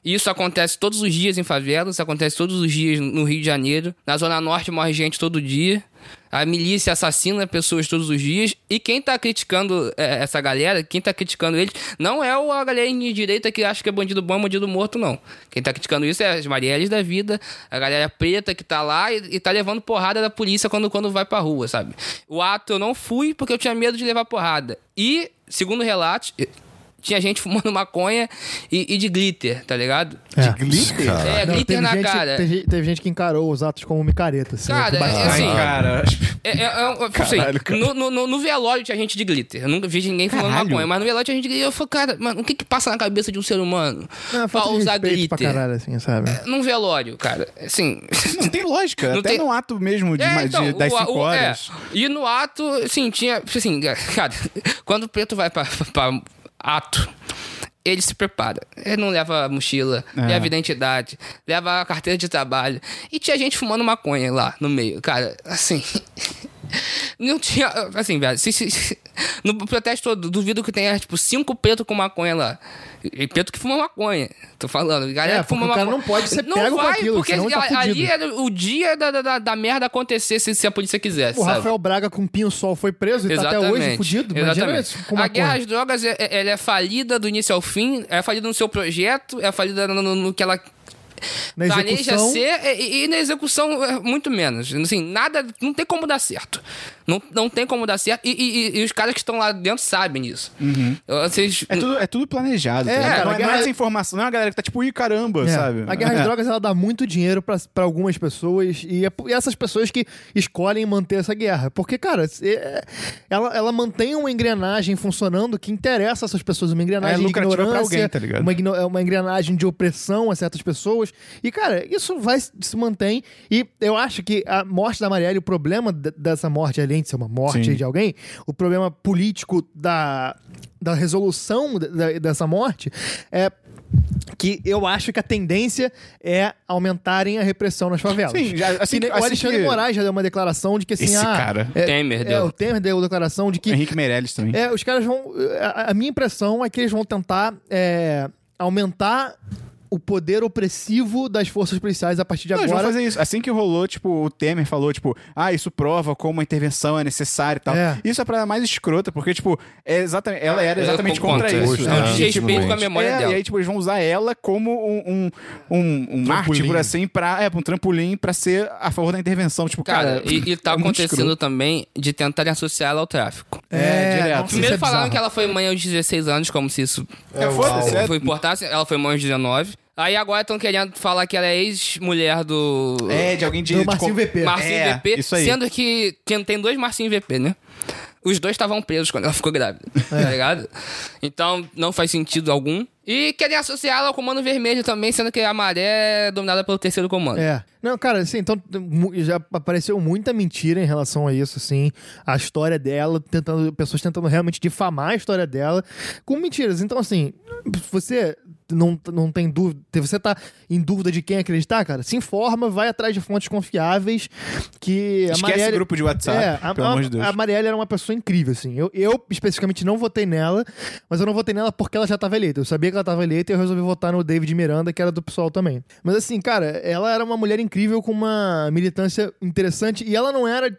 [SPEAKER 5] E Isso acontece todos os dias em favelas, isso acontece todos os dias no Rio de Janeiro. Na Zona Norte morre gente todo dia. A milícia assassina pessoas todos os dias. E quem tá criticando eh, essa galera, quem tá criticando eles, não é o- a galera de direita que acha que é bandido bom, bandido morto, não. Quem tá criticando isso é as Marielles da vida, a galera preta que tá lá e, e tá levando porrada da polícia quando, quando vai pra rua, sabe? O ato eu não fui porque eu tinha medo de levar porrada. E, segundo relatos, eh, tinha gente [laughs] fumando maconha e, e de glitter, tá ligado?
[SPEAKER 3] É.
[SPEAKER 1] glitter?
[SPEAKER 5] É,
[SPEAKER 3] Não,
[SPEAKER 5] glitter na
[SPEAKER 3] gente,
[SPEAKER 5] cara.
[SPEAKER 3] Teve, teve gente que encarou os atos como micareta. Assim,
[SPEAKER 5] Cara,
[SPEAKER 3] né? Foi
[SPEAKER 5] é
[SPEAKER 3] bastante.
[SPEAKER 5] assim.
[SPEAKER 1] Ai, cara.
[SPEAKER 5] É, é, é um- tipo assim,
[SPEAKER 1] Caralho, cara.
[SPEAKER 5] No, no, no, no velório tinha gente de glitter. Eu nunca vi ninguém fumando
[SPEAKER 1] Caralho.
[SPEAKER 5] maconha, mas no velório tinha gente de glitter. Eu falei, cara, mano, o que que passa na cabeça de um ser humano
[SPEAKER 3] Não,
[SPEAKER 5] pra
[SPEAKER 3] Ah, falta de
[SPEAKER 5] usar
[SPEAKER 3] respeito pra
[SPEAKER 5] glitter?
[SPEAKER 3] caralho, assim, sabe?
[SPEAKER 5] Num velório, cara. Assim.
[SPEAKER 1] Não tem lógica.
[SPEAKER 5] Não
[SPEAKER 1] Até
[SPEAKER 5] tem-
[SPEAKER 1] no ato mesmo de, ma- de-
[SPEAKER 5] então,
[SPEAKER 1] das
[SPEAKER 5] o-
[SPEAKER 1] 5
[SPEAKER 5] o-
[SPEAKER 1] horas.
[SPEAKER 5] é. E no ato, assim, tinha. Assim, cara, [laughs] quando o preto vai pra, pra ato. Ele se prepara. Ele não leva a mochila,
[SPEAKER 3] É.
[SPEAKER 5] leva a identidade, leva a carteira de trabalho. E tinha gente fumando maconha lá no meio. Cara, assim. [laughs] Não tinha. Assim, velho. se- se- se- no protesto todo, duvido que tenha, tipo, cinco pretos com maconha lá. E preto que fuma maconha. Tô falando. Galera
[SPEAKER 3] É,
[SPEAKER 5] que fuma
[SPEAKER 3] porque o cara
[SPEAKER 5] maconha.
[SPEAKER 3] não pode ser
[SPEAKER 5] Não
[SPEAKER 3] pego com
[SPEAKER 5] vai,
[SPEAKER 3] aquilo,
[SPEAKER 5] porque
[SPEAKER 3] senão tá
[SPEAKER 5] a- ali é
[SPEAKER 3] fudido.
[SPEAKER 5] era o dia da, da- da, da merda acontecer se, se a polícia quisesse.
[SPEAKER 3] O
[SPEAKER 5] sabe?
[SPEAKER 3] Rafael Braga com Pinho Sol foi preso e tá até hoje fudido. Imagina
[SPEAKER 5] Exatamente.
[SPEAKER 3] isso. Como
[SPEAKER 5] a guerra às drogas é, é- ela é falida do início ao fim, é falida no seu projeto, é falida no, no- no que ela
[SPEAKER 3] na
[SPEAKER 5] planeja
[SPEAKER 3] execução,
[SPEAKER 5] ser e- e, e na execução é, muito menos. Assim, nada, não tem como dar certo. Não, não tem como dar certo. E, e- e- e os caras que estão lá dentro sabem disso. Vocês,
[SPEAKER 1] É tudo, é tudo planejado.
[SPEAKER 3] É,
[SPEAKER 1] tá ligado?
[SPEAKER 3] cara,
[SPEAKER 1] não, é-
[SPEAKER 3] a guerra-
[SPEAKER 1] não é essa informação, não é uma galera que tá tipo, ih, caramba,
[SPEAKER 3] É.
[SPEAKER 1] sabe?
[SPEAKER 3] A guerra às
[SPEAKER 1] É.
[SPEAKER 3] drogas ela dá muito dinheiro pra pra algumas pessoas e, é po- e essas pessoas que escolhem manter essa guerra. Porque, cara, se- é- ela, ela mantém uma engrenagem funcionando que interessa essas pessoas. Uma engrenagem
[SPEAKER 1] É
[SPEAKER 3] de
[SPEAKER 1] lucrativa pra
[SPEAKER 3] ignorância,
[SPEAKER 1] alguém, tá ligado?
[SPEAKER 3] uma, igno- é uma engrenagem de opressão a certas pessoas. E, cara, isso vai se mantém. E eu acho que a morte da Marielle, o problema de- dessa morte, além de ser uma morte
[SPEAKER 1] Sim.
[SPEAKER 3] de alguém, o problema político da, da resolução de- da- dessa morte é que eu acho que a tendência é aumentarem a repressão nas favelas.
[SPEAKER 1] Sim, já- assim
[SPEAKER 3] E, né,
[SPEAKER 1] que-
[SPEAKER 3] o
[SPEAKER 1] assim
[SPEAKER 3] Alexandre
[SPEAKER 1] que-
[SPEAKER 3] Moraes já deu uma declaração de que assim,
[SPEAKER 1] Esse
[SPEAKER 3] ah,
[SPEAKER 1] cara. Uhum.
[SPEAKER 3] é,
[SPEAKER 5] Temer
[SPEAKER 3] é,
[SPEAKER 5] deu.
[SPEAKER 3] o Temer deu declaração de que
[SPEAKER 1] Henrique Meirelles também.
[SPEAKER 3] é, os caras vão. A, a minha impressão é que eles vão tentar é, aumentar o poder opressivo das forças policiais a partir de
[SPEAKER 1] Não, eles vão
[SPEAKER 3] agora.
[SPEAKER 1] fazer isso. Assim que rolou, tipo, o Temer falou, tipo, ah, isso prova como a intervenção é necessária e tal.
[SPEAKER 3] É.
[SPEAKER 1] Isso é a parada mais escrota, porque, tipo, é exatamente, ela era
[SPEAKER 5] Eu
[SPEAKER 1] exatamente
[SPEAKER 5] concordo,
[SPEAKER 1] contra
[SPEAKER 5] é.
[SPEAKER 1] isso.
[SPEAKER 5] É um
[SPEAKER 4] né?
[SPEAKER 5] desrespeito com a
[SPEAKER 4] Ultimamente.
[SPEAKER 5] memória
[SPEAKER 1] É,
[SPEAKER 5] dela.
[SPEAKER 1] E aí, tipo, eles vão usar ela como um, um, um, um arte, por assim, pra, é, pra um trampolim pra ser a favor da intervenção. Tipo, cara,
[SPEAKER 5] Cara, e, e tá
[SPEAKER 1] é muito
[SPEAKER 5] acontecendo
[SPEAKER 1] escroto.
[SPEAKER 5] também de tentarem associar ela ao tráfico.
[SPEAKER 1] É, direto.
[SPEAKER 3] nossa,
[SPEAKER 5] Primeiro
[SPEAKER 3] isso é
[SPEAKER 5] falaram
[SPEAKER 3] bizarro.
[SPEAKER 5] que ela foi mãe aos 16 anos, como se isso
[SPEAKER 1] É, foda-se. é-
[SPEAKER 5] foi importância. Ela foi mãe aos 19. Aí agora estão querendo falar que ela é ex-mulher do
[SPEAKER 1] É, de alguém de...
[SPEAKER 3] Do
[SPEAKER 1] de
[SPEAKER 3] Marcinho
[SPEAKER 1] com-
[SPEAKER 3] VP.
[SPEAKER 5] Marcinho
[SPEAKER 1] É,
[SPEAKER 5] VP,
[SPEAKER 1] isso aí.
[SPEAKER 5] sendo que tem, tem dois Marcinho VP, né? Os dois estavam presos quando ela ficou grávida,
[SPEAKER 1] É.
[SPEAKER 5] tá ligado? Então não faz sentido algum. E querem associá-la ao Comando Vermelho também, sendo que a maré é dominada pelo terceiro comando.
[SPEAKER 3] É. Não, cara, assim, então mu- já apareceu muita mentira em relação a isso, assim. A história dela, tentando, pessoas tentando realmente difamar a história dela com mentiras. Então, assim, você não, não tem dúvida, você tá em dúvida de quem acreditar, cara? Se informa, vai atrás de fontes confiáveis que a
[SPEAKER 1] Esquece
[SPEAKER 3] Marielle...
[SPEAKER 1] grupo de WhatsApp,
[SPEAKER 3] É, a,
[SPEAKER 1] pelo
[SPEAKER 3] a-
[SPEAKER 1] amor de Deus.
[SPEAKER 3] A Marielle era uma pessoa incrível, assim. Eu, eu, especificamente, não votei nela, mas eu não votei nela porque ela já tava eleita. Eu sabia que ela tava eleita e eu resolvi votar no David Miranda, que era do PSOL também. Mas, assim, cara, ela era uma mulher incrível com uma militância interessante e ela não era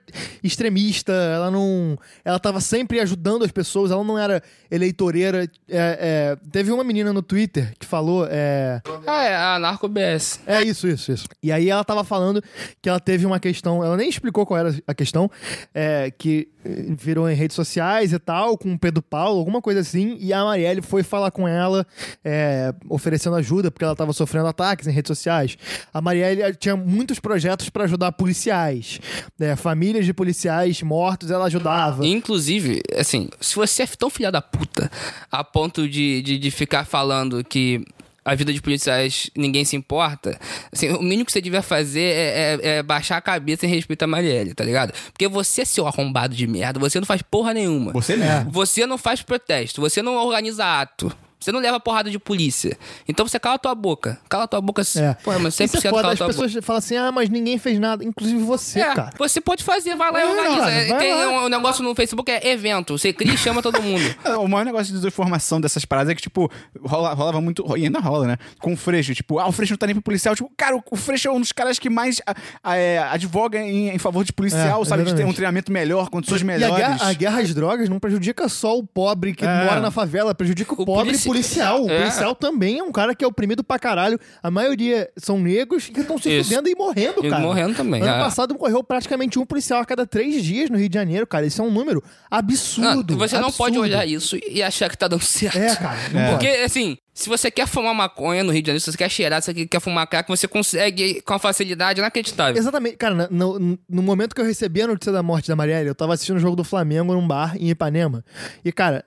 [SPEAKER 3] extremista, ela não. Ela tava sempre ajudando as pessoas, ela não era eleitoreira. É, é, teve uma menina no Twitter que falou. é,
[SPEAKER 5] Ah, é a Narco BS.
[SPEAKER 3] é isso, isso, isso. E aí ela tava falando que ela teve uma questão, ela nem explicou qual era a questão, é, que eh, virou em redes sociais e tal, com o Pedro Paulo, alguma coisa assim, e a Marielle foi falar com ela, é, oferecendo ajuda, porque ela tava sofrendo ataques em redes sociais. A Marielle eh, tinha muitos projetos pra ajudar policiais, né, famílias de policiais mortos, ela ajudava.
[SPEAKER 5] Inclusive, assim, se você é tão filha da puta a ponto de, de, de ficar falando que a vida de policiais ninguém se importa, assim, o mínimo que você devia fazer é, é- é baixar a cabeça em respeito à Marielle, tá ligado? Porque você, seu arrombado de merda, você não faz porra nenhuma.
[SPEAKER 2] É.
[SPEAKER 1] Você
[SPEAKER 3] é.
[SPEAKER 1] mesmo.
[SPEAKER 5] Você não faz protesto, você não organiza ato. Você não leva porrada de polícia. Então você cala a tua boca. Cala a tua boca.
[SPEAKER 3] É.
[SPEAKER 5] Pô, mas 100%
[SPEAKER 3] Isso é
[SPEAKER 5] cala
[SPEAKER 3] foda,
[SPEAKER 5] a
[SPEAKER 3] as
[SPEAKER 5] tua boca.
[SPEAKER 3] pessoas falam assim, ah, mas ninguém fez nada, inclusive você,
[SPEAKER 5] É,
[SPEAKER 3] cara.
[SPEAKER 5] você pode fazer, vai lá e
[SPEAKER 3] É,
[SPEAKER 5] organiza.
[SPEAKER 3] mano, vai
[SPEAKER 5] Tem
[SPEAKER 3] lá.
[SPEAKER 5] um, um negócio no Facebook é evento. Você cria e chama todo
[SPEAKER 3] [laughs]
[SPEAKER 5] mundo.
[SPEAKER 1] É, O maior negócio de desinformação dessas paradas é que, tipo, rola, rolava muito. E ainda rola, né? Com o Freixo. Tipo, ah, o Freixo não tá nem pro policial. Tipo, cara, o, o Freixo é um dos caras que mais ah, ah, é, advoga em, em favor de policial,
[SPEAKER 3] É,
[SPEAKER 1] sabe? De ter um
[SPEAKER 3] exatamente.
[SPEAKER 1] treinamento melhor, condições
[SPEAKER 3] E a
[SPEAKER 1] melhores.
[SPEAKER 3] guerra, a guerra às drogas não prejudica só o pobre que mora na favela, prejudica o,
[SPEAKER 5] O
[SPEAKER 3] pobre policial.
[SPEAKER 5] polici-
[SPEAKER 3] O
[SPEAKER 5] É.
[SPEAKER 3] policial também é um cara que é oprimido pra caralho. A maioria são negros que estão se
[SPEAKER 5] Isso.
[SPEAKER 3] fudendo e morrendo,
[SPEAKER 5] E
[SPEAKER 3] cara.
[SPEAKER 5] morrendo também,
[SPEAKER 3] Ano
[SPEAKER 5] é.
[SPEAKER 3] passado morreu praticamente um policial a cada três dias no Rio de Janeiro, cara. Isso é um número
[SPEAKER 5] Não,
[SPEAKER 3] absurdo.
[SPEAKER 5] você não pode
[SPEAKER 3] absurdo.
[SPEAKER 5] olhar isso e achar que tá dando certo.
[SPEAKER 3] É, cara. Não pode.
[SPEAKER 5] Porque, assim, se você quer fumar maconha no Rio de Janeiro, se você quer cheirar, se você quer fumar crack, você consegue com uma facilidade inacreditável.
[SPEAKER 3] Exatamente. Cara, na- no, no, momento que eu recebi a notícia da morte da Marielle, eu tava assistindo o jogo do Flamengo num bar em Ipanema. E, cara,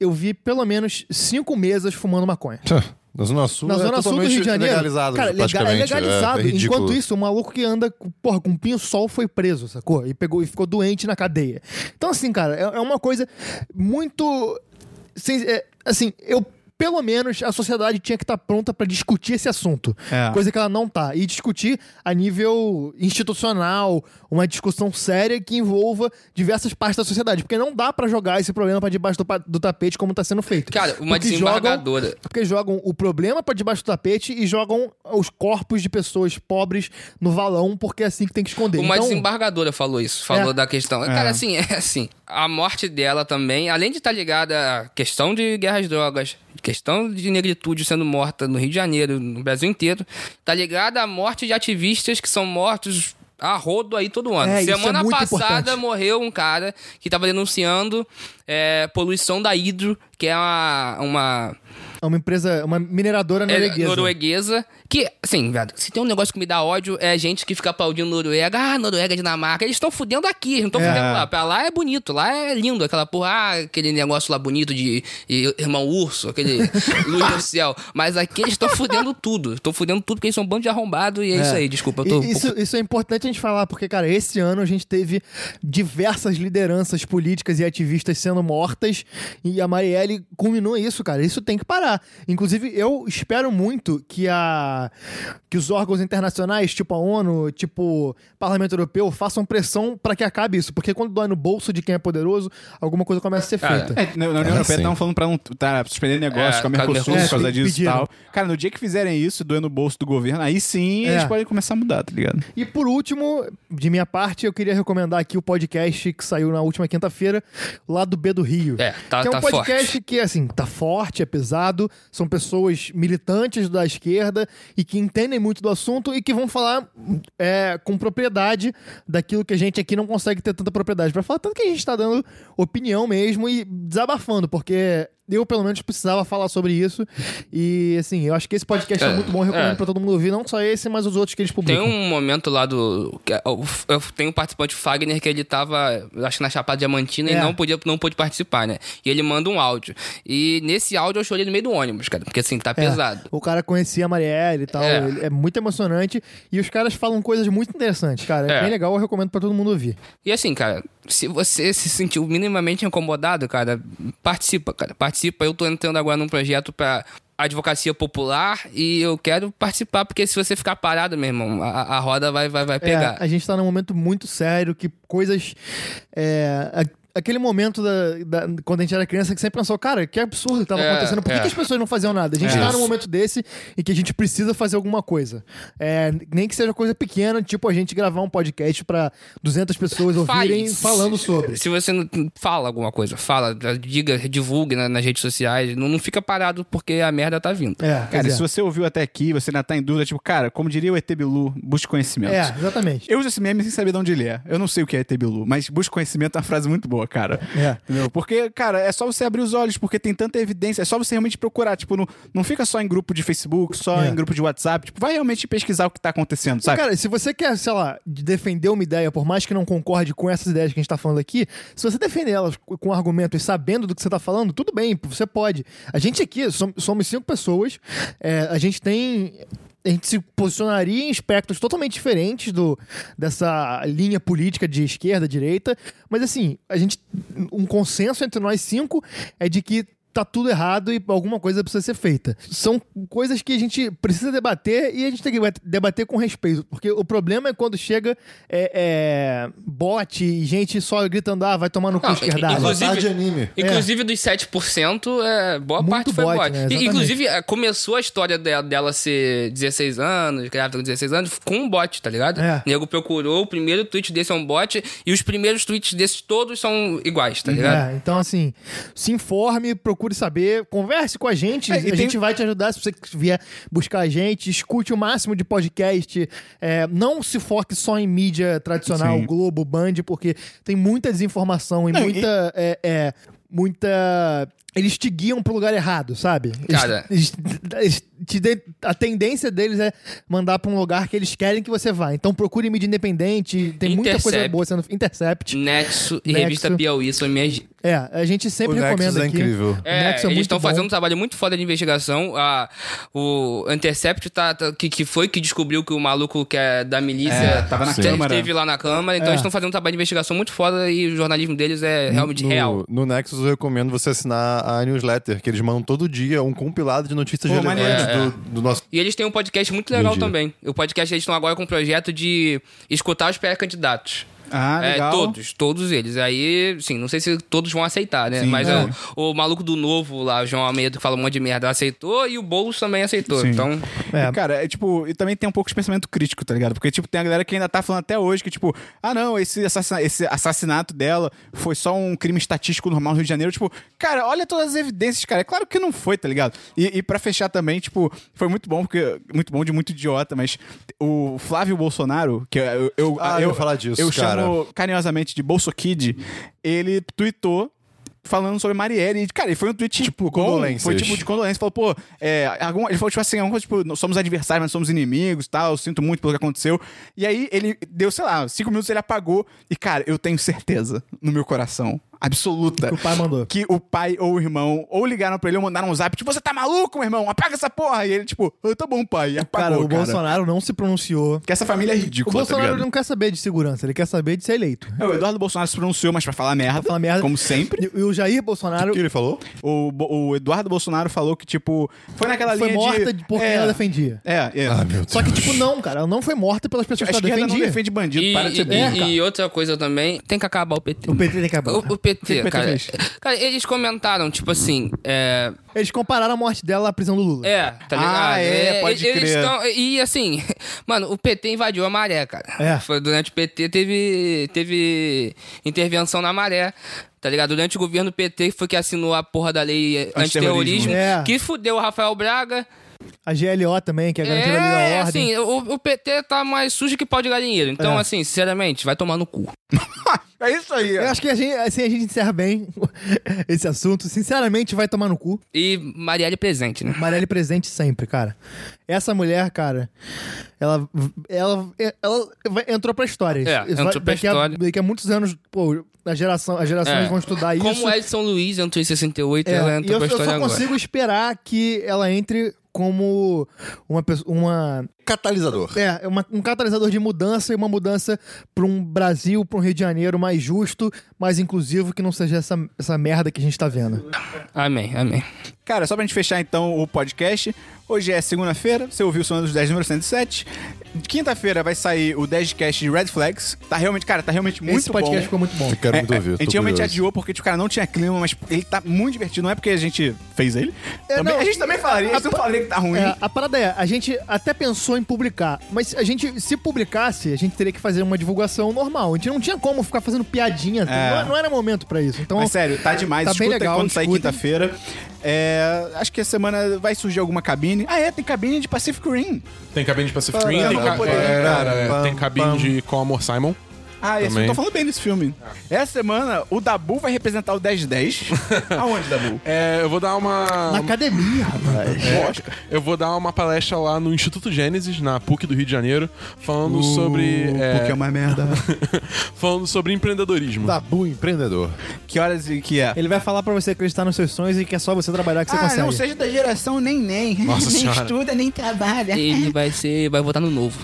[SPEAKER 3] eu vi pelo menos cinco mesas fumando maconha.
[SPEAKER 4] Na Zona Sul,
[SPEAKER 3] Na
[SPEAKER 4] é
[SPEAKER 3] Zona Sul do
[SPEAKER 4] totalmente
[SPEAKER 3] Rio de Janeiro.
[SPEAKER 4] legalizado,
[SPEAKER 3] cara, lega- é
[SPEAKER 4] praticamente.
[SPEAKER 3] legalizado.
[SPEAKER 4] É, é ridículo.
[SPEAKER 3] Enquanto isso, o maluco que anda com- porra, com um pinho-sol foi preso, sacou? E, pegou, e ficou doente na cadeia. Então, assim, cara, é, é uma coisa muito. sem- é, assim, eu. Pelo menos a sociedade tinha que estar pronta pra discutir esse assunto.
[SPEAKER 1] É.
[SPEAKER 3] Coisa que ela não tá. E discutir a nível institucional, uma discussão séria que envolva diversas partes da sociedade. Porque não dá pra jogar esse problema pra debaixo do, pa- do tapete como tá sendo feito.
[SPEAKER 5] Cara, uma
[SPEAKER 3] Porque jogam-
[SPEAKER 5] desembargadora.
[SPEAKER 3] porque jogam o problema pra debaixo do tapete e jogam os corpos de pessoas pobres no valão, porque é assim que tem que esconder.
[SPEAKER 5] Uma
[SPEAKER 3] então,
[SPEAKER 5] desembargadora falou isso, falou
[SPEAKER 3] É.
[SPEAKER 5] da questão. Cara, assim, é assim. A morte dela também, além de estar ligada à questão de guerra às drogas, questão de negritude sendo morta no Rio de Janeiro, no Brasil inteiro, tá ligada à morte de ativistas que são mortos a rodo aí todo ano.
[SPEAKER 3] É, isso é
[SPEAKER 5] Semana
[SPEAKER 3] muito
[SPEAKER 5] passada
[SPEAKER 3] importante.
[SPEAKER 5] morreu um cara que tava denunciando é, poluição da hidro, que é uma- uma
[SPEAKER 3] é uma empresa, uma mineradora
[SPEAKER 5] é,
[SPEAKER 3] norueguesa.
[SPEAKER 5] norueguesa. Que, assim, velho, se tem um negócio que me dá ódio, é gente que fica aplaudindo Noruega. Ah, Noruega, Dinamarca. Eles estão fudendo aqui, eles não estão fudendo lá. Pra lá é bonito, lá é lindo. Aquela porra, ah, aquele negócio lá bonito de, de irmão urso, aquele
[SPEAKER 3] [laughs]
[SPEAKER 5] luz do céu. Mas aqui eles estão fudendo tudo. Estão fudendo tudo porque eles são um bando de arrombado e é, isso aí. Desculpa, eu tô. um
[SPEAKER 3] E isso, isso é importante a gente falar, porque, cara, esse ano a gente teve diversas lideranças políticas e ativistas sendo mortas, e a Marielle culminou isso, cara. Isso tem que parar. Inclusive, eu espero muito que a a que os órgãos internacionais, tipo a ONU, tipo Parlamento Europeu, façam pressão pra que acabe isso, porque quando dói no bolso de quem é poderoso, alguma coisa começa a ser
[SPEAKER 5] Cara,
[SPEAKER 3] feita.
[SPEAKER 1] É, na na União
[SPEAKER 4] É,
[SPEAKER 1] Europeia
[SPEAKER 4] sim.
[SPEAKER 1] estão falando pra não tá, suspender negócios
[SPEAKER 5] Ah, É,
[SPEAKER 1] com a
[SPEAKER 5] por causa do
[SPEAKER 1] Mercosul por
[SPEAKER 5] Mercosul.
[SPEAKER 1] causa
[SPEAKER 3] É,
[SPEAKER 1] disso e
[SPEAKER 3] pediram.
[SPEAKER 1] tal. Cara, no dia que fizerem isso, doendo o bolso do governo, aí sim
[SPEAKER 3] É.
[SPEAKER 1] eles podem começar a mudar, tá ligado?
[SPEAKER 3] E por último, de minha parte, eu queria recomendar aqui o podcast que saiu na última quinta-feira, lá do B do Rio.
[SPEAKER 5] É, tá-
[SPEAKER 3] que é um
[SPEAKER 5] tá
[SPEAKER 3] podcast
[SPEAKER 5] forte.
[SPEAKER 3] que, assim, tá forte, é pesado, são pessoas militantes da esquerda e que entendem muito do assunto e que vão falar é, com propriedade daquilo que a gente aqui não consegue ter tanta propriedade pra falar, tanto que a gente tá dando opinião mesmo e desabafando, porque eu, pelo menos, precisava falar sobre isso. E, assim, eu acho que esse podcast é,
[SPEAKER 5] É,
[SPEAKER 3] muito bom, eu recomendo
[SPEAKER 5] é.
[SPEAKER 3] pra todo mundo ouvir, não só esse, mas os outros que eles
[SPEAKER 5] Tem
[SPEAKER 3] publicam.
[SPEAKER 5] um momento lá do. que é o- eu- Tem um participante, o Fagner, que ele tava, eu acho que na Chapada Diamantina
[SPEAKER 3] É.
[SPEAKER 5] e não, podia, não pôde participar, né? E ele manda um áudio. E nesse áudio eu chorei no meio do ônibus, cara, porque assim, tá
[SPEAKER 3] É,
[SPEAKER 5] pesado.
[SPEAKER 3] O cara conhecia a Marielle e tal.
[SPEAKER 5] É.
[SPEAKER 3] ele- É. muito emocionante. E os caras falam coisas muito interessantes, cara. É,
[SPEAKER 5] É.
[SPEAKER 3] bem legal, eu recomendo pra todo mundo ouvir.
[SPEAKER 5] E assim, cara, se você se sentiu minimamente incomodado, cara, participa, cara. Participa. Eu tô entrando agora num projeto pra advocacia popular e eu quero participar, porque se você ficar parado, meu irmão, a, a roda vai, vai, vai pegar.
[SPEAKER 3] É, a gente tá num momento muito sério que coisas. é, a- Aquele momento da, da- quando a gente era criança que sempre pensou, cara, que absurdo que tava
[SPEAKER 5] É,
[SPEAKER 3] acontecendo, por que,
[SPEAKER 5] é.
[SPEAKER 3] que as pessoas não faziam nada? A gente
[SPEAKER 1] É.
[SPEAKER 3] tá
[SPEAKER 1] Isso.
[SPEAKER 3] num momento desse e que a gente precisa fazer alguma coisa. É, nem que seja coisa pequena, tipo a gente gravar um podcast pra 200 pessoas ouvirem
[SPEAKER 5] Faz.
[SPEAKER 3] falando sobre.
[SPEAKER 5] Se você não fala alguma coisa, fala, diga, divulgue na- nas redes sociais, não, não fica parado porque a merda tá vindo.
[SPEAKER 3] É, pois
[SPEAKER 1] Cara,
[SPEAKER 3] é.
[SPEAKER 1] e se você ouviu até aqui, você ainda tá em dúvida, tipo, cara, como diria o ET Bilu, busque conhecimento.
[SPEAKER 3] é, exatamente.
[SPEAKER 1] Eu uso esse meme sem saber de onde ele é. Eu não sei o que é ET Bilu, mas busque conhecimento é uma frase muito boa, cara.
[SPEAKER 3] É.
[SPEAKER 1] Entendeu? Porque, cara, é só você abrir os olhos, porque tem tanta evidência. É só você realmente procurar. Tipo, não, não fica só em grupo de Facebook, só
[SPEAKER 3] É.
[SPEAKER 1] em grupo de WhatsApp. Tipo, vai realmente pesquisar o que tá acontecendo, sabe?
[SPEAKER 3] Cara, se você quer, sei lá, de- defender uma ideia, por mais que não concorde com essas ideias que a gente tá falando aqui, se você defender elas co- com argumentos sabendo do que você tá falando, tudo bem, você pode. A gente aqui som- somos cinco pessoas, é, a gente tem. A gente se posicionaria em espectros totalmente diferentes do, dessa linha política de esquerda, direita, mas assim, a gente. Um consenso entre nós cinco é de que tá tudo errado e alguma coisa precisa ser feita. São coisas que a gente precisa debater e a gente tem que debate- debater com respeito, porque o problema é quando chega é, é, bot e gente só gritando, ah, vai tomar no cu
[SPEAKER 5] Não,
[SPEAKER 3] esquerdado.
[SPEAKER 5] inclusive- é
[SPEAKER 4] Avatar É de anime.
[SPEAKER 5] Inclusive, dos 7%, é, boa
[SPEAKER 3] É. Muito
[SPEAKER 5] parte foi
[SPEAKER 3] bot,
[SPEAKER 5] bot.
[SPEAKER 3] né?
[SPEAKER 5] E,
[SPEAKER 3] Exatamente.
[SPEAKER 5] inclusive, é, começou a história dela, dela ser 16 anos, grávida com 16 anos, com um bot, tá ligado?
[SPEAKER 3] É.
[SPEAKER 5] O nego procurou, o primeiro tweet desse é um bot, e os primeiros tweets desses todos são iguais, tá ligado?
[SPEAKER 3] É, então, assim, se informe, procure saber, converse com a gente.
[SPEAKER 1] É,
[SPEAKER 3] a
[SPEAKER 1] e tem-
[SPEAKER 3] gente vai te ajudar se você vier buscar a gente. Escute o máximo de podcast. é, não se foque só em mídia tradicional,
[SPEAKER 1] Sim.
[SPEAKER 3] Globo, Band, porque tem muita desinformação e
[SPEAKER 1] Não, e-
[SPEAKER 3] muita. é, é, muita. Eles te guiam pro lugar errado, sabe? Eles-
[SPEAKER 5] Cara.
[SPEAKER 3] eles- eles te de- a tendência deles é mandar pra um lugar que eles querem que você vá. Então procure mídia independente. Tem muita coisa
[SPEAKER 5] Intercept.
[SPEAKER 3] boa sendo. Intercept.
[SPEAKER 5] Nexo e
[SPEAKER 3] Nexo.
[SPEAKER 5] Revista Piauí são minhas
[SPEAKER 3] É, a gente sempre
[SPEAKER 4] O Nexus
[SPEAKER 3] recomenda
[SPEAKER 4] é
[SPEAKER 3] aqui.
[SPEAKER 4] incrível.
[SPEAKER 3] O
[SPEAKER 5] É,
[SPEAKER 1] Né,
[SPEAKER 3] Nexus é
[SPEAKER 5] eles
[SPEAKER 3] muito
[SPEAKER 5] estão
[SPEAKER 3] bom.
[SPEAKER 5] fazendo um trabalho muito foda de investigação. A, o Intercept tá, tá- que, que foi que descobriu que o maluco que é da milícia
[SPEAKER 1] É, tava na
[SPEAKER 5] que
[SPEAKER 1] Câmara.
[SPEAKER 5] esteve lá na Câmara. Então
[SPEAKER 3] É.
[SPEAKER 5] eles estão fazendo um trabalho de investigação muito foda e o jornalismo deles é realmente
[SPEAKER 4] no,
[SPEAKER 5] real.
[SPEAKER 4] No Nexus eu recomendo você assinar a newsletter, que eles mandam todo dia um compilado de notícias
[SPEAKER 1] Pô,
[SPEAKER 4] relevantes
[SPEAKER 5] maneiro.
[SPEAKER 4] do, do nosso.
[SPEAKER 5] E eles têm um podcast muito legal
[SPEAKER 4] Entendi.
[SPEAKER 5] também. O podcast eles estão agora com um projeto de escutar os pré-candidatos.
[SPEAKER 1] Ah, legal.
[SPEAKER 5] É, todos, todos eles. Aí, sim, não sei se todos vão aceitar, né?
[SPEAKER 1] Sim,
[SPEAKER 5] Mas
[SPEAKER 1] é.
[SPEAKER 5] é, o, o maluco do novo lá, o João Almeida, que fala um monte de merda, aceitou e o Boulos também aceitou.
[SPEAKER 1] Sim.
[SPEAKER 5] Então,
[SPEAKER 3] É.
[SPEAKER 1] E, Cara, é tipo, e também tem um pouco de pensamento crítico, tá ligado? Porque, tipo, tem a galera que ainda tá falando até hoje que, tipo, ah, não, esse, assassina- esse assassinato dela foi só um crime estatístico normal no Rio de Janeiro. Tipo, cara, olha todas as evidências, cara. É claro que não foi, tá ligado? E, e pra fechar também, tipo, foi muito bom, porque. Muito bom de muito idiota, mas o Flávio Bolsonaro, que eu. eu
[SPEAKER 4] Ah, eu ia falar disso,
[SPEAKER 1] Eu
[SPEAKER 4] cara.
[SPEAKER 1] chamo carinhosamente de Bolso Kid, ele tweetou. Falando sobre Marielle. E, Cara, e foi um tweet. Tipo,
[SPEAKER 4] condolências.
[SPEAKER 1] Foi tipo de condolência. Falou, pô, é, algum, ele falou, tipo assim, alguma coisa, tipo, "Não somos adversários, mas não somos inimigos tal. Sinto muito pelo que aconteceu. E aí ele deu, sei lá, cinco minutos ele apagou. E, cara, eu tenho certeza no meu coração. absoluta.
[SPEAKER 3] Que o pai mandou.
[SPEAKER 1] Que o pai ou o irmão ou ligaram pra ele ou mandaram um zap, tipo, você tá maluco, meu irmão? Apaga essa porra. E ele, tipo, "Ah, tá bom, pai. E apagou,
[SPEAKER 3] Cara,
[SPEAKER 1] cara.
[SPEAKER 3] o Bolsonaro não se pronunciou.
[SPEAKER 1] Que essa família é
[SPEAKER 3] O
[SPEAKER 1] ridícula, tá
[SPEAKER 3] Bolsonaro
[SPEAKER 1] ligado?
[SPEAKER 3] não quer saber de segurança, ele quer saber de ser eleito.
[SPEAKER 1] É, O Eduardo Bolsonaro se pronunciou, mas pra falar merda,
[SPEAKER 3] Falar merda.
[SPEAKER 1] como sempre.
[SPEAKER 3] E, e o Jair Bolsonaro
[SPEAKER 4] O que ele falou?
[SPEAKER 1] O, Bo- o Eduardo Bolsonaro falou que, tipo, foi naquela
[SPEAKER 3] foi
[SPEAKER 1] linha de...
[SPEAKER 3] morta de... por quem
[SPEAKER 1] é,
[SPEAKER 3] ela defendia.
[SPEAKER 1] É, é.
[SPEAKER 3] Só que, tipo, não, cara, ela não foi morta pelas pessoas
[SPEAKER 1] a
[SPEAKER 3] que ela
[SPEAKER 1] esquerda não
[SPEAKER 3] defendia.
[SPEAKER 1] defende bandido,
[SPEAKER 5] E,
[SPEAKER 1] para de ser
[SPEAKER 5] e-
[SPEAKER 1] burro,
[SPEAKER 5] e-
[SPEAKER 1] cara.
[SPEAKER 5] e outra coisa também, tem que acabar o PT.
[SPEAKER 3] O PT tem que acabar.
[SPEAKER 5] O, o PT,
[SPEAKER 1] O que o PT
[SPEAKER 5] cara.
[SPEAKER 1] fez?
[SPEAKER 5] Cara, eles comentaram, tipo assim, é.
[SPEAKER 3] Eles compararam a morte dela à prisão do Lula.
[SPEAKER 5] É, tá
[SPEAKER 1] Ah,
[SPEAKER 5] ligado?
[SPEAKER 1] é, pode
[SPEAKER 5] eles
[SPEAKER 1] crer.
[SPEAKER 5] tão- e assim, [laughs] mano, o PT invadiu a maré, cara.
[SPEAKER 3] É.
[SPEAKER 5] Foi durante o PT teve, teve intervenção na maré. Tá ligado? Durante o governo PT foi que assinou a porra da lei
[SPEAKER 1] Antiterrorismo.
[SPEAKER 5] antiterrorismo,
[SPEAKER 3] É.
[SPEAKER 5] que fudeu o Rafael Braga.
[SPEAKER 3] A GLO também, que é a garantia da lei
[SPEAKER 5] É,
[SPEAKER 3] da ordem.
[SPEAKER 5] assim, o, o PT tá mais sujo que pau de galinheiro. Então,
[SPEAKER 3] É.
[SPEAKER 5] assim, sinceramente, vai tomar no cu.
[SPEAKER 1] É isso aí.
[SPEAKER 3] Eu
[SPEAKER 1] ó.
[SPEAKER 3] acho que a gente, assim a gente encerra bem [laughs] esse assunto. Sinceramente, vai tomar no cu.
[SPEAKER 5] E Marielle presente, né?
[SPEAKER 3] Marielle presente sempre, cara. Essa mulher, cara, ela, ela, ela vai- entrou pra história.
[SPEAKER 5] É,
[SPEAKER 3] Vai-
[SPEAKER 5] entrou pra
[SPEAKER 3] daqui a-
[SPEAKER 5] história.
[SPEAKER 3] Daqui a muitos anos, pô, a geração, as gerações
[SPEAKER 5] É.
[SPEAKER 3] vão estudar Ah, isso.
[SPEAKER 5] Como Edson Luiz entrou em 68,
[SPEAKER 3] É,
[SPEAKER 5] ela
[SPEAKER 3] e eu,
[SPEAKER 5] entrou pra
[SPEAKER 3] eu só
[SPEAKER 5] história agora.
[SPEAKER 3] consigo esperar que ela entre como uma pessoa, uma
[SPEAKER 4] Catalisador.
[SPEAKER 3] é uma- um catalisador de mudança e uma mudança pra um Brasil, pra um Rio de Janeiro mais justo, mais inclusivo, que não seja essa, essa merda que a gente tá vendo.
[SPEAKER 5] Amém, amém.
[SPEAKER 1] Cara, só pra gente fechar então o podcast. Hoje é segunda-feira, você ouviu o Sonando dos 10 número 107. Quinta-feira vai sair o 10 cast de Red Flags. Tá realmente, cara, tá realmente muito
[SPEAKER 3] Esse podcast
[SPEAKER 1] bom.
[SPEAKER 3] ficou muito bom.
[SPEAKER 4] Eu quero muito
[SPEAKER 1] É,
[SPEAKER 4] ouvir.
[SPEAKER 1] a gente realmente adiou porque, tipo, cara, não tinha clima, mas ele tá muito divertido. Não é porque a gente fez ele.
[SPEAKER 3] É,
[SPEAKER 1] Também-
[SPEAKER 3] não,
[SPEAKER 1] a gente também falaria, a gente não falaria que tá ruim.
[SPEAKER 3] É, a parada é, a gente até pensou em publicar, mas a gente, se publicasse, a gente teria que fazer uma divulgação normal. A gente não tinha como ficar fazendo piadinha, assim. não, não era momento pra isso. Então,
[SPEAKER 1] Mas sério, tá demais.
[SPEAKER 3] Tá
[SPEAKER 1] escuta
[SPEAKER 3] bem legal,
[SPEAKER 1] quando sair
[SPEAKER 3] escutem.
[SPEAKER 1] quinta-feira. É, acho que essa semana vai surgir alguma cabine. Ah, é, tem cabine de Pacific Rim.
[SPEAKER 2] Tem cabine de Pacific Rim,
[SPEAKER 1] Parará,
[SPEAKER 2] tem, ca-
[SPEAKER 1] parará,
[SPEAKER 2] é,
[SPEAKER 4] parará,
[SPEAKER 2] tem cabine de Com Amor Simon.
[SPEAKER 1] Ah, esse, eu
[SPEAKER 2] Também.
[SPEAKER 1] tô falando bem desse filme. Essa semana, o Dabu vai representar o 10 de 10. [laughs] Aonde, Dabu?
[SPEAKER 2] É, eu vou dar uma. é,
[SPEAKER 3] na academia, rapaz.
[SPEAKER 2] Eu vou dar uma palestra lá no Instituto Gênesis, na PUC do Rio de Janeiro,
[SPEAKER 1] Uh,
[SPEAKER 2] falando sobre. é,
[SPEAKER 1] Porque é uma merda.
[SPEAKER 2] [laughs] falando sobre empreendedorismo.
[SPEAKER 4] Dabu empreendedor.
[SPEAKER 1] que horas e que é? Ah,
[SPEAKER 3] Ele vai falar pra você acreditar nos seus sonhos e que é só você trabalhar que você consegue.
[SPEAKER 1] seja da geração nem [laughs] nem.
[SPEAKER 2] Nossa Senhora.
[SPEAKER 1] nem trabalha.
[SPEAKER 3] É.
[SPEAKER 5] Ele vai ser. Vai votar no novo.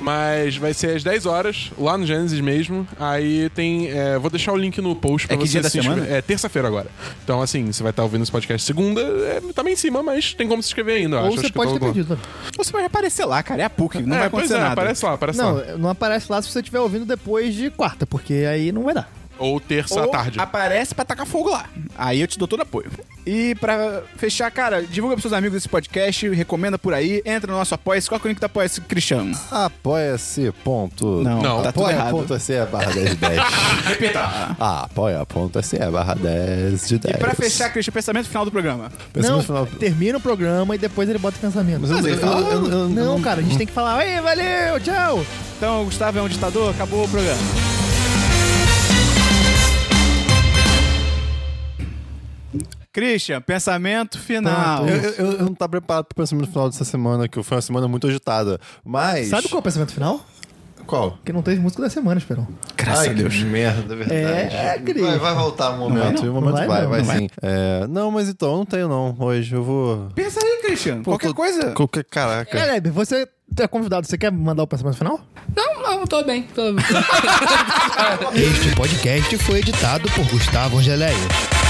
[SPEAKER 2] Mas vai ser às 10 horas, lá no Gênesis mesmo. Aí tem. é, vou deixar o link no post pra
[SPEAKER 1] É que
[SPEAKER 2] você
[SPEAKER 1] dia da
[SPEAKER 2] se inscrever.
[SPEAKER 1] semana?
[SPEAKER 2] É terça-feira agora. Então, assim, você vai estar ouvindo esse podcast segunda, é, tá bem em cima, mas tem como se inscrever ainda. eu
[SPEAKER 3] Ou
[SPEAKER 2] acho,
[SPEAKER 3] você
[SPEAKER 2] acho que
[SPEAKER 3] pode
[SPEAKER 2] eu
[SPEAKER 3] ter
[SPEAKER 2] tô com-
[SPEAKER 3] perdido. né?
[SPEAKER 1] Você vai aparecer lá, cara. É a PUC. Não
[SPEAKER 2] é,
[SPEAKER 1] vai
[SPEAKER 2] pois
[SPEAKER 1] acontecer
[SPEAKER 2] é,
[SPEAKER 1] nada.
[SPEAKER 2] aparece lá, aparece lá.
[SPEAKER 3] Não, não aparece lá se você estiver ouvindo depois de quarta, porque aí não vai dar.
[SPEAKER 2] Ou terça à
[SPEAKER 1] Ou
[SPEAKER 2] tarde. né?
[SPEAKER 1] Aparece pra tacar fogo lá. Aí eu te dou todo apoio. E pra fechar, cara, divulga pros seus amigos esse podcast, recomenda por aí, entra no nosso apoia-se. Qual que é o link do apoia-se, Cristiano?
[SPEAKER 4] Apoia-se. Ponto.
[SPEAKER 1] Não,
[SPEAKER 2] Não.
[SPEAKER 1] tá tudo errado.
[SPEAKER 4] Apoia.se barra 10 de 10.
[SPEAKER 1] Repita.
[SPEAKER 4] Apoia.se barra 10 de 10.
[SPEAKER 1] E pra fechar, Cristian, pensamento final do programa.
[SPEAKER 4] Pensando
[SPEAKER 3] não,
[SPEAKER 4] no final.
[SPEAKER 3] termina o programa e depois ele bota o pensamento.
[SPEAKER 4] eu-
[SPEAKER 1] ele
[SPEAKER 4] eu-
[SPEAKER 1] fala-
[SPEAKER 4] eu- eu- eu-
[SPEAKER 3] Não, cara, a gente tem que falar, ei, valeu, tchau.
[SPEAKER 1] Então, o Gustavo é um ditador, acabou o programa. Christian, pensamento final.
[SPEAKER 3] Pronto.
[SPEAKER 4] Eu, eu- eu- eu não tava preparado pro pensamento final dessa semana, que foi uma semana muito agitada. Mas.
[SPEAKER 3] Sabe qual é o pensamento final?
[SPEAKER 4] Qual?
[SPEAKER 3] Que não teve música da semana, Esperão.
[SPEAKER 4] Ai, que merda, é verdade.
[SPEAKER 3] É, é, querido.
[SPEAKER 4] vai, vai voltar um momento.
[SPEAKER 3] não,
[SPEAKER 4] e um momento
[SPEAKER 3] não vai,
[SPEAKER 4] vai, vai,
[SPEAKER 3] não, não
[SPEAKER 4] sim. É, não, mas então, eu não tenho não hoje. Eu vou.
[SPEAKER 1] Pensa aí, Christian. Qualquer
[SPEAKER 4] tô-
[SPEAKER 1] coisa.
[SPEAKER 4] Qualquer, caraca.
[SPEAKER 3] Caleb, você é convidado, você quer mandar o pensamento final?
[SPEAKER 5] Não, não, tô bem, tô bem.
[SPEAKER 6] Este podcast foi editado por Gustavo Angeléia.